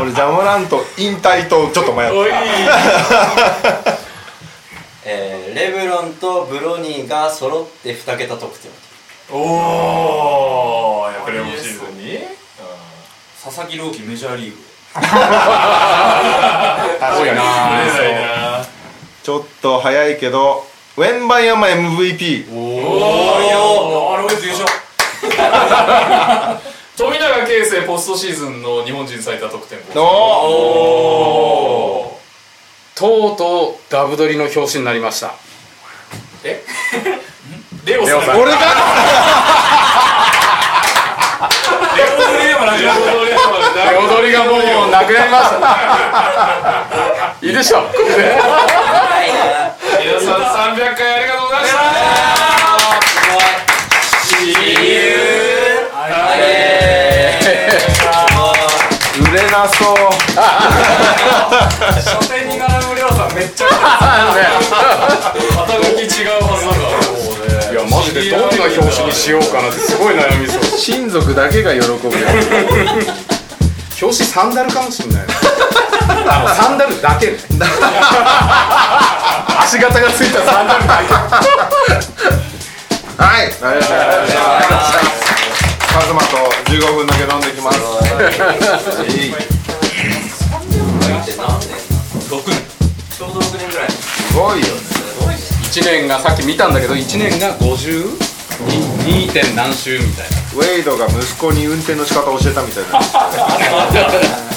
俺ジャムランと引退とちょっと迷ったおいえーレブロンとブロニーが揃って2桁得点おおやっぱりレオシーズンに佐々木朗希メジャーリーグ。確かにあれないなちょっと早いけどウェンバイアマ MVP おおあロイズ優勝。富永啓生ポストシーズンの日本人最多得点おおとうとうダブドリの表紙になりましたレオさん俺がレオドリアマンだダブドリがもうなくなりましたね いいでしょ皆さん300回ありがとうございました売れなそう初戦に並ぶレオさんめっちゃ。 肩書き違うはずだからもうねいやマジでどんな表紙にしようかなってすごい悩みそう親 族だけが喜ぶやつ表紙サンダルかもしれないあのサンダルだけね足型がついたサンダルだけはい、ありがとうございました。カズマと15分だけ飲んできます。ちょうど6年ぐらいすごいよね。 1年がさっき見たんだけど1年が 52? 点何周みたいなウェイドが息子に運転の仕方を教えたみたいな。